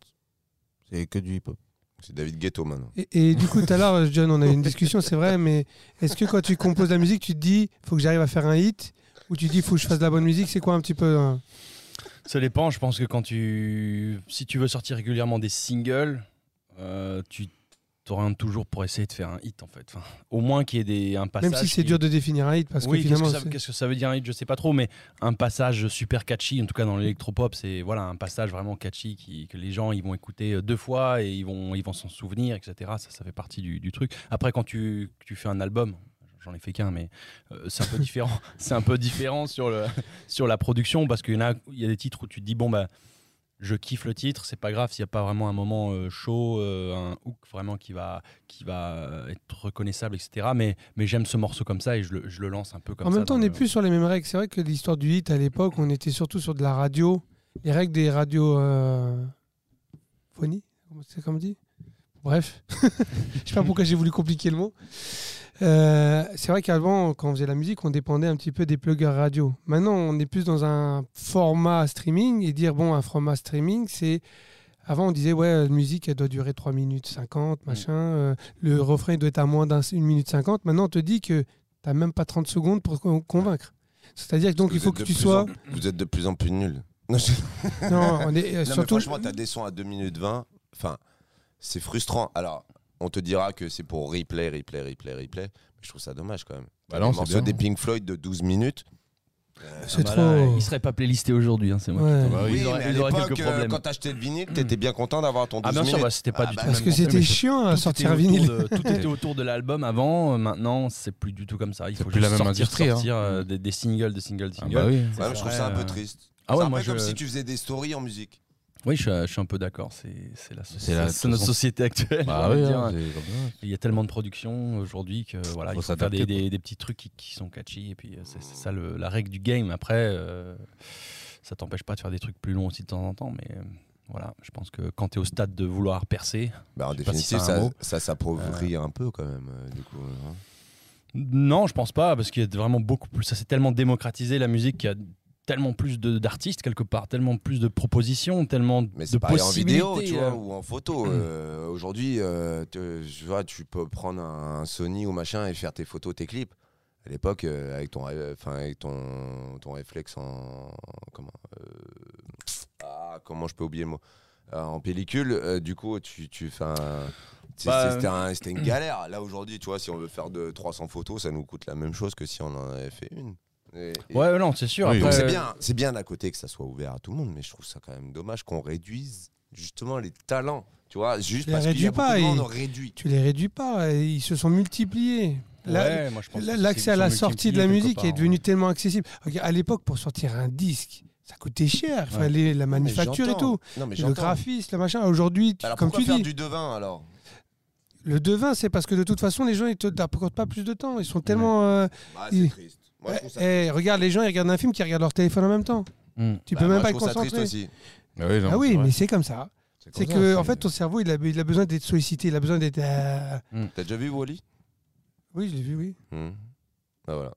B: c'est que du hip-hop.
C: C'est David Guetta maintenant.
A: Et, et du coup, tout à l'heure, John, on a eu une discussion, c'est vrai, mais est-ce que quand tu composes la musique, tu te dis, faut que j'arrive à faire un hit Ou tu te dis, faut que je fasse de la bonne musique C'est quoi un petit peu hein
D: Ça dépend, je pense que quand tu. Si tu veux sortir régulièrement des singles, euh, tu t'orientes toujours pour essayer de faire un hit en fait. Enfin, au moins qu'il y ait des, un passage.
A: Même si c'est
D: qui-
A: dur de définir un hit, parce
D: oui,
A: que
D: qu'est-ce
A: finalement.
D: que, ça,
A: c'est-
D: qu'est-ce que ça veut dire un hit Je sais pas trop, mais un passage super catchy, en tout cas dans l'électropop, c'est voilà un passage vraiment catchy qui, que les gens ils vont écouter euh, deux fois et ils vont ils vont s'en souvenir, etc. Ça, ça fait partie du, du truc. Après, quand tu, tu fais un album, j'en ai fait qu'un, mais euh, c'est un
A: (laughs)
D: peu différent. (laughs) c'est un peu différent sur le sur la production parce qu'il y en a il y a des titres où tu te dis bon bah je kiffe le titre, c'est pas grave s'il n'y a pas vraiment un moment euh, chaud, euh, un hook vraiment qui va, qui va euh, être reconnaissable, etc. Mais, mais j'aime ce morceau comme ça et je le, je le lance un peu comme
A: en
D: ça.
A: même temps, on
D: dans
A: n'est
D: le-
A: plus sur les mêmes règles. C'est vrai que l'histoire du hit, à l'époque, on était surtout sur de la radio. Les règles des radios. Euh... Phonies C'est comme on dit Bref. (laughs) Je sais pas pourquoi j'ai voulu compliquer le mot. Euh, c'est vrai qu'avant, quand on faisait la musique, on dépendait un petit peu des pluggers radio. Maintenant, on est plus dans un format streaming et dire, bon, un format streaming, c'est. Avant, on disait, ouais, la musique, elle doit durer 3 minutes 50, machin. euh, le refrain, il doit être à moins d'une minute 50. Maintenant, on te dit que T'as même pas 30 secondes pour con- convaincre. C'est-à-dire que donc il
C: Vous
A: faut
C: êtes
A: que
C: de
A: tu
C: plus
A: sois.
C: en- Vous êtes de plus en plus nuls. Non, je-
A: Non, on est euh,
C: Non,
A: surtout.
C: mais franchement, t'as des sons à 2 minutes 20. Enfin, c'est frustrant. Alors, on te dira que c'est pour replay, replay, replay, replay. Mais je trouve ça dommage quand même.
B: Bah non,
C: Les
B: c'est
C: morceaux
B: bien.
C: des Pink Floyd de 12 minutes.
A: C'est
E: Ah bah
A: trop.
E: là, il serait pas playlisté aujourd'hui, hein, c'est moi.
A: Ouais.
E: qui t'en-
B: Bah
E: il aurait,
C: mais à
E: il aurait
C: l'époque,
E: quelques
C: euh,
E: problèmes.
C: quand t'achetais le vinyle, t'étais bien content d'avoir ton 12
D: Ah bien sûr,
C: minutes.
D: bah, c'était pas
C: Ah
D: du
C: bah,
D: tout.
A: Parce
D: la
A: que
D: même pensée,
A: c'était
D: mais
A: chiant à
D: tout
A: sortir un
D: était autour
A: vinyle.
D: de-
A: (laughs)
D: tout était autour de l'album avant. euh, Maintenant, c'est plus du tout comme ça. Il
B: C'est
D: faut
B: plus
D: juste
B: la même
D: sortir,
B: industrie, hein.
D: sortir, euh,
A: Mm.
D: des, des singles, des singles, des
B: Ah
D: singles.
B: bah oui.
C: Ouais, mais je trouve
D: vrai,
C: ça un
D: euh,
C: peu triste.
D: Ah
C: c'est
D: ouais,
C: un
D: moi
C: peu comme
D: je.
C: si tu faisais des stories en musique.
D: Oui, je, suis- je suis un peu d'accord. C'est c'est la, so-
B: C'est la-
D: c'est- c'est notre société
B: (laughs)
D: actuelle.
B: Bah
D: on va
B: oui,
D: dire.
B: hein, c'est comme ça.
D: Il y a tellement de productions aujourd'hui que voilà,
B: Faut
D: il faut faire des,
B: s'adapter,
D: des- des petits trucs qui, qui sont catchy et puis euh, c'est c'est ça le- la règle du game. Après, euh, ça t'empêche pas de faire des trucs plus longs aussi de temps en temps, mais euh, voilà, je pense que quand tu es au stade de vouloir percer,
C: Bah, en
D: sais pas si
C: définitive,
D: c'est un
C: ça,
D: mot.
C: ça s'appauvrit un peu quand même. euh, du coup, hein.
D: non, je pense pas parce qu'il y a vraiment beaucoup plus. Ça s'est tellement démocratisé la musique qu'il y a tellement plus de- d'artistes quelque part, tellement plus de propositions, tellement
C: Mais
D: de
C: c'est pareil en
D: possibilités.
C: vidéo, tu
D: euh.
C: vois, ou en
D: (clears throat)
C: photo. Euh, Aujourd'hui, euh, te- tu vois, tu peux prendre un Sony ou machin et faire tes photos, tes clips. À l'époque, euh, avec ton, ré- enfin, avec ton, ton réflexe en comment, euh, ah, comment je peux oublier le mot, Euh, en pellicule, euh, du coup, tu, tu, enfin, c'est-
D: Bah,
C: c'est- c'était un-
D: (clears throat)
C: c'était une galère. Là aujourd'hui, tu vois, si on veut faire de 300 photos, ça nous coûte la même chose que si on en avait fait une. Et- et-
D: Ouais, non, c'est sûr.
B: Oui,
C: donc
D: après- euh,
A: Euh,
C: c'est bien, c'est bien d'un côté que ça soit ouvert à tout le monde, mais je trouve ça quand même dommage qu'on réduise justement les talents. Tu vois, juste
A: Les
C: parce qu'il y
A: réduis
C: a beaucoup
A: pas,
C: de monde,
A: ils-
C: on réduit.
A: Tu les réduis pas. et Ils se sont multipliés. Là,
D: Ouais, moi, je pense
A: Là,
D: que
A: L'accès
D: c'est-
A: à la
D: c'est
A: sortie de la
D: multiplié
A: musique
D: quelque
C: hein.
A: est
D: part,
A: devenu tellement accessible. Regarde, À l'époque, pour sortir un disque, ça coûtait cher. Il fallait la
C: Mais
A: manufacture et
C: j'entends.
A: tout.
C: Non mais
A: Le
C: j'entends. Bah,
A: graphisme, le machin. Aujourd'hui, tu-
C: Alors
A: comme
C: pourquoi
A: tu
C: faire
A: dis,
C: du devin alors
A: le devin, c'est parce que de toute façon, les gens, ils te t'apportent pas plus de temps. Ils sont tellement. euh,
C: Bah,
A: Il-
C: c'est triste. Moi je trouve ça.
A: eh, regarde, les gens, ils regardent un film, qui regardent leur téléphone en même temps.
D: Mm.
A: Tu
C: Bah,
A: peux
C: moi,
A: même pas
C: je
A: être
C: trouve ça triste
A: concentré.
C: aussi.
B: Bah oui, non,
A: Ah oui,
B: c'est vrai.
A: mais c'est comme ça. C'est
B: comme
A: que
B: ça,
A: en fait ton cerveau il a, il a besoin d'être sollicité, il a besoin d'être. euh,
C: T'as déjà vu Wally
A: Oui, je l'ai vu, oui.
C: Ah, voilà. Pour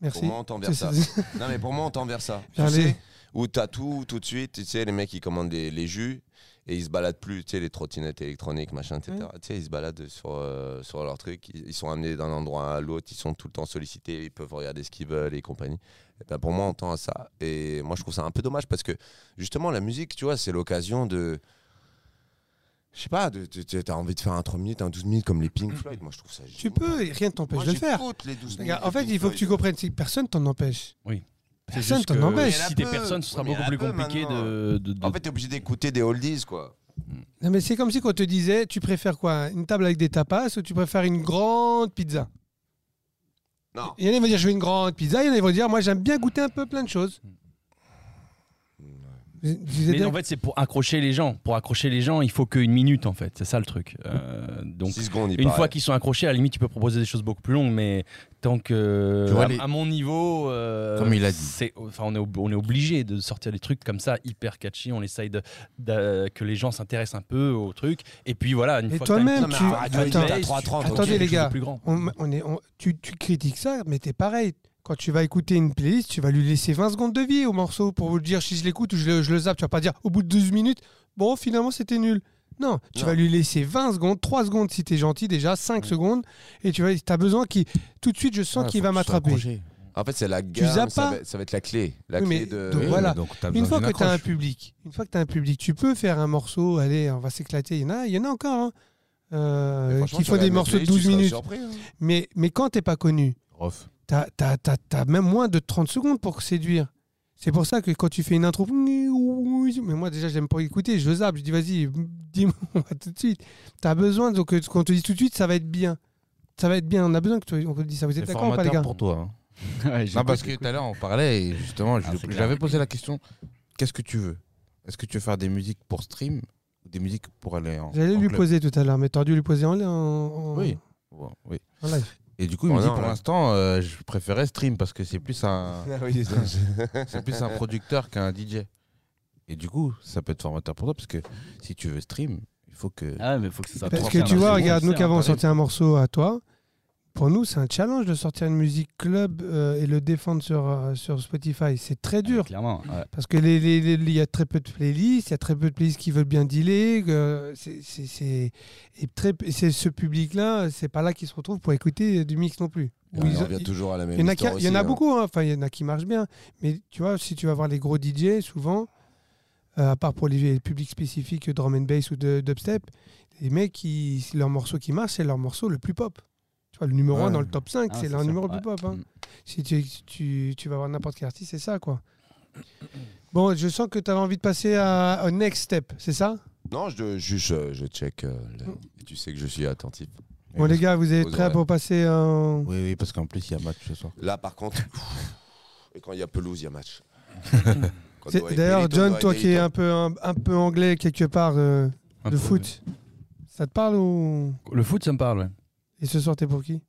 A: Merci.
C: moi on tend vers ça.
A: C'est-
C: non mais pour moi on tend vers ça. Tu
A: Vers les-
C: sais, où t'as tout tout de suite. Tu sais les mecs ils commandent les, les jus et ils se baladent plus. Tu sais les trottinettes électroniques machin etc.
A: Ouais.
C: Tu sais ils se baladent sur euh, sur leur truc. Ils, ils sont amenés d'un endroit à l'autre. Ils sont tout le temps sollicités. Ils peuvent regarder ce qu'ils veulent et compagnie. Et ben, pour moi on tend à ça. Et moi je trouve ça un peu dommage parce que justement la musique tu vois c'est l'occasion de je sais pas, de- de- de- t'as envie de faire un 3 minutes, un 12 minutes comme les Pink Floyd. Moi, je trouve ça
A: (laughs) Tu peux, et rien ne t'empêche
C: Moi,
A: de le faire.
C: j'écoute les 12
A: Regarde,
C: minutes
A: en fait,
C: de
A: il faut que
C: Pink
A: tu
C: Floyd.
A: comprennes, c'est que personne t'en empêche.
D: C'est
A: Personne
D: juste
A: t'en
D: que
A: empêche.
D: Si
C: Mais
D: t'es
C: elle a
D: personne, ce sera
C: peu. Mais
D: beaucoup
C: elle
D: plus
C: a peu
D: compliqué
C: maintenant. euh,
D: de. de- de-
C: En fait, t'es obligé d'écouter des oldies, quoi.
A: Non, mais c'est comme si on te disait, tu préfères quoi Une table avec des tapas ou tu préfères une grande pizza
C: Non.
A: Il y en a qui vont dire je veux une grande pizza, il y en a qui vont dire moi j'aime bien goûter un peu plein de choses. Vous- vous êtes
D: mais
A: bien-
D: en fait, c'est pour accrocher les gens. Pour accrocher les gens, il faut qu'une minute, en fait. C'est ça le truc. Euh, donc,
C: 6 secondes, il
D: une
C: paraît.
D: fois qu'ils sont accrochés, à la limite, tu peux proposer des choses beaucoup plus longues, mais tant que.
B: Tu vois,
D: à,
B: les-
D: à mon niveau. euh,
B: Comme il a dit.
D: c'est- Enfin, on est, ob- on est obligé de sortir des trucs comme ça, hyper catchy. On essaye de, d'a- que les gens s'intéressent un peu au truc. Et puis voilà, une
A: Mais
D: fois que t'as une-
A: toi-même,
D: Non, mais
A: tu-
D: à la radio,
A: Attends.
D: il est-
A: T'as
C: 3,30,
D: tu- tu-
A: ok. Attendez,
D: quelque
A: les
D: chose
A: gars.
D: de plus grand.
A: On- on est, on- tu, tu critiques ça, mais t'es pareil. Quand tu vas écouter une playlist, tu vas lui laisser 20 secondes de vie au morceau pour vous dire si je l'écoute ou je le, je le zappe. Tu vas pas dire au bout de 12 minutes, bon, finalement, c'était nul. Non, tu
C: Non.
A: vas lui laisser 20 secondes, 3 secondes si t'es gentil déjà, 5 secondes. Et tu vas, t'as besoin qu'il. Tout de suite, je sens
B: Ah,
A: qu'il
B: faut
A: va
B: que tu sois
A: m'attraper.
B: accroché.
C: En fait, c'est la
A: zappes
C: gamme, ça
A: pas
C: va, ça va être la clé. La
A: Oui,
C: clé
A: mais
C: de...
A: donc
B: Oui,
A: voilà.
B: mais donc t'as
A: Une
B: besoin
A: fois que
B: d'une
A: tu as un
B: Ah, accroche.
A: public, une fois que tu as un public, tu peux faire un morceau, allez, on va s'éclater. Il y en a, il y en a encore hein, euh,
C: Mais franchement,
A: qui
C: tu
A: font des
C: regardes
A: morceaux de
C: Netflix, tu
A: 12
C: seras
A: minutes.
C: surpris, hein.
A: Mais, mais quand t'es pas connu,
B: Rof.
A: T'as t'as- t'as- t'as même moins de 30 secondes pour séduire. C'est pour ça que quand tu fais une intro, mais moi déjà j'aime pas écouter, je zappe, je dis vas-y, dis-moi (laughs) tout de suite. T'as besoin, donc euh, qu'on te dise tout de suite, ça va être bien. Ça va être bien, on a besoin que tu- on te dise ça. Vous êtes
B: C'est
A: d'accord ou pas les
B: formateur
A: gars
B: pour toi. hein. (laughs)
E: Ouais, j'écoute,
B: Non, parce que
E: j'écoute.
B: tout à l'heure, on parlait et justement, je-
E: Ah, c'est
B: j'avais posé la question qu'est-ce que tu veux Est-ce que tu veux faire des musiques pour stream ou des musiques pour aller en.
A: J'allais
B: en
A: lui
B: club
A: poser tout à l'heure, mais t'aurais dû lui poser en, en-
B: Oui. Ouais, oui.
A: en live.
B: Et du coup, il
C: Oh
B: me dit
C: non,
B: pour
C: là.
B: l'instant, euh, je préférais stream parce que c'est plus
C: (laughs)
B: un,
A: Ah
C: oui,
B: c'est plus un producteur qu'un DJ. Et du coup, ça peut être formateur pour toi parce que si tu veux stream, il faut que.
E: Ah ouais, mais faut que ça soit
A: Parce
E: propre
A: que
E: à
A: tu
E: un
A: vois,
E: album.
A: regarde, nous
E: C'est
A: qui avons
E: un
A: sorti un morceau à toi, pour nous, c'est un challenge de sortir une musique club euh, et le défendre sur, euh, sur Spotify. C'est très
E: pareil.
A: dur.
E: Clairement, ouais.
A: Parce que les- les- les- il y a très peu de playlists, il y a très peu de playlists qui veulent bien dealer. que c'est- c'est- c'est- et très peu- c'est ce public-là, c'est pas là qu'ils se retrouvent pour écouter du mix non plus. Ou ils-
C: on revient toujours à la même
A: il y en a, qui-
C: histoire
A: il y en a
C: aussi, hein.
A: beaucoup, hein. enfin il y en a qui marchent bien. Mais tu vois, si tu vas voir les gros DJ, souvent, euh, à part pour les, les publics spécifiques drum and bass ou de, dubstep, les mecs, qui, leur morceau qui marche, c'est leur morceau le plus pop. Tu vois, le numéro
B: Ouais.
A: 1 dans le top 5,
E: Ah,
A: c'est leur
E: sûr,
A: numéro le
E: ouais.
A: plus pop. hein.
E: Mm.
A: Si tu, tu, tu vas voir n'importe quel artiste, c'est ça, quoi. Bon, je sens que tu avais envie de passer à, au next step, c'est ça
C: Non, je, juste, euh, je check. euh, le- Tu sais que je suis attentif.
A: Bon, les gars, vous êtes
C: Aux
A: prêts
C: oreilles.
A: pour passer hein. en...
B: Oui, oui, parce qu'en plus, il y a match ce soir.
C: Là, par contre, (laughs) et quand il y a pelouse, il y a match. Quand
A: C'est-
C: Doha et
A: D'ailleurs,
C: Milito,
A: John,
C: Doha et
A: toi qui es
C: Milito.
A: un peu, un, un peu anglais quelque part euh,
D: Un
A: de
D: peu,
A: foot, ça te parle ou...
D: ouais. Le foot, ça me parle, ouais.
A: Et ce soir, t'es pour qui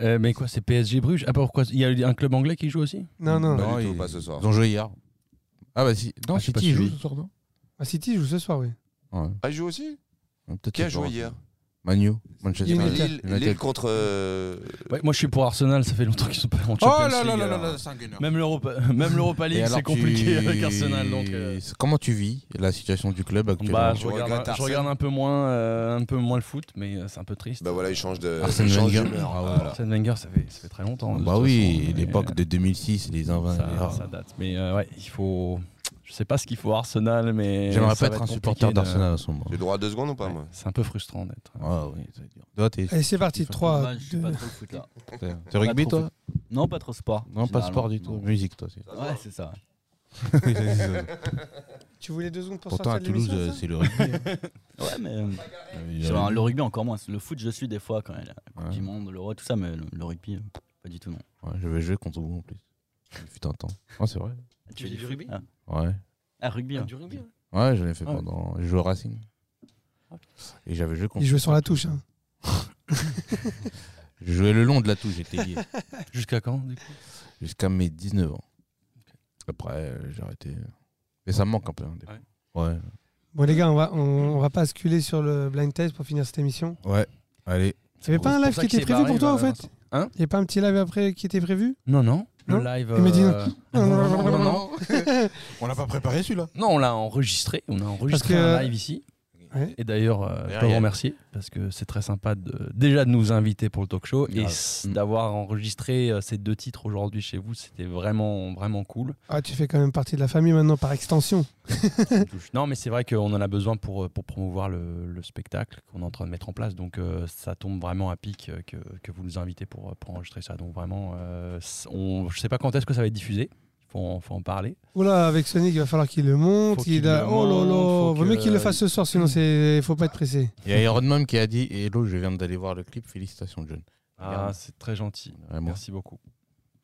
D: Euh, mais quoi, c'est PSG Bruges Ah, pourquoi Il y a un club anglais qui joue aussi
A: Non, non.
B: Non,
C: Pas du
B: il-
C: tout, pas ce soir.
B: Ils ont joué hier. Ah bah si. Non,
D: Ah, je sais pas
B: City il
D: si
B: joue
D: oui.
B: ce soir, non
A: Ah, City joue ce soir, oui.
B: Ouais.
C: Ah, il joue aussi
B: Ouais, peut-être
C: Qui a
B: que
C: joué
B: j'aurai-
C: hier
B: Manu, Manchester
A: United.
B: United.
C: Lille, Lille contre. euh,
D: Ouais, Moi, je suis pour Arsenal, ça fait longtemps qu'ils sont pas en Champions
B: Oh là
D: League,
B: là là là
D: alors.
B: là, c'est un gunner.
D: Même l'Europa (laughs) même l'Europa
B: Et
D: League,
B: alors,
D: c'est compliqué
B: tu-
D: avec Arsenal. Donc, euh,
B: Comment tu vis la situation du club actuellement
D: bah, je,
C: on
D: regarde,
C: regrette
D: un- je
C: Arsenal.
D: regarde un peu moins, euh, un peu moins le foot, mais euh, c'est un peu triste.
C: Bah voilà, il change de.
B: Arsène
C: il change
B: Wenger.
C: d'humeur,
B: Ah ouais.
C: voilà.
D: Arsène Wenger, ça fait, ça fait très longtemps. hein, de
B: Bah
D: toute
B: oui,
D: façon, mais,
B: l'époque
D: euh,
B: de 2006, les
D: ça,
B: 20.
D: ça date. Mais euh, ouais, il faut. Je sais pas ce qu'il faut à Arsenal, mais.
B: J'aimerais
D: ça
B: pas
D: va
B: être un
D: compliqué
B: supporter
D: de-
B: d'Arsenal à ce moment.
C: J'ai le droit à deux secondes ou pas,
D: Ouais,
C: moi
D: c'est un peu frustrant d'être. euh,
B: Ah oui, ça va être dur. Toi, t'es-
A: Allez, c'est parti,
B: Faut-
E: Moi,
A: 3,
E: je suis pas trop foot là.
B: t'es t'es rugby,
E: trop
B: toi
E: Non, pas trop sport.
B: Non, pas sport du tout. (laughs)
E: généralement.
B: Musique, toi. c'est-
E: Ouais, c'est ça.
A: Tu voulais deux secondes pour
B: Pourtant, à
A: sortir de
B: Toulouse,
A: l'émission,
B: euh,
A: ça
B: c'est le rugby. hein.
E: Ouais, mais euh,
B: Il y
E: genre,
B: a-
E: le rugby encore moins. Le foot, je suis des fois quand il y a la Coupe
B: Ouais.
E: du Monde, l'Euro, tout ça, mais le, le rugby, euh, pas du tout non.
B: Ouais, Je vais jouer contre vous en plus. Il fut un temps. Ouais, c'est vrai.
E: Tu fais du rugby Ah,
B: Ouais.
E: Ah, rugby. hein.
B: Ouais, Ah j'en ai fait
E: Ah ouais.
B: pendant. J'ai joué au Racing. Et j'avais joué
A: Il
B: contre.
A: jouait sur la touche. hein.
B: Je jouais le long de la touche, j'étais lié. (laughs)
D: Jusqu'à quand du coup
B: Jusqu'à mes 19 ans. Après, euh, j'ai arrêté. Et ça me manque un peu. hein, des
D: Ouais.
B: fois. Ouais.
A: Bon, les gars, on va, on, on va pas basculer sur le blind test pour finir cette émission.
B: Ouais. Allez.
A: Il n'y avait
D: pour-
A: pas un
D: c'est
A: live
D: pour ça
A: qui
D: qu'il
A: était
D: s'est
A: prévu
D: barré,
A: pour toi, en
D: bah,
A: fait
D: Hein
A: Il n'y a pas un petit live après qui était prévu
D: Non, non. Le
A: Non
D: live.
A: Il m'a dit non.
D: euh, ah, non, non, non, non, non.
B: (laughs) On l'a pas préparé celui-là.
D: Non, on l'a enregistré. On a enregistré
A: que-
D: un live ici.
A: Ouais.
D: Et d'ailleurs, euh, je
B: D'ailleurs,
D: peux
B: il y
D: vous
B: a-
D: remercier parce que c'est très sympa de, déjà de nous inviter pour le talk show et
E: Grave.
D: s-
E: Mm.
D: d'avoir enregistré euh, ces deux titres aujourd'hui chez vous. C'était vraiment, vraiment
A: (laughs)
D: cool.
A: Ah, tu fais quand même partie de la famille maintenant, par extension.
D: non, mais c'est vrai qu'on en a besoin pour, euh, pour promouvoir le, le spectacle qu'on est en train de mettre en place. Donc, euh, ça tombe vraiment à pic euh, que, que vous nous invitez pour, euh, pour enregistrer ça. Donc, vraiment, euh, c- on, je sais pas quand est-ce que ça va être diffusé. Il faut, en- faut en parler.
A: Oula, avec Sonic, il va falloir qu'il le monte.
D: Faut
A: il
D: qu'il
A: a-
D: le
A: Oh là
D: monte,
A: là,
D: faut
A: vaut mieux
D: que-
A: qu'il le fasse ce soir, sinon c'est faut pas être pressé.
B: Il y a Iron Man qui a dit Hello, je viens d'aller voir le clip. Félicitations, John.
D: Ah,
B: Regarde.
D: c'est très gentil.
B: Vraiment.
D: Merci beaucoup.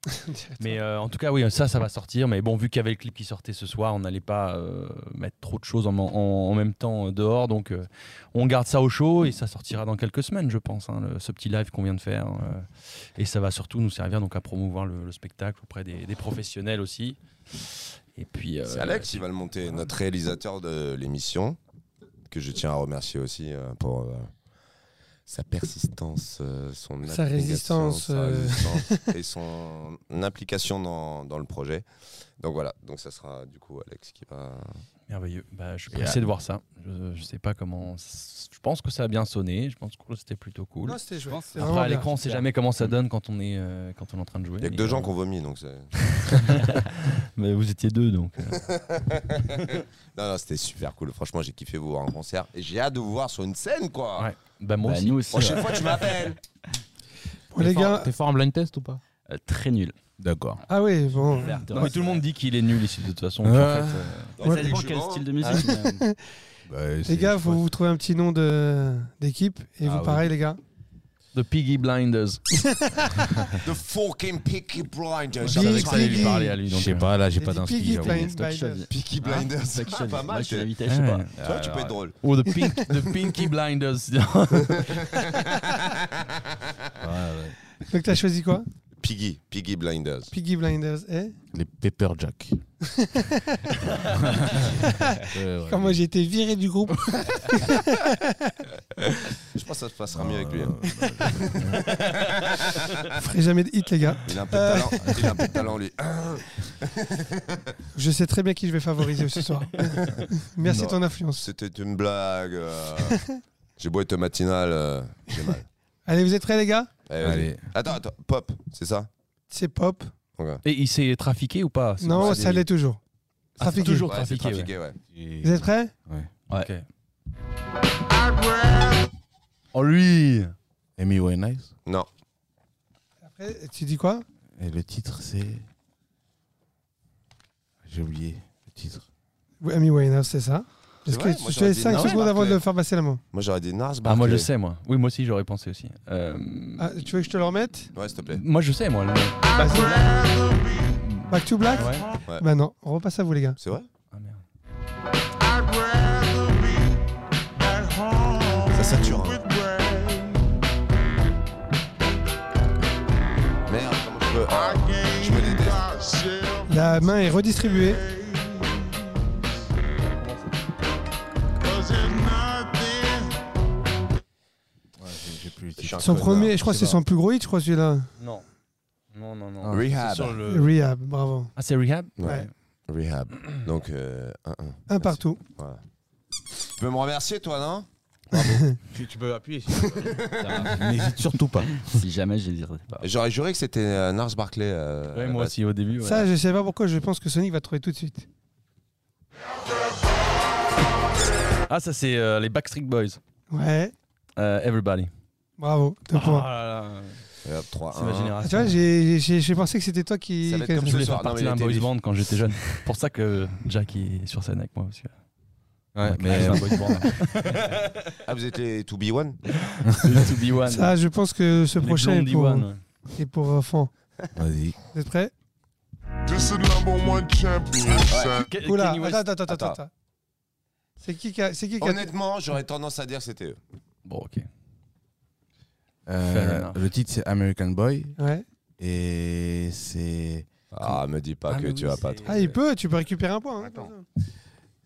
A: (laughs)
D: Mais euh, en tout cas, oui, ça, ça va sortir. Mais bon, vu qu'il y avait le clip qui sortait ce soir, on n'allait pas euh, mettre trop de choses en, en- en même temps euh, dehors. Donc, euh, on garde ça au chaud et ça sortira dans quelques semaines, je pense, hein, le- ce petit live qu'on vient de faire. euh, et ça va surtout nous servir donc à promouvoir le, le spectacle auprès des, des professionnels aussi. Et puis, euh,
C: C'est Alex qui va le monter, notre réalisateur de l'émission, que je tiens à remercier aussi euh, pour euh, sa persistance, euh, son
A: Sa
C: abnégation,
A: résistance,
C: sa
A: euh.
C: résistance et son implication dans, dans le projet. Donc voilà, donc ça sera du coup Alex qui va.
D: merveilleux. Bah, je suis
B: Yeah.
D: pressé de voir ça. Je, je sais pas comment. Je pense que ça a bien sonné. Je pense que c'était plutôt cool.
A: c'était
E: Je pense que
A: vraiment
D: Après, à
A: bien.
D: l'écran, on sait jamais comment ça donne quand on est, euh, quand on est en train de jouer.
C: Il y a que
D: mais,
C: deux gens
D: euh,
C: qui ont vomi, donc c'est.
D: Mais vous étiez deux, donc. euh,
C: Non, non, c'était super cool. Franchement, j'ai kiffé vous voir en concert et j'ai hâte de vous voir sur une scène, quoi.
D: Ouais. (laughs) bah, moi
E: Bah,
D: aussi.
E: nous aussi.
C: Prochaine fois, tu m'appelles.
A: Bon, les gars,
B: T'es fort en blind test ou pas
E: ouais. Euh, très nul. euh,
B: D'accord.
A: ah oui, bon.
D: Non, mais tout le monde dit qu'il est nul ici, de toute façon.
B: Ah.
D: En fait, euh,
A: Ouais,
E: Ça dépend quel
C: hein.
E: style de musique. mais, euh,
A: Les gars, faut vous trouver un petit nom de- d'équipe. Et
B: Ah
A: vous,
B: oui.
A: pareil, les gars.
D: The Piggy Blinders.
C: The fucking Peaky Blinders.
A: Big
D: Je savais que ça allait lui
A: Piggy.
D: parler à lui.
B: Je
D: donc,
B: sais
D: euh,
B: pas, là, j'ai
A: J'ai
B: pas
A: dit
B: d'inspi.
A: Piggy
B: j'avoue.
A: Blind-
E: Stock Chevy.
C: Peaky
E: Hein
C: Blinders.
E: Stock
C: Ah, (laughs)
E: Chevy.
C: pas mal.
E: Moi, je suis
C: Tu
E: invité, je sais pas.
C: vois, tu peux être drôle.
D: Ou The, pink, the Pinky Blinders. (laughs)
A: Donc, t'as choisi quoi (laughs)
C: Piggy, Piggy Blinders.
A: Piggy Blinders, eh
B: Les Pepper Jack. Ouais, ouais.
A: Quand moi j'ai été viré du groupe.
C: Je pense que ça se passera mieux avec lui. hein.
A: Je ferai jamais de hit, les gars.
C: Il a un peu de talent. Il a un peu de talent, lui. Euh,
A: Je sais très bien qui je vais favoriser ce soir. Merci de ton influence.
C: C'était une blague. euh. J'ai beau être matinal, euh, j'ai mal.
A: Allez, vous êtes prêts, les gars
C: Allez, vas-y.
B: Allez.
C: Attends, attends, pop, c'est ça
A: C'est pop.
C: Ok.
D: Et il s'est trafiqué ou pas
A: Non, ça l'est toujours.
D: Ah,
A: Trafiqué.
D: toujours.
C: Ouais, c'est
D: Trafiqué,
C: trafiqué, ouais.
A: Vous êtes prêts
D: Ouais. Oh, lui
B: Amy Winehouse.
C: Non,
A: Après, tu dis quoi
B: Et le titre, c'est. J'ai oublié le titre.
A: Oui, Amy Winehouse, c'est ça. Parce
C: vrai,
A: que
C: moi,
A: tu
C: j'aurais
A: as
C: dit
A: 5
C: Noël
A: secondes avant de
C: Barclay.
A: le faire passer la main.
C: moi j'aurais dit Nars
D: Ah, moi je
C: Barclay.
D: sais, moi. Oui, moi aussi j'aurais pensé aussi. Euh,
A: Ah, tu veux que je te le remette
C: Ouais, s'il te plaît.
D: Moi je sais, moi. le-
A: Back to Black
D: Ouais.
C: Ouais.
A: Bah non, on repasse à vous, les gars.
C: C'est vrai
D: Ah, merde.
C: Ça sature. hein. Merde, comment je peux. Ah, je me déteste.
A: La main est redistribuée.
B: Ouais, j'ai- j'ai plus le
C: Je suis
B: titre.
C: un
A: Son
C: connard.
A: premier, je crois que
B: je
A: c'est
B: sais pas.
A: son plus gros hit, je crois, celui-là.
D: Non. Non, non, non.
B: Ah,
C: Rehab.
D: Sur le-
A: Rehab, bravo.
D: Ah, c'est Rehab
A: Ouais.
C: Rehab. Donc, euh, un, un.
A: Un partout.
C: Voilà. Tu peux me remercier, toi, non
B: Tu, tu peux appuyer.
D: N'hésite surtout pas.
E: Si jamais j'ai dit pas.
C: J'aurais juré que c'était euh, Nars Barclay. euh,
D: Ouais, moi
C: euh,
D: aussi au début. ouais.
A: Ça, je sais pas pourquoi, je pense que Sonic va trouver tout de suite.
D: Ah, ça c'est euh, les Backstreet Boys.
A: Ouais,
D: Euh, everybody.
A: bravo, deux
D: Oh
A: points.
D: là là,
C: et euh, hop, 3,
D: c'est ma
A: Ah, tu
D: génération.
A: vois, j'ai- j'ai j'ai pensé que c'était toi qui.
C: Ça va être comme
D: je
C: ce
D: voulais
C: soir.
D: faire
C: Non, mais
D: partie
C: il
D: d'un
C: était
D: boys
C: vif.
D: band quand j'étais (laughs) jeune. C'est pour ça que Jack est sur scène avec moi. Parce que...
B: Ouais,
D: Donc,
B: mais
D: c'est un boys (laughs) band.
C: Ah, vous êtes les
D: (laughs)
C: 2B1
D: Les 2B1.
A: Ça, je pense que ce
D: Les
A: prochain est
D: Blondie
A: pour,
D: One, ouais.
A: est pour euh, Fan.
B: vas-y.
A: Vous êtes prêts
G: This is number one champion. son.
D: Ke- Kenny
A: Oula,
D: West.
A: attends, attends, attends,
C: Attends.
A: attends. C'est qui qui a. C'est qui qui a-
C: Honnêtement, j'aurais tendance à dire que c'était eux.
D: Bon, ok.
B: Euh,
D: Fair enough.
B: le titre, c'est American Boy.
A: Ouais.
B: Et c'est.
C: Ah, me dis pas
D: Ah,
C: que
D: mais
C: tu
D: oui,
C: vas pas
D: c'est-
A: Ah, il peut, tu peux récupérer un point. hein.
C: Attends.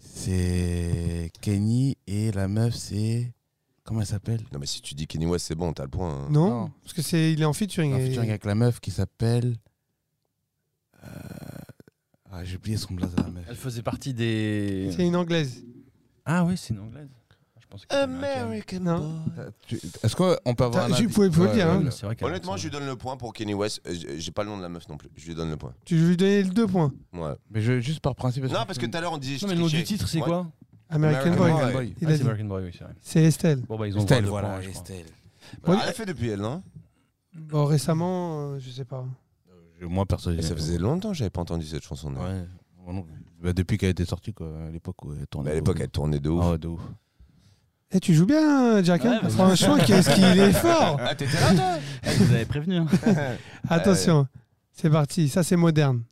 B: C'est. Kenny et la meuf, c'est. Comment elle s'appelle
C: Non, mais si tu dis Kenny West, c'est bon, t'as le point. hein.
A: Non,
B: Non.
A: parce que c'est il est en featuring.
B: Un
A: et-
B: featuring avec la meuf qui s'appelle. euh, Ah, j'ai oublié son blaze à la
D: Elle
B: meuf.
D: faisait partie des.
A: C'est une anglaise.
D: Ah oui, c'est une anglaise. Je pense que c'est américaine.
A: Non.
B: Euh, tu- Est-ce qu'on peut avoir
A: T'as-
B: un.
A: tu
B: indice
A: pouvais- pouvais
B: Ouais,
A: dire,
B: ouais,
A: hein.
B: ouais.
D: Mais c'est vrai qu'elle
C: Honnêtement, je lui
D: ressemble.
C: donne le point pour Kenny West. Euh, j'ai- J'ai pas le nom de la meuf non plus. Je lui donne le point.
A: Tu veux lui donner le deux points.
C: Ouais.
B: Mais je, juste par principe.
C: Non, parce que tout à l'heure, on disait. je
D: Non, mais le nom du
C: trichais.
D: titre, c'est
C: Ouais.
D: quoi
A: American,
C: American
A: Boy.
C: Boy.
B: Boy.
A: Il
D: Ah,
A: a
D: c'est
A: dit.
D: American Boy, oui, c'est vrai.
A: C'est Estelle.
D: Bon, bah, ils ont
B: Estelle,
D: droit de
B: voilà,
D: points, je crois.
B: Estelle.
C: Bah, Elle a fait depuis elle, non
A: Bon, récemment, euh, je sais pas.
B: Je- Moi, perso, j'ai-
C: Ça faisait longtemps que j'avais pas entendu cette chanson. non.
B: Ouais. Moi non plus. Bah, depuis qu'elle était sortie, quoi. À l'époque où elle tournait.
C: Mais à l'époque, elle tournait de ouf.
B: Ah, ouais, de ouf.
A: Eh, tu joues bien, Jack. hein Franchement, qu'est-ce qu'il est fort.
C: Ah, t'étais là, toi
E: Je vous avais prévenu. hein.
A: Attention, c'est parti. Ça, c'est moderne.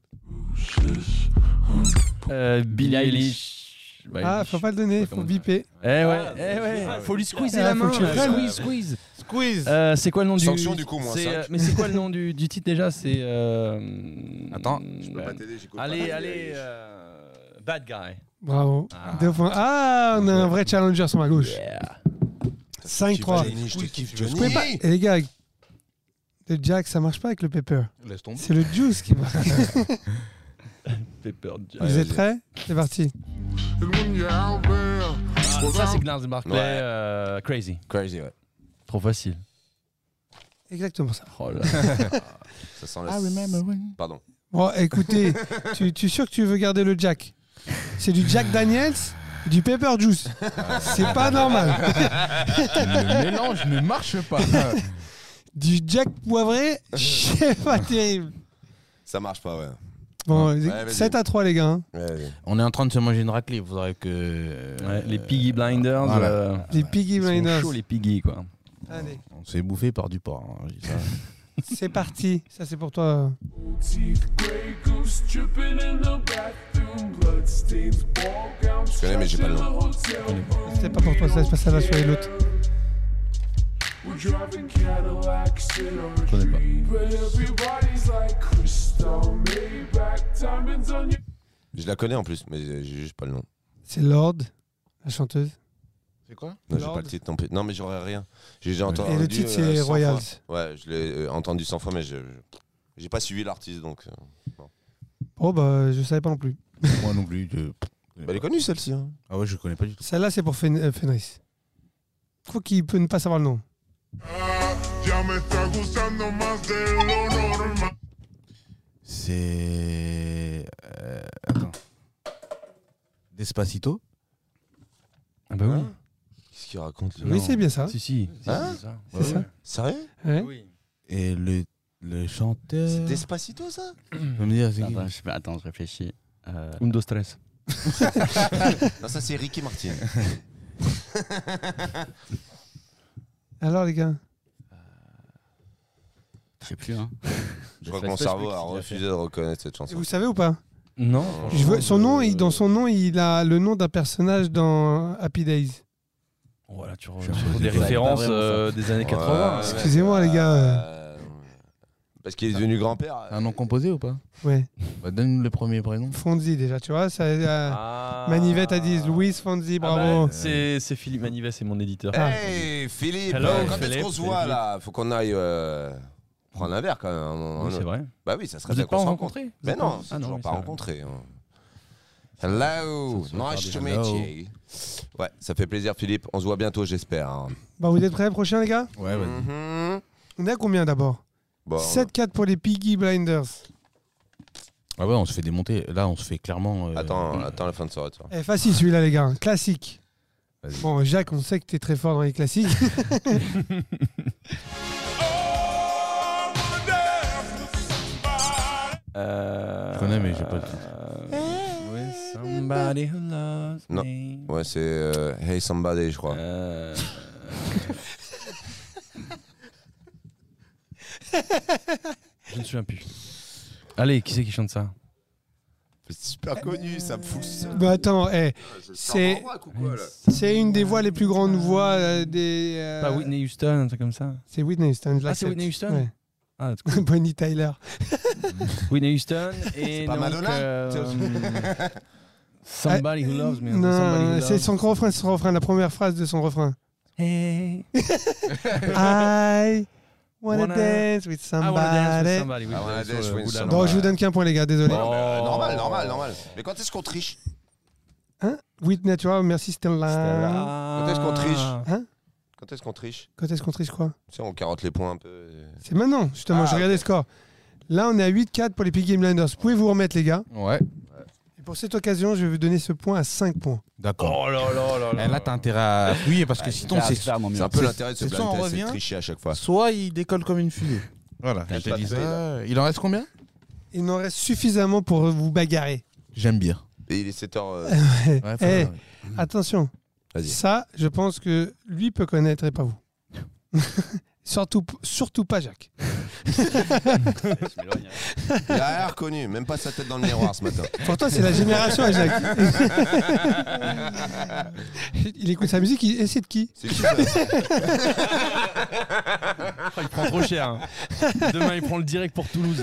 D: Euh, Billie Eilish. Bah,
A: Ah,
D: Eilish.
A: faut pas le donner,
D: Ouais,
A: faut
D: comment-
A: biper.
D: Eh ouais, eh ouais. faut lui squeezer la
A: faut
D: main.
A: que tu
D: là.
A: prennes.
D: Squeeze, (laughs) squeeze.
B: Squeeze
D: Euh, c'est quoi le nom du
C: Sanction, du coup, moins
D: c'est,
C: cinq.
D: euh, Mais c'est quoi le nom du, du titre déjà C'est. euh, ben,
B: Attends,
C: Je peux pas t'aider, j'écoute pas.
D: Allez, allez. euh, Bad guy.
A: Bravo.
D: Ah.
A: Deux points. Ah, on a un vrai challenger sur ma gauche.
D: Yeah.
A: 5-3.
C: Johnny, je te kiffe,
A: Vous pouvez pas-
C: Johnny.
A: Et les gars, le Jack, ça marche pas avec le pepper.
B: Laisse tomber.
A: C'est le juice qui marche.
D: Pepper Jack.
A: Vous
C: Ouais,
A: êtes
C: vas-y.
A: prêts C'est parti.
G: And when you're out there,
D: Ah, ça, c'est Gnarls Barclay.
C: Ouais.
D: euh, crazy.
C: Crazy, ouais.
D: Trop facile.
A: Exactement ça.
D: Oh là.
C: Ça sent le. Pardon.
A: Bon, écoutez, tu, tu es sûr que tu veux garder le Jack C'est du Jack Daniels, du Pepper Juice. C'est pas normal. (laughs)
B: Le mélange ne marche pas.
A: Du Jack poivré, c'est pas terrible.
C: Ça marche pas, ouais.
A: Bon,
C: Ouais, vas-y.
A: 7 à 3, les gars. hein.
C: Ouais, ouais.
B: On est en train de se manger une raclée. Il faudrait que.
D: (laughs) Ouais, les Piggy Blinders.
B: Voilà.
D: euh,
A: Les Piggy
D: ils sont
A: Blinders.
D: chauds, les Piggy, quoi.
A: Allez,
B: On s'est bouffé par du porc. hein, je dis ça.
A: c'est parti. Ça, c'est pour toi.
G: Teeth, grey goose dripping in the bathroom, bloodstains, ball gowns.
C: connais, mais j'ai pas le nom.
A: C'est pas pour toi, ça se passe à la soirée l'autre.
G: We're driving Cadillacs in a
D: connais pas.
G: retreat, but everybody's like crystal Maybach, diamonds on your.
C: Je la connais en plus, mais j'ai juste pas le nom.
A: C'est Lord, la chanteuse.
B: C'est quoi
C: Non, j'ai
A: Lord.
C: pas le titre non plus. Non, mais j'aurais rien. J'ai déjà
B: Et
C: entendu.
D: Oh,
A: Et le titre,
C: euh,
A: c'est
C: 100
A: Royals.
C: fois. Ouais, je l'ai euh, entendu 100 fois, mais je. je- J'ai pas suivi l'artiste donc. euh, non.
A: Oh, bah, je savais pas non plus.
B: Moi non plus. je-
C: Bah, elle est connue celle-ci. hein.
B: Ah ouais, je connais pas du tout.
A: Celle-là, c'est pour Fen- euh, Fenris. Je crois qu'il peut ne pas savoir le nom.
G: Ya me está gustando más de lo normal.
B: C'est. euh, Attends. Despacito
D: Ah bah oui.
C: Qu'est-ce qu'il raconte lui
D: Non.
A: Oui, c'est bien ça.
D: Si, si. si,
C: Hein
D: c'est ça. Bah
A: C'est ça
C: Sérieux
A: Ouais.
B: Et le, le
A: Euh.
B: chanteur.
C: C'est Despacito ça
B: Tu peux me dire, c'est qui
E: Attends, je, sais pas, attends, je réfléchis. Euh,
D: Undo stress.
C: Non, ça c'est Ricky Martin.
A: Alors, les gars,
E: je sais plus, hein.
C: Je crois que mon cerveau a refusé de reconnaître cette
A: et
C: chanson.
A: vous savez ou pas
D: Non.
C: franchement,
A: Je veux- Son nom,
C: euh,
A: il, dans son nom, il a le nom d'un personnage dans Happy Days.
D: Voilà, tu
B: Je
D: reviens
B: suis un peu
D: sur des
B: désolé.
D: références
E: Pas vraiment, ça.
D: euh, des années
C: Ouais,
D: 80.
C: ouais,
A: Excusez-moi, les gars.
C: euh, Parce qu'il est devenu grand-père. euh,
B: Un nom composé ou pas
A: Ouais.
B: bah, Donne-nous le premier prénom.
A: Fonzi, déjà, tu vois. Ça, euh,
D: Ah.
A: Manivette a dit Louis Fonzi,
D: Ah bah,
A: bravo.
D: c'est c'est Philippe Manivet, c'est mon éditeur.
C: Hey Philippe,
D: Hello,
C: euh, quand est-ce
D: Philippe.
C: qu'on se voit là Faut qu'on aille euh, prendre un verre quand même. à un moment
D: Oui,
C: donné.
D: c'est vrai.
C: Bah oui, ça serait
D: Vous
C: bien
D: n'êtes pas
C: qu'on se rencontre.
D: rencontré
C: Mais Ben non, on s'est
D: Ah non,
C: toujours
D: oui,
C: pas
D: c'est vrai.
C: rencontré. hein. Hello,
D: Ça se voit
C: nice to
D: faire
C: meet
B: déjà.
C: you. Ouais, ça fait plaisir Philippe, on se voit bientôt j'espère. hein.
A: Bah, vous êtes prêts, prochain, les gars
D: Ah
B: Ouais, vas-y.
C: Mhm.
A: On est à combien d'abord
C: Bon,
A: 7-4 pour les Piggy Blinders.
B: Ah ouais, on se fait démonter. Là, on se fait clairement. euh,
C: attends, attends la fin de soirée. tu vois.
A: Eh, facile celui-là, les gars. Classique.
B: Vas-y.
A: Bon, Jacques, on sait que t'es très fort dans les classiques. (laughs)
D: Euh,
C: Euh,
B: Je connais, mais j'ai pas le
D: titre. With somebody who loves
C: Non.
D: me.
C: Ouais, c'est euh, Hey Somebody, je crois.
E: Euh,
D: Je ne me souviens plus. Allez, qui c'est qui chante ça
C: C'est super connu, ça me fout le seum.
A: bah, attends, eh,
C: Je
A: c'est-
C: sors en vrac ou quoi, là
A: c'est une des voix les plus grandes voix euh, des. euh,
D: Pas Bah, Whitney Houston, un truc comme ça.
A: C'est Whitney Houston. je
D: Ah, c'est
A: l'accepte.
D: Whitney Houston
A: Ouais. (laughs)
D: Ah, c'est cool.
A: Bonnie Tyler.
D: Whitney Houston et
C: C'est pas
D: donc,
A: (laughs)
C: Madonna
D: euh, Somebody who loves me. somebody
A: Non,
D: who
A: c'est
D: loves-
A: son refrain, c'est son refrain, la première phrase de son refrain.
D: Hey,
A: I wanna,
D: Wanna-
A: dance with
D: I Ah, wanna dance
A: somebody.
D: with somebody. Oui,
C: I Ah, wanna
D: sur
C: dance with
D: le bout de la
C: somebody.
A: Non,
D: langue.
A: je vous donne qu'un point, les gars, désolé.
C: Ouais, mais, euh,
D: Oh.
C: Normal, normal, normal. Mais quand est-ce qu'on triche
A: Whitney, tu vois, merci Stella.
D: Stella. Ah,
C: Quand est-ce qu'on triche
A: Hein
C: Quand est-ce qu'on triche
A: Quand est-ce qu'on triche, quoi
C: Tu sais, on carotte les points un peu. euh.
A: C'est maintenant, justement,
C: Ah,
A: je regardais le score. Là, on est à 8-4 pour les Piggy Blinders. Vous pouvez vous remettre, les gars.
B: Ouais.
A: Et pour cette occasion, je vais vous donner ce point à 5 points.
B: D'accord.
D: Oh là là là là.
B: Eh, là, t'as intérêt à appuyer parce que
E: ouais,
B: sinon,
E: clair-
B: c'est.
E: clairement mieux.
C: C'est un peu
E: (laughs)
B: C'est-
C: l'intérêt de ce
B: c'est soit
C: blind
B: on
C: test, c'est de
B: revient-
C: tricher à chaque fois.
B: Soit il décolle comme une fusée. Voilà, Ah, je te
C: pas
B: dis
C: de feuille,
B: ça. Il en reste combien
A: Il en reste suffisamment pour vous bagarrer.
B: J'aime bien.
C: Et il est euh, 7h.
A: (laughs)
B: Ouais,
A: Eh.
B: faire-
A: Attention,
C: Vas-y.
A: ça, je pense que lui peut connaître et pas vous. (laughs) surtout, surtout pas Jacques.
E: Je m'éloigne.
C: Il a rien reconnu, même pas sa tête dans le miroir ce matin.
A: Pour toi, c'est la génération à Jacques. il écoute sa musique, il essaie de qui
C: C'est qui ça
D: Il prend trop
A: (laughs)
D: cher. hein. Demain, il prend le direct pour Toulouse.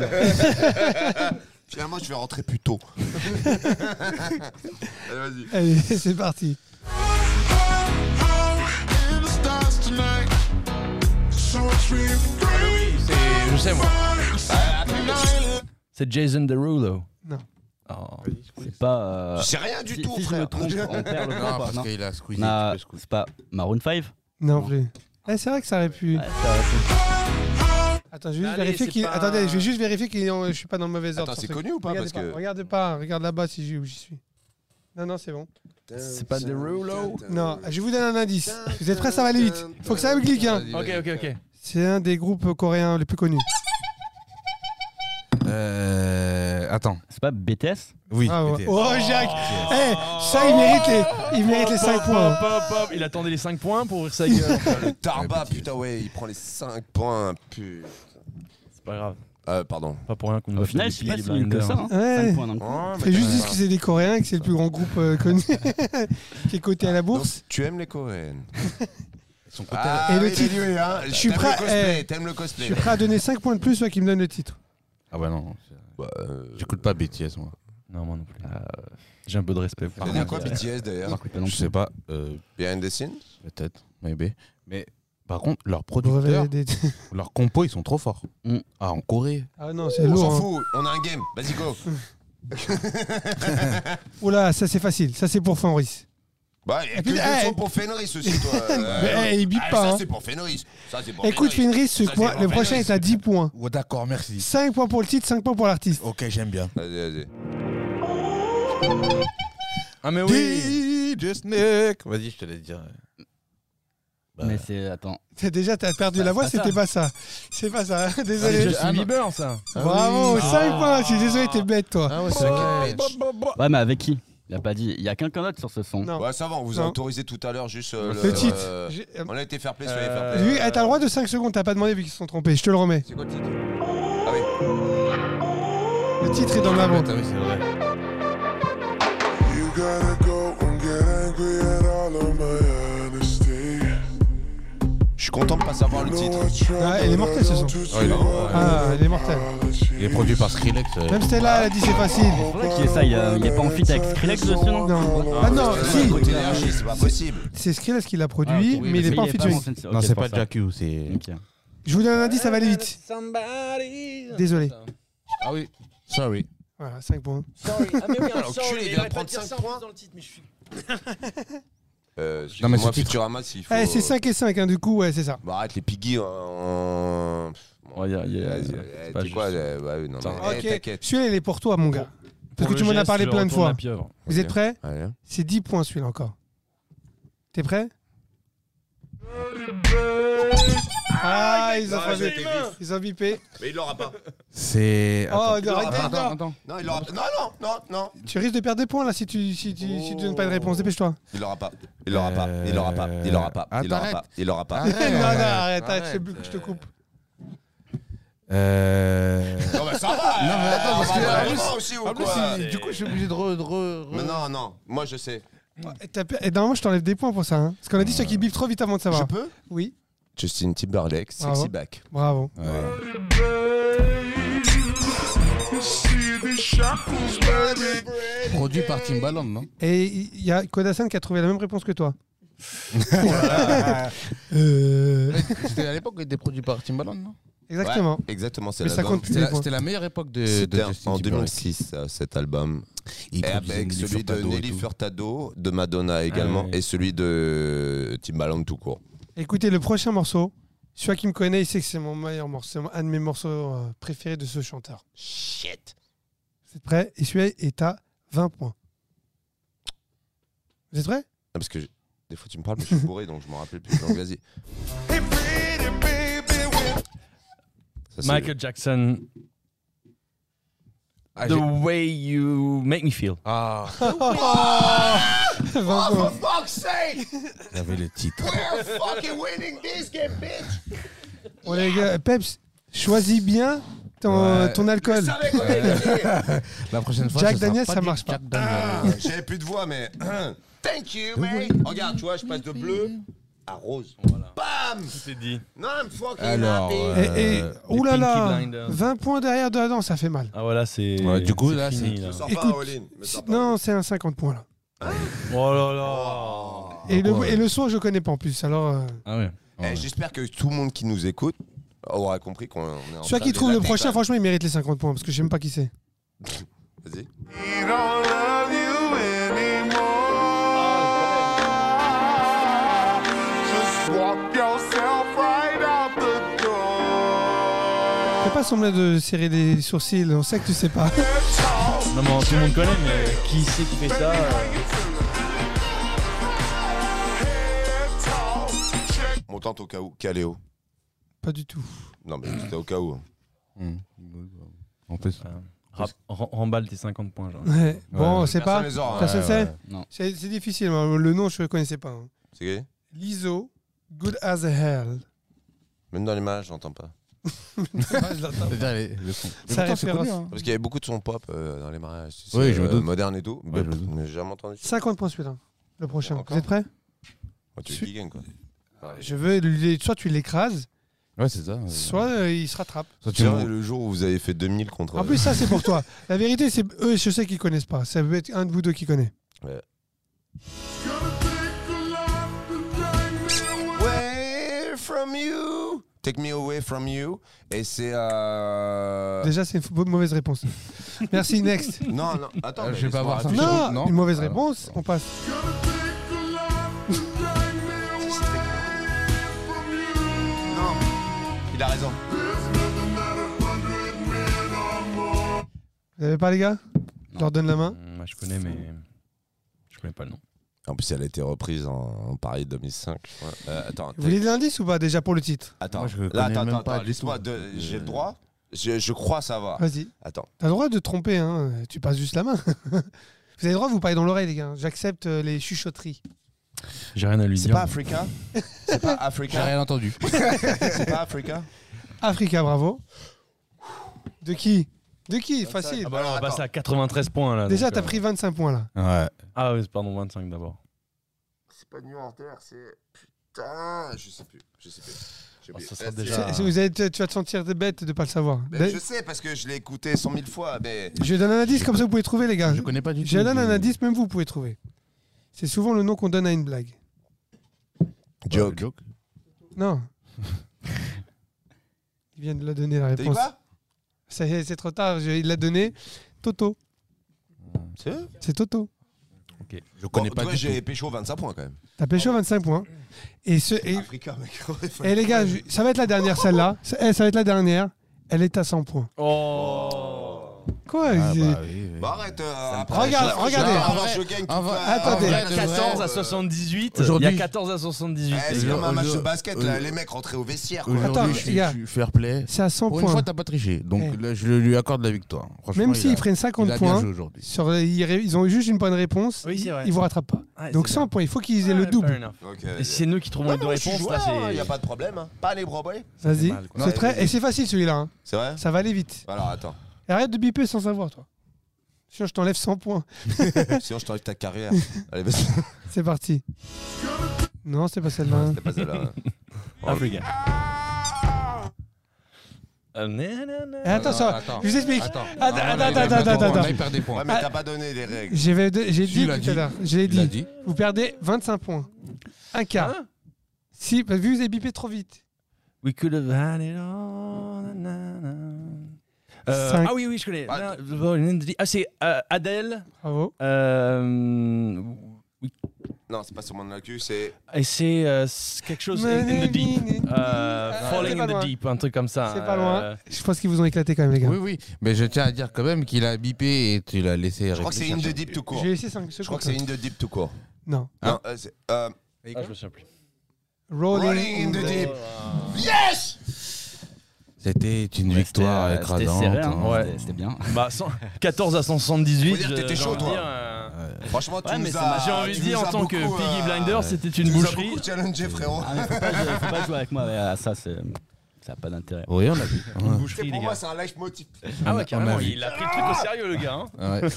C: Finalement, je vais rentrer plus tôt. Allez, vas-y.
A: Allez, (laughs) c'est parti.
G: in the stars tonight. So it's refrain.
D: C'est- je sais, moi.
C: Ah,
D: C'est Jason Derulo.
A: Non.
D: Oh.
E: C'est pas. euh,
C: C'est rien du
E: si-
C: tout,
E: si je me
C: frère.
E: trompe,
C: (laughs)
E: on perd le point
B: Non,
E: ou pas,
B: parce
E: Bah, non
B: qu'il a squeezé.
E: Na-
B: tu peux squeezer.
E: C'est pas Maroon 5
A: Non plus. Eh, c'est vrai que ça aurait pu.
E: Ouais, ça-
A: Attends, je vais juste
D: Allez,
A: vérifier
D: c'est
A: qu'il.
D: pas un-
A: Attendez, je vais juste vérifier que je suis pas dans le mauvais ordre.
C: Attends,
A: sur
C: c'est
A: ce truc.
C: connu ou pas
A: Regardez
C: Parce
A: pas,
C: que.
A: Regarde pas, regarde là-bas si j'y- où j'y suis. Non, non, c'est bon.
D: C'est pas Derulo
C: Euh,
A: Non, je vous donne un indice. Vous êtes prêts, ça va aller vite. Faut que ça me clique, hein.
D: Ok, ok, ok.
A: C'est un des groupes coréens les plus connus.
B: Euh, Attends.
E: C'est pas BTS
B: Oui.
A: Ah ouais.
B: BTS.
A: Oh, Jacques Eh, Ça, il mérite les, il mérite les
C: Oh,
A: 5 points.
D: Il attendait les 5 points pour ouvrir sa gueule.
C: (laughs) Le Tarba, putain, ouais, il prend les 5 points. Putain.
D: C'est pas grave.
C: Euh, pardon. Oh,
D: Pas pour rien qu'on nous
E: Au
D: appelle
E: final,
D: des
E: je suis pas
D: Peaky
E: si nul que
D: Blinders.
E: ça. Hein.
A: Ouais.
E: Cinq points d'un coup.
A: C'est juste parce que c'est des Coréens et que c'est le plus grand groupe euh, connu (laughs) qui est coté à la
C: Donc,
A: bourse.
C: tu aimes les Coréennes
B: Son côté-
C: Ah,
A: Et le
C: il a
A: titre
C: dit oui, hein.
A: Je suis
C: T'aimes
A: prêt-
C: le cosplay,
A: eh.
C: T'aimes le
A: Je
C: cosplay
A: suis prêt à donner 5 points de plus, soit qui me donne le titre.
B: Ah bah non.
C: Bah, euh,
B: J'écoute pas BTS, moi.
D: Non, moi non plus. J'ai un peu de respect. pour
C: ça
D: ça.
C: vient quoi BTS
E: Je
C: d'ailleurs
E: m'écoute pas non
B: Je
E: plus.
B: sais pas. euh,
C: Behind the scenes
B: Peut-être. Maybe. Mais par contre, leurs producteurs,
A: Brevet des-
B: leurs compos, ils sont trop forts.
E: Mm.
B: Ah, en Corée.
A: Ah non, c'est
C: On
A: lourd.
C: s'en
A: hein.
C: fout, on a un game, vas-y go
A: Oula, ça c'est facile. Ça c'est pour Fenris.
C: Bah, il y a
A: Et
C: que
A: puis,
C: le
A: eh.
C: son pour Fenris aussi,
A: (laughs)
C: toi euh,
A: Mais, eh, il bip
C: ah,
A: pas,
C: Ça,
A: hein.
C: c'est pour Fenris Ça, c'est pour
A: Écoute,
C: Fenris
A: Fenris, ce
C: Ça, c'est
A: coin-
C: pour
A: le
C: Fenris.
A: prochain est à 10 points.
B: Oh, D'accord, merci.
A: 5 points pour le titre, 5 points pour l'artiste.
B: Ok, j'aime bien.
C: Vas-y, vas-y.
B: Ah, mais oui. DJ Snake. Vas-y, je te laisse dire. Bah,
E: Mais c'est. Attends.
A: T'as Déjà, t'as perdu
E: Bah,
A: la
E: c'est
A: voix,
E: pas
A: c'était
E: ça.
A: pas ça. C'est pas ça, hein,
B: Ah,
A: désolé.
B: déjà-
D: Justin Bieber, ça.
B: ah
A: Bravo,
B: oui.
A: 5 points, je suis désolé, t'es bête toi.
B: Ah ouais, c'est
C: Suck it, bitch.
E: Ouais, mais avec qui Il a pas dit. Il y a quelqu'un d'autre sur ce son.
A: Non.
C: Ah, Ouais, ça va, on vous a
A: Non.
C: autorisé tout à l'heure juste euh,
A: Le titre.
C: euh,
A: J'ai- euh,
C: On a été fair play,
D: Euh,
C: soyez fair play.
A: Lui, eh, t'as le droit de 5 secondes, t'as pas demandé vu qu'ils se sont trompés, je te le remets.
C: C'est quoi le titre Ah oui.
A: Le titre est dans la vente.
B: Ah oui, c'est vrai.
G: You gotta go and get angry at all of my honesty.
C: Je suis content de pas savoir le titre.
A: Ah, elle est mortelle, ce son.
B: Ouais, il est-
A: Ah, elle est mortelle.
B: Il est produit par Skrillex. euh,
A: Même Stella, elle a dit c'est facile.
E: Faudrait qu'il y ait ça. Il y a, il y a pas en feat avec Skrillex dessus, non
A: Euh, Non, ah non,
C: Parce que
A: si,
C: Euh, Côté énergie, c'est pas possible.
A: c'est Skrillex qui l'a
E: Ah, ok,
A: produit,
E: oui,
A: mais il
E: parce
A: est pas en
E: qu'il
A: featuring.
E: en feat-
B: non,
E: ok,
B: c'est
E: pour
B: pas
E: ça.
B: Jacques c'est.
E: Ok.
A: Je vous donne un indice, ça va aller vite. Désolé.
B: Ah oui. Sorry.
A: Voilà, 5 points.
C: Ah, L'enculé, il vient de prendre 5
A: (laughs)
C: points. Euh,
B: Non, mais
C: moi,
B: ce titre-
C: Futurama, s'il faut.
A: Eh, c'est 5 et 5, hein, du coup, ouais, c'est ça.
C: Bah, arrête les piggy. Euh...
D: Ouais, y a- y a-
C: Vas-y,
D: c'est
C: eh,
D: pas
C: t'es quoi
D: juste.
C: euh, bah, oui, non,
D: Attends.
C: mais, eh,
A: Ok,
C: t'inquiète.
A: celui-là, il est pour toi, mon gars. Parce
D: Pour
A: que tu
D: le
A: m'en as
D: geste,
A: parlé
D: je
A: plein de
D: retourne
A: fois.
D: la pieuvre.
A: Vous êtes prêts
C: Allez, hein.
A: C'est 10 points celui-là encore. T'es prêt Ah, ils ont
C: Non,
A: frappé.
C: j'étais vif.
A: Ils ont bipé.
C: Mais il l'aura pas.
B: C'est.
A: Oh,
B: Attends.
A: non, arrête,
B: attends,
A: non.
B: Ah, attends, attends.
C: (laughs) Non, il l'aura pas. Non, non, non, non.
A: Tu risques de perdre des points là si tu si tu, si tu donnes pas de réponse.
C: Oh.
A: Dépêche-toi.
C: Il l'aura pas. Il l'aura pas. Il l'aura pas. Il l'aura pas. Il l'aura pas. Il l'aura pas.
A: (laughs)
B: Arrête.
A: non, non, arrête, arrête,
B: arrête,
A: c'est plus que je te coupe.
B: Euh.
C: Non, mais ça va. hein.
B: Non, mais attends, parce que, en plus-
C: que. aussi ou
B: En plus,
C: quoi
B: il- du coup, je suis obligé de re. de re- re-
C: Mais non, non, moi je sais.
A: Et, t'as per- et normalement, je t'enlève des points pour ça. Hein. Parce qu'on a dit ceux qui bipent trop vite avant de savoir.
C: peux
A: Oui,
C: Justin Timberlake, Sexy
A: Bravo.
C: Back.
A: bravo.
B: Ouais. Produit par Timbaland, non
A: Et il y a Kodasan qui a trouvé la même réponse que toi.
B: Ah,
A: Euh,
B: C'était à l'époque où il était produit par Timbaland, non
A: Exactement.
C: Exactement, c'est
A: Mais ça
C: l'album.
A: compte plus
B: C'était
A: les
B: la,
A: points.
B: c'était la meilleure époque de, de
C: C'était en-
B: Justin
C: en
B: Timberlake.
C: 2006, ça, euh, cet album.
B: Il
C: Et
B: produisait
C: avec
B: Nelly
C: celui de
B: Furtado et
C: Nelly
B: tout.
C: Furtado, de Madonna également,
D: ouais.
C: et celui de Timbaland tout court.
A: Écoutez le prochain morceau. Celui qui me connaît, il sait que c'est mon meilleur morceau, c'est mon- un de mes morceaux euh, préférés de ce chanteur.
C: Shit
A: Vous êtes prêts Et celui-là est à 20 points. Vous êtes prêts
C: Ah, Parce que j'ai- des fois tu me parles, mais je suis bourré, donc je m'en rappelle plus. Donc (laughs) vas-y. Ça, c'est-
D: Michael Jackson.
B: Ah,
D: The
B: j'ai-
D: way you make me feel.
B: Ah,
A: 20 points.
B: j'avais le titre.
A: Bon, les gars, Peps, choisis bien ton,
B: Ouais.
A: ton alcool.
B: La prochaine fois,
A: Jack
B: ce sera
A: Daniel, ça
B: du
A: marche pas.
B: Jack Daniel.
C: Ah, J'avais plus de voix, mais. (clears throat) Thank you, mate Regarde, tu vois, je passe de bleu à rose. Bam
D: C'est dit.
C: Non, I'm fucking
B: Alors,
C: happy.
A: Et,
B: euh,
A: et,
B: les
A: ouh là
D: Peaky
A: là,
D: Blinders.
A: 20 points derrière de Adam, ça fait mal.
D: Ah voilà, c'est.
B: Ouais, du coup, là,
D: fini,
B: c'est-
D: là.
C: Me sors
A: Écoute,
C: pas, Oline. me sors pas.
A: Non, c'est un 50 points là.
D: Oh là là.
A: Et le,
B: Ah, ouais.
A: et le son, je connais pas en plus. Alors, euh,
D: Ah ouais.
C: Eh, J'espère que tout le monde qui nous écoute aura compris qu'on on est en
A: celui
C: train
A: qui
C: de
A: trouve le
C: zapper,
A: prochain,
C: quand
A: franchement, il mérite les 50 points parce que je sais même pas qui c'est.
C: même. Vas-y.
G: He don't love you anymore. Just walk yourself right out the door.
A: Fais pas semblant de serrer les sourcils, on sait que tu sais pas. (laughs)
G: That's all.
D: Non, mais tout le monde connaît, mais qui c'est qui fait ça euh
G: That's all. Check
C: Mon tante au cas où. Caléo.
A: Pas du tout. Ah.
C: Non, mais c'était au cas où.
B: Hmm. En plus,
D: Rap- ren- Remballe tes 50 points, genre.
A: Ouais. Bon,
B: Ouais.
A: c'est pas.
C: Personne les aura,
A: personne
C: ouais,
A: sait
C: ouais.
A: C'est c'est difficile. hein. Le nom, je ne connaissais pas. hein.
C: C'est gay
A: Lizzo, Good as a Hell.
C: Même dans les matchs, j'entends pas.
A: Je
B: (laughs)
A: l'entends.
B: C'est-à-dire les- le son. Mais
A: Ça
B: pourtant, c'est
A: référence.
B: connu, hein.
C: Parce qu'il y avait beaucoup de son pop euh, dans les mariages. tu sais,
B: Oui, je me
C: euh,
B: doute.
C: Moderne et tout.
B: Ouais, je me doute.
C: mais j'ai jamais entendu.
A: 50 points celui-là. Le prochain.
C: Encore
A: Vous êtes prêts
C: Moi, tu veux
A: Su-
C: qui gagne, quoi.
A: Je veux. lui- Soit tu l'écrases,
B: Ouais, c'est ça. ouais.
A: soit euh, il se rattrape.
B: Soit tu
C: Tu vois,
B: m'en-
C: le jour où vous avez fait 2000 contre.
A: En plus, ça, c'est pour toi. La vérité, c'est eux, je sais qu'ils connaissent pas. Ça peut être un de vous deux qui connaît.
C: Away from you. Take me away from you. Et c'est. euh,
A: Déjà, c'est une fou- mauvaise réponse. Merci, next.
C: Non, non, attends.
B: Euh,
C: mais
B: je vais pas
C: laisse-moi
B: avoir
D: Ah,
B: ça.
C: réfléchir.
A: Non,
B: Non.
A: une mauvaise
B: Voilà.
A: réponse. On passe.
C: Il a raison.
A: Vous avez pas, les gars Je
D: Non.
A: leur donne la
C: Hein
A: main.
D: Hum, Moi, je connais, mais je connais pas le nom.
C: En plus, elle a été reprise en, en Paris 2005. je crois. Euh, attends,
A: Vous voulez de l'indice ou pas déjà pour le titre
C: attends.
B: Moi, je
C: Là,
B: connais
C: attends,
B: même
C: attends,
B: pas
C: attends,
B: du
C: laisse-moi
B: tout.
C: deux- J'ai
B: Euh,
C: le droit. Je, je crois
D: Ah.
C: savoir.
A: Vas-y.
C: Attends.
A: T'as le droit de tromper, hein. Tu passes juste la main. (laughs) vous avez le droit de vous parler dans l'oreille, les gars. J'accepte euh, les chuchoteries.
D: J'ai rien à lui
C: C'est
D: dire.
C: pas Africa C'est pas
B: J'ai
C: Africa
B: rien entendu.
C: C'est pas Africa
A: Africa, bravo. De qui De qui Facile.
C: Ah bah alors,
D: On passe
C: attends.
D: à 93 points là.
A: Déjà,
D: donc,
A: t'as
D: euh,
A: pris 25 points là.
B: Ouais.
D: Ah oui, pardon, 25 d'abord.
C: C'est pas New Order, c'est. Putain, Ah, je sais plus. Je sais plus. J'ai oublié.
D: ça sera
C: Euh,
D: déjà-
C: c'est-
D: Ah.
A: C'est- Vous êtes- tu vas te sentir de bête de pas le savoir.
C: Mais
A: Dès-
C: Je sais parce que je l'ai écouté cent mille fois. Mais...
A: Je donne un indice, comme ça vous pouvez trouver, les gars.
B: Je connais pas du tout.
A: Je donne
B: du-
A: un indice, même vous pouvez trouver. C'est souvent le nom qu'on donne à une blague.
B: Ouais,
C: Joke.
B: joke. (laughs)
A: Non. Il vient de la donner la
C: T'as dit
A: réponse.
C: quoi
A: Ça y est, C'est trop tard, je- il l'a donné. Toto.
C: C'est
A: C'est Toto.
B: Je connais pas du
C: j'ai
B: tout.
C: pécho 25 points quand même.
A: T'as pécho 25 points. Et, ce,
B: Ah,
A: et,
C: Africa,
A: (laughs)
C: mec.
A: et Eh, les gars, je- ça va être la dernière celle-là. Ça, eh, ça va être la dernière. Elle est à 100 points.
D: Oh
A: Quoi
B: Ah,
A: c'est-
B: bah oui, oui.
C: Bah arrête. euh, après,
A: Regarde,
C: je-
A: regardez.
C: je- alors, je gagne.
B: En
C: tout
B: vrai-
C: le temps.
A: Attendez.
B: en vrai, de vrai,
D: 14
C: euh,
D: à 78. Il y
B: aujourd'hui-
D: a 14 à 78.
C: Eh, c'est comme un match de
B: Aujourd'hui-
C: basket, là,
B: aujourd'hui-
C: les mecs rentraient au vestiaire. quoi.
A: Attends,
B: Aujourd'hui, je
A: les
B: suis-
A: gars.
B: je suis fair play.
A: C'est à 100
B: Pour une
A: points.
B: fois, t'as pas triché. Donc
A: Eh.
B: là, je lui accorde la victoire. Franchement,
A: Même
B: il
A: s'ils
B: a-
A: prennent
B: il
A: 50
B: a bien
A: points,
B: joué aujourd'hui.
A: sur, ils, ré- ils ont eu juste une bonne réponse.
D: Oui, c'est vrai.
A: Ils vous rattrapent pas. Donc 100 points, il faut
D: Ah,
A: qu'ils aient le double.
C: Ok.
D: Et si c'est nous qui trouvons
C: Ouais,
D: les deux
C: moi, je suis
D: réponses,
C: joueur, hein,
D: là,
C: y a
D: c'est.
C: pas de problème. hein. Pas les bras boys.
A: Vas-y.
D: mal, quoi.
A: C'est
C: Ouais,
A: très...
C: vas-y.
A: Et c'est facile celui-là. hein.
C: C'est vrai
A: Ça va aller vite.
C: Alors attends. (laughs)
A: Et Arrête de biper sans savoir, toi. Sinon, je t'enlève 100 points.
C: Sinon, je t'enlève ta carrière. Allez, vas-y.
A: C'est parti. Non, c'est pas celle-là.
C: C'était pas hein. celle-là.
D: Africa. Euh, na, na, na.
A: Et Eh, attends, ça,
B: attends.
A: je vous explique.
B: Attends,
A: Attends,
C: non,
A: attends, attends,
C: non, non,
A: attends,
C: non,
A: attends.
B: Là, il perd des points.
C: Ouais, mais t'as pas donné les règles.
A: J'ai j'ai
B: Si,
A: dit
B: il a
A: tout à
B: dit.
A: l'heure. Je l'ai
B: Il l'a
A: dit.
B: dit.
A: Vous perdez 25 points. Un quart.
D: Hein
A: si, parce que vous avez bipé trop vite.
D: We could have had it all. na, na, na. Euh,
A: Cinq.
D: ah oui, oui, je connais.
C: Ah,
D: Ah, c'est euh, Adèle.
A: Bravo.
D: Euh,
C: Non, c'est pas sur mon cul, c'est.
D: et c'est euh, c'est quelque chose in, in the deep. Euh,
A: Ah, c'est
D: falling
A: pas
D: in
A: loin.
D: the deep, un truc
C: Ah.
D: comme ça.
A: C'est pas loin.
D: Euh,
A: Je pense qu'ils vous ont éclaté quand même, les gars.
B: Oui, oui. Mais je tiens à dire quand même qu'il a bipé et tu l'as laissé
C: Je crois que c'est In the Deep tout court.
A: J'ai laissé 5 secondes.
C: Je crois que c'est In the Deep tout court.
A: Non.
B: Hein
C: Non, euh, c'est. euh,
D: ah, je me souviens plus.
A: Rolling,
C: Rolling in the Deep.
D: Oh,
B: C'était une
E: Ouais, c'était,
B: victoire
E: euh,
B: écrasante.
E: C'était serré, hein,
B: hein.
D: Ouais.
E: c'était- c'était bien.
D: Bah, cent- 14 à
C: Faut
D: 178.
C: dire que t'étais
D: j'ai
C: chaud,
D: envie de
C: toi.
D: dire, euh,
C: Franchement, tu
E: Ouais, mais
C: nous
E: c'est
C: as.
E: ma-
D: J'ai envie
C: tu
D: de dire,
C: nous
D: en
C: as
D: tant que
C: beaucoup,
D: Piggy
C: euh,
D: Blinder, c'était
C: Tu
D: une
C: nous as
D: boucherie.
C: beaucoup challengé, frérot.
E: Ah, mais faut pas, jouer- faut pas jouer avec moi, mais, euh, ça, c'est- ça n'a pas d'intérêt.
B: Oui, on l'a vu.
D: Une
B: Ouais.
C: Tu sais,
D: boucherie,
C: Pour
D: les
C: moi,
D: gars.
C: c'est un life motif.
B: On
D: Ah
B: a-
D: ouais,
B: on
C: bah
D: carrément,
B: a vu.
D: il a pris le truc au sérieux, le gars. hein.
B: Ouais.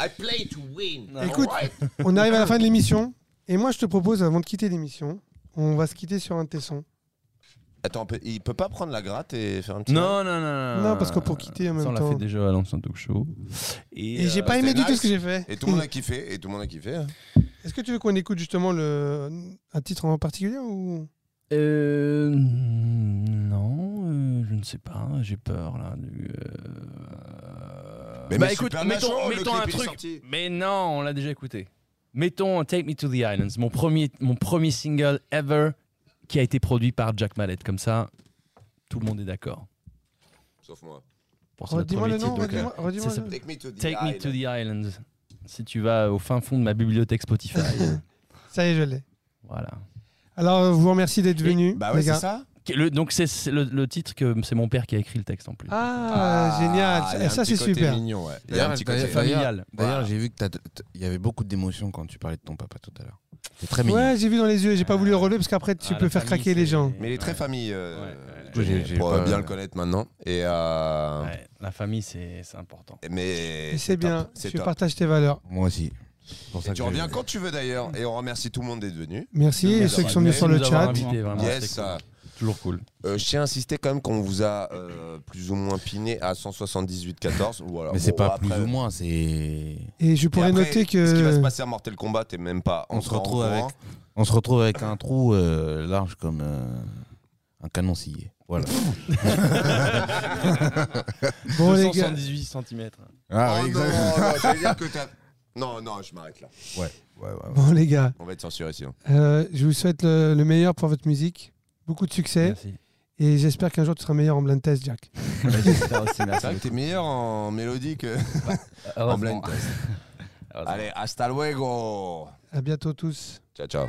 C: I play to win.
A: Écoute, on arrive à la fin de l'émission. Et moi, je te propose, avant de quitter l'émission, on va se quitter sur un de tes sons.
C: Attends, on peut- il peut pas prendre la gratte et faire un petit.
D: Non, non, non, non.
A: Non, parce que pour quitter en
D: Ça,
A: même
D: on l'a
A: temps.
D: fait déjà à l'ancien talk show. Et,
A: Et j'ai
D: euh,
A: pas aimé
C: c'était
A: du tout
C: nice.
A: ce que j'ai fait.
C: Et tout le
D: Hmm.
C: monde a kiffé, et tout le monde a kiffé. hein.
A: Est-ce que tu veux qu'on écoute justement le... un titre en particulier ou
D: Euh. Non, euh, je ne sais pas, j'ai peur là. Du, euh,
C: Mais
D: bah
C: mais
D: écoute,
C: Super
D: mettons,
C: Nacho, le
D: mettons
C: clip,
D: un
C: il est
D: truc.
C: sorti.
D: Mais non, on l'a déjà écouté. Mettons euh, Take Me to the Islands, mon premier, mon premier single ever qui a été produit par Jack Mallet. Comme ça, tout le monde est d'accord.
C: Sauf moi.
D: Pour ce
A: Redis-moi Oh, le
D: premier
A: nom,
D: titre, donc, euh,
A: redis-moi redis-moi
D: ça
A: le-
C: Take me to the
D: Take Me
C: island.
D: to the Islands. Si tu vas au fin fond de ma bibliothèque
A: (laughs)
D: Spotify.
A: Ça y est, je l'ai.
D: voilà.
A: Alors, je vous remercie d'être venu.
C: Bah ouais,
D: Hmm.
A: les
C: c'est
A: gars.
C: ça.
D: Le- donc c'est c'est le, le titre que c'est mon père qui a écrit le texte en plus.
A: Ah, génial.
C: il y a un
A: ça,
C: petit
A: c'est
C: côté
A: super.
C: mignon, ouais. Il y a un
B: D'ailleurs,
C: petit
B: d'ailleurs,
C: côté
D: famille.
B: d'ailleurs,
C: Voilà.
B: j'ai vu que t'as- t- il y avait beaucoup d'émotions quand tu parlais de ton papa tout à l'heure. C'est très mignon.
A: Ouais, j'ai vu dans les yeux. J'ai pas voulu le relever parce qu'après, tu
D: Ah,
A: peux
D: la
A: faire
D: famille,
A: craquer les
D: c'est-
A: gens.
C: Mais il est très
D: Ouais.
C: famille. euh,
D: Ouais, ouais,
C: pour,
B: j'ai- j'ai
C: euh,
B: pas-
C: bien le connaître maintenant. Et euh,
D: Ouais, la famille, c'est c'est important.
C: mais
A: C'est bien.
C: top,
A: Je
C: C'est top.
A: partage tes valeurs.
B: Moi aussi. C'est pour ça
C: Et tu
B: que
C: reviens
B: j'ai-
C: quand tu veux d'ailleurs. Et on remercie tout le monde d'être venu.
A: Merci.
C: Merci
A: Et ceux qui sont venus
C: d'avoir
A: sur le
D: Merci de nous avoir
A: chat.
D: invités, vraiment,
C: yes.
D: c'était Ah, cool.
C: euh,
D: Toujours cool.
C: euh, je tiens à insister quand même qu'on vous a euh, plus ou moins piné à 178-14. Voilà,
B: Mais c'est
C: bon,
B: pas
C: après-
B: plus ou moins, c'est.
A: Et je
C: Et
A: pourrais
C: après,
A: noter
C: Ce qui va se
A: que.
C: passer à Mortel Combat, t'es même pas.
B: On se
C: encore au
B: retrouve
C: courant.
B: avec- On se retrouve avec un trou euh, large comme euh, un canon scié. Voilà.
A: Bon, les gars.
D: 278 cm.
B: Ah,
C: Oh non, non, je veux dire que (laughs) t'as- Non, non, je m'arrête là.
A: Bon, les gars.
C: On va être censuré sinon.
A: euh, je vous souhaite le, le meilleur pour votre musique. Beaucoup de succès.
D: Merci.
A: Et j'espère qu'un jour, tu seras meilleur en blind test, Jack.
E: J'espère aussi, merci.
C: C'est vrai que t'es meilleur en mélodie que.
B: Ah
E: Heureusement.
B: (laughs)
C: blind
E: Heureusement.
C: Allez, hasta luego!
A: À bientôt, tous.
C: Ciao, ciao.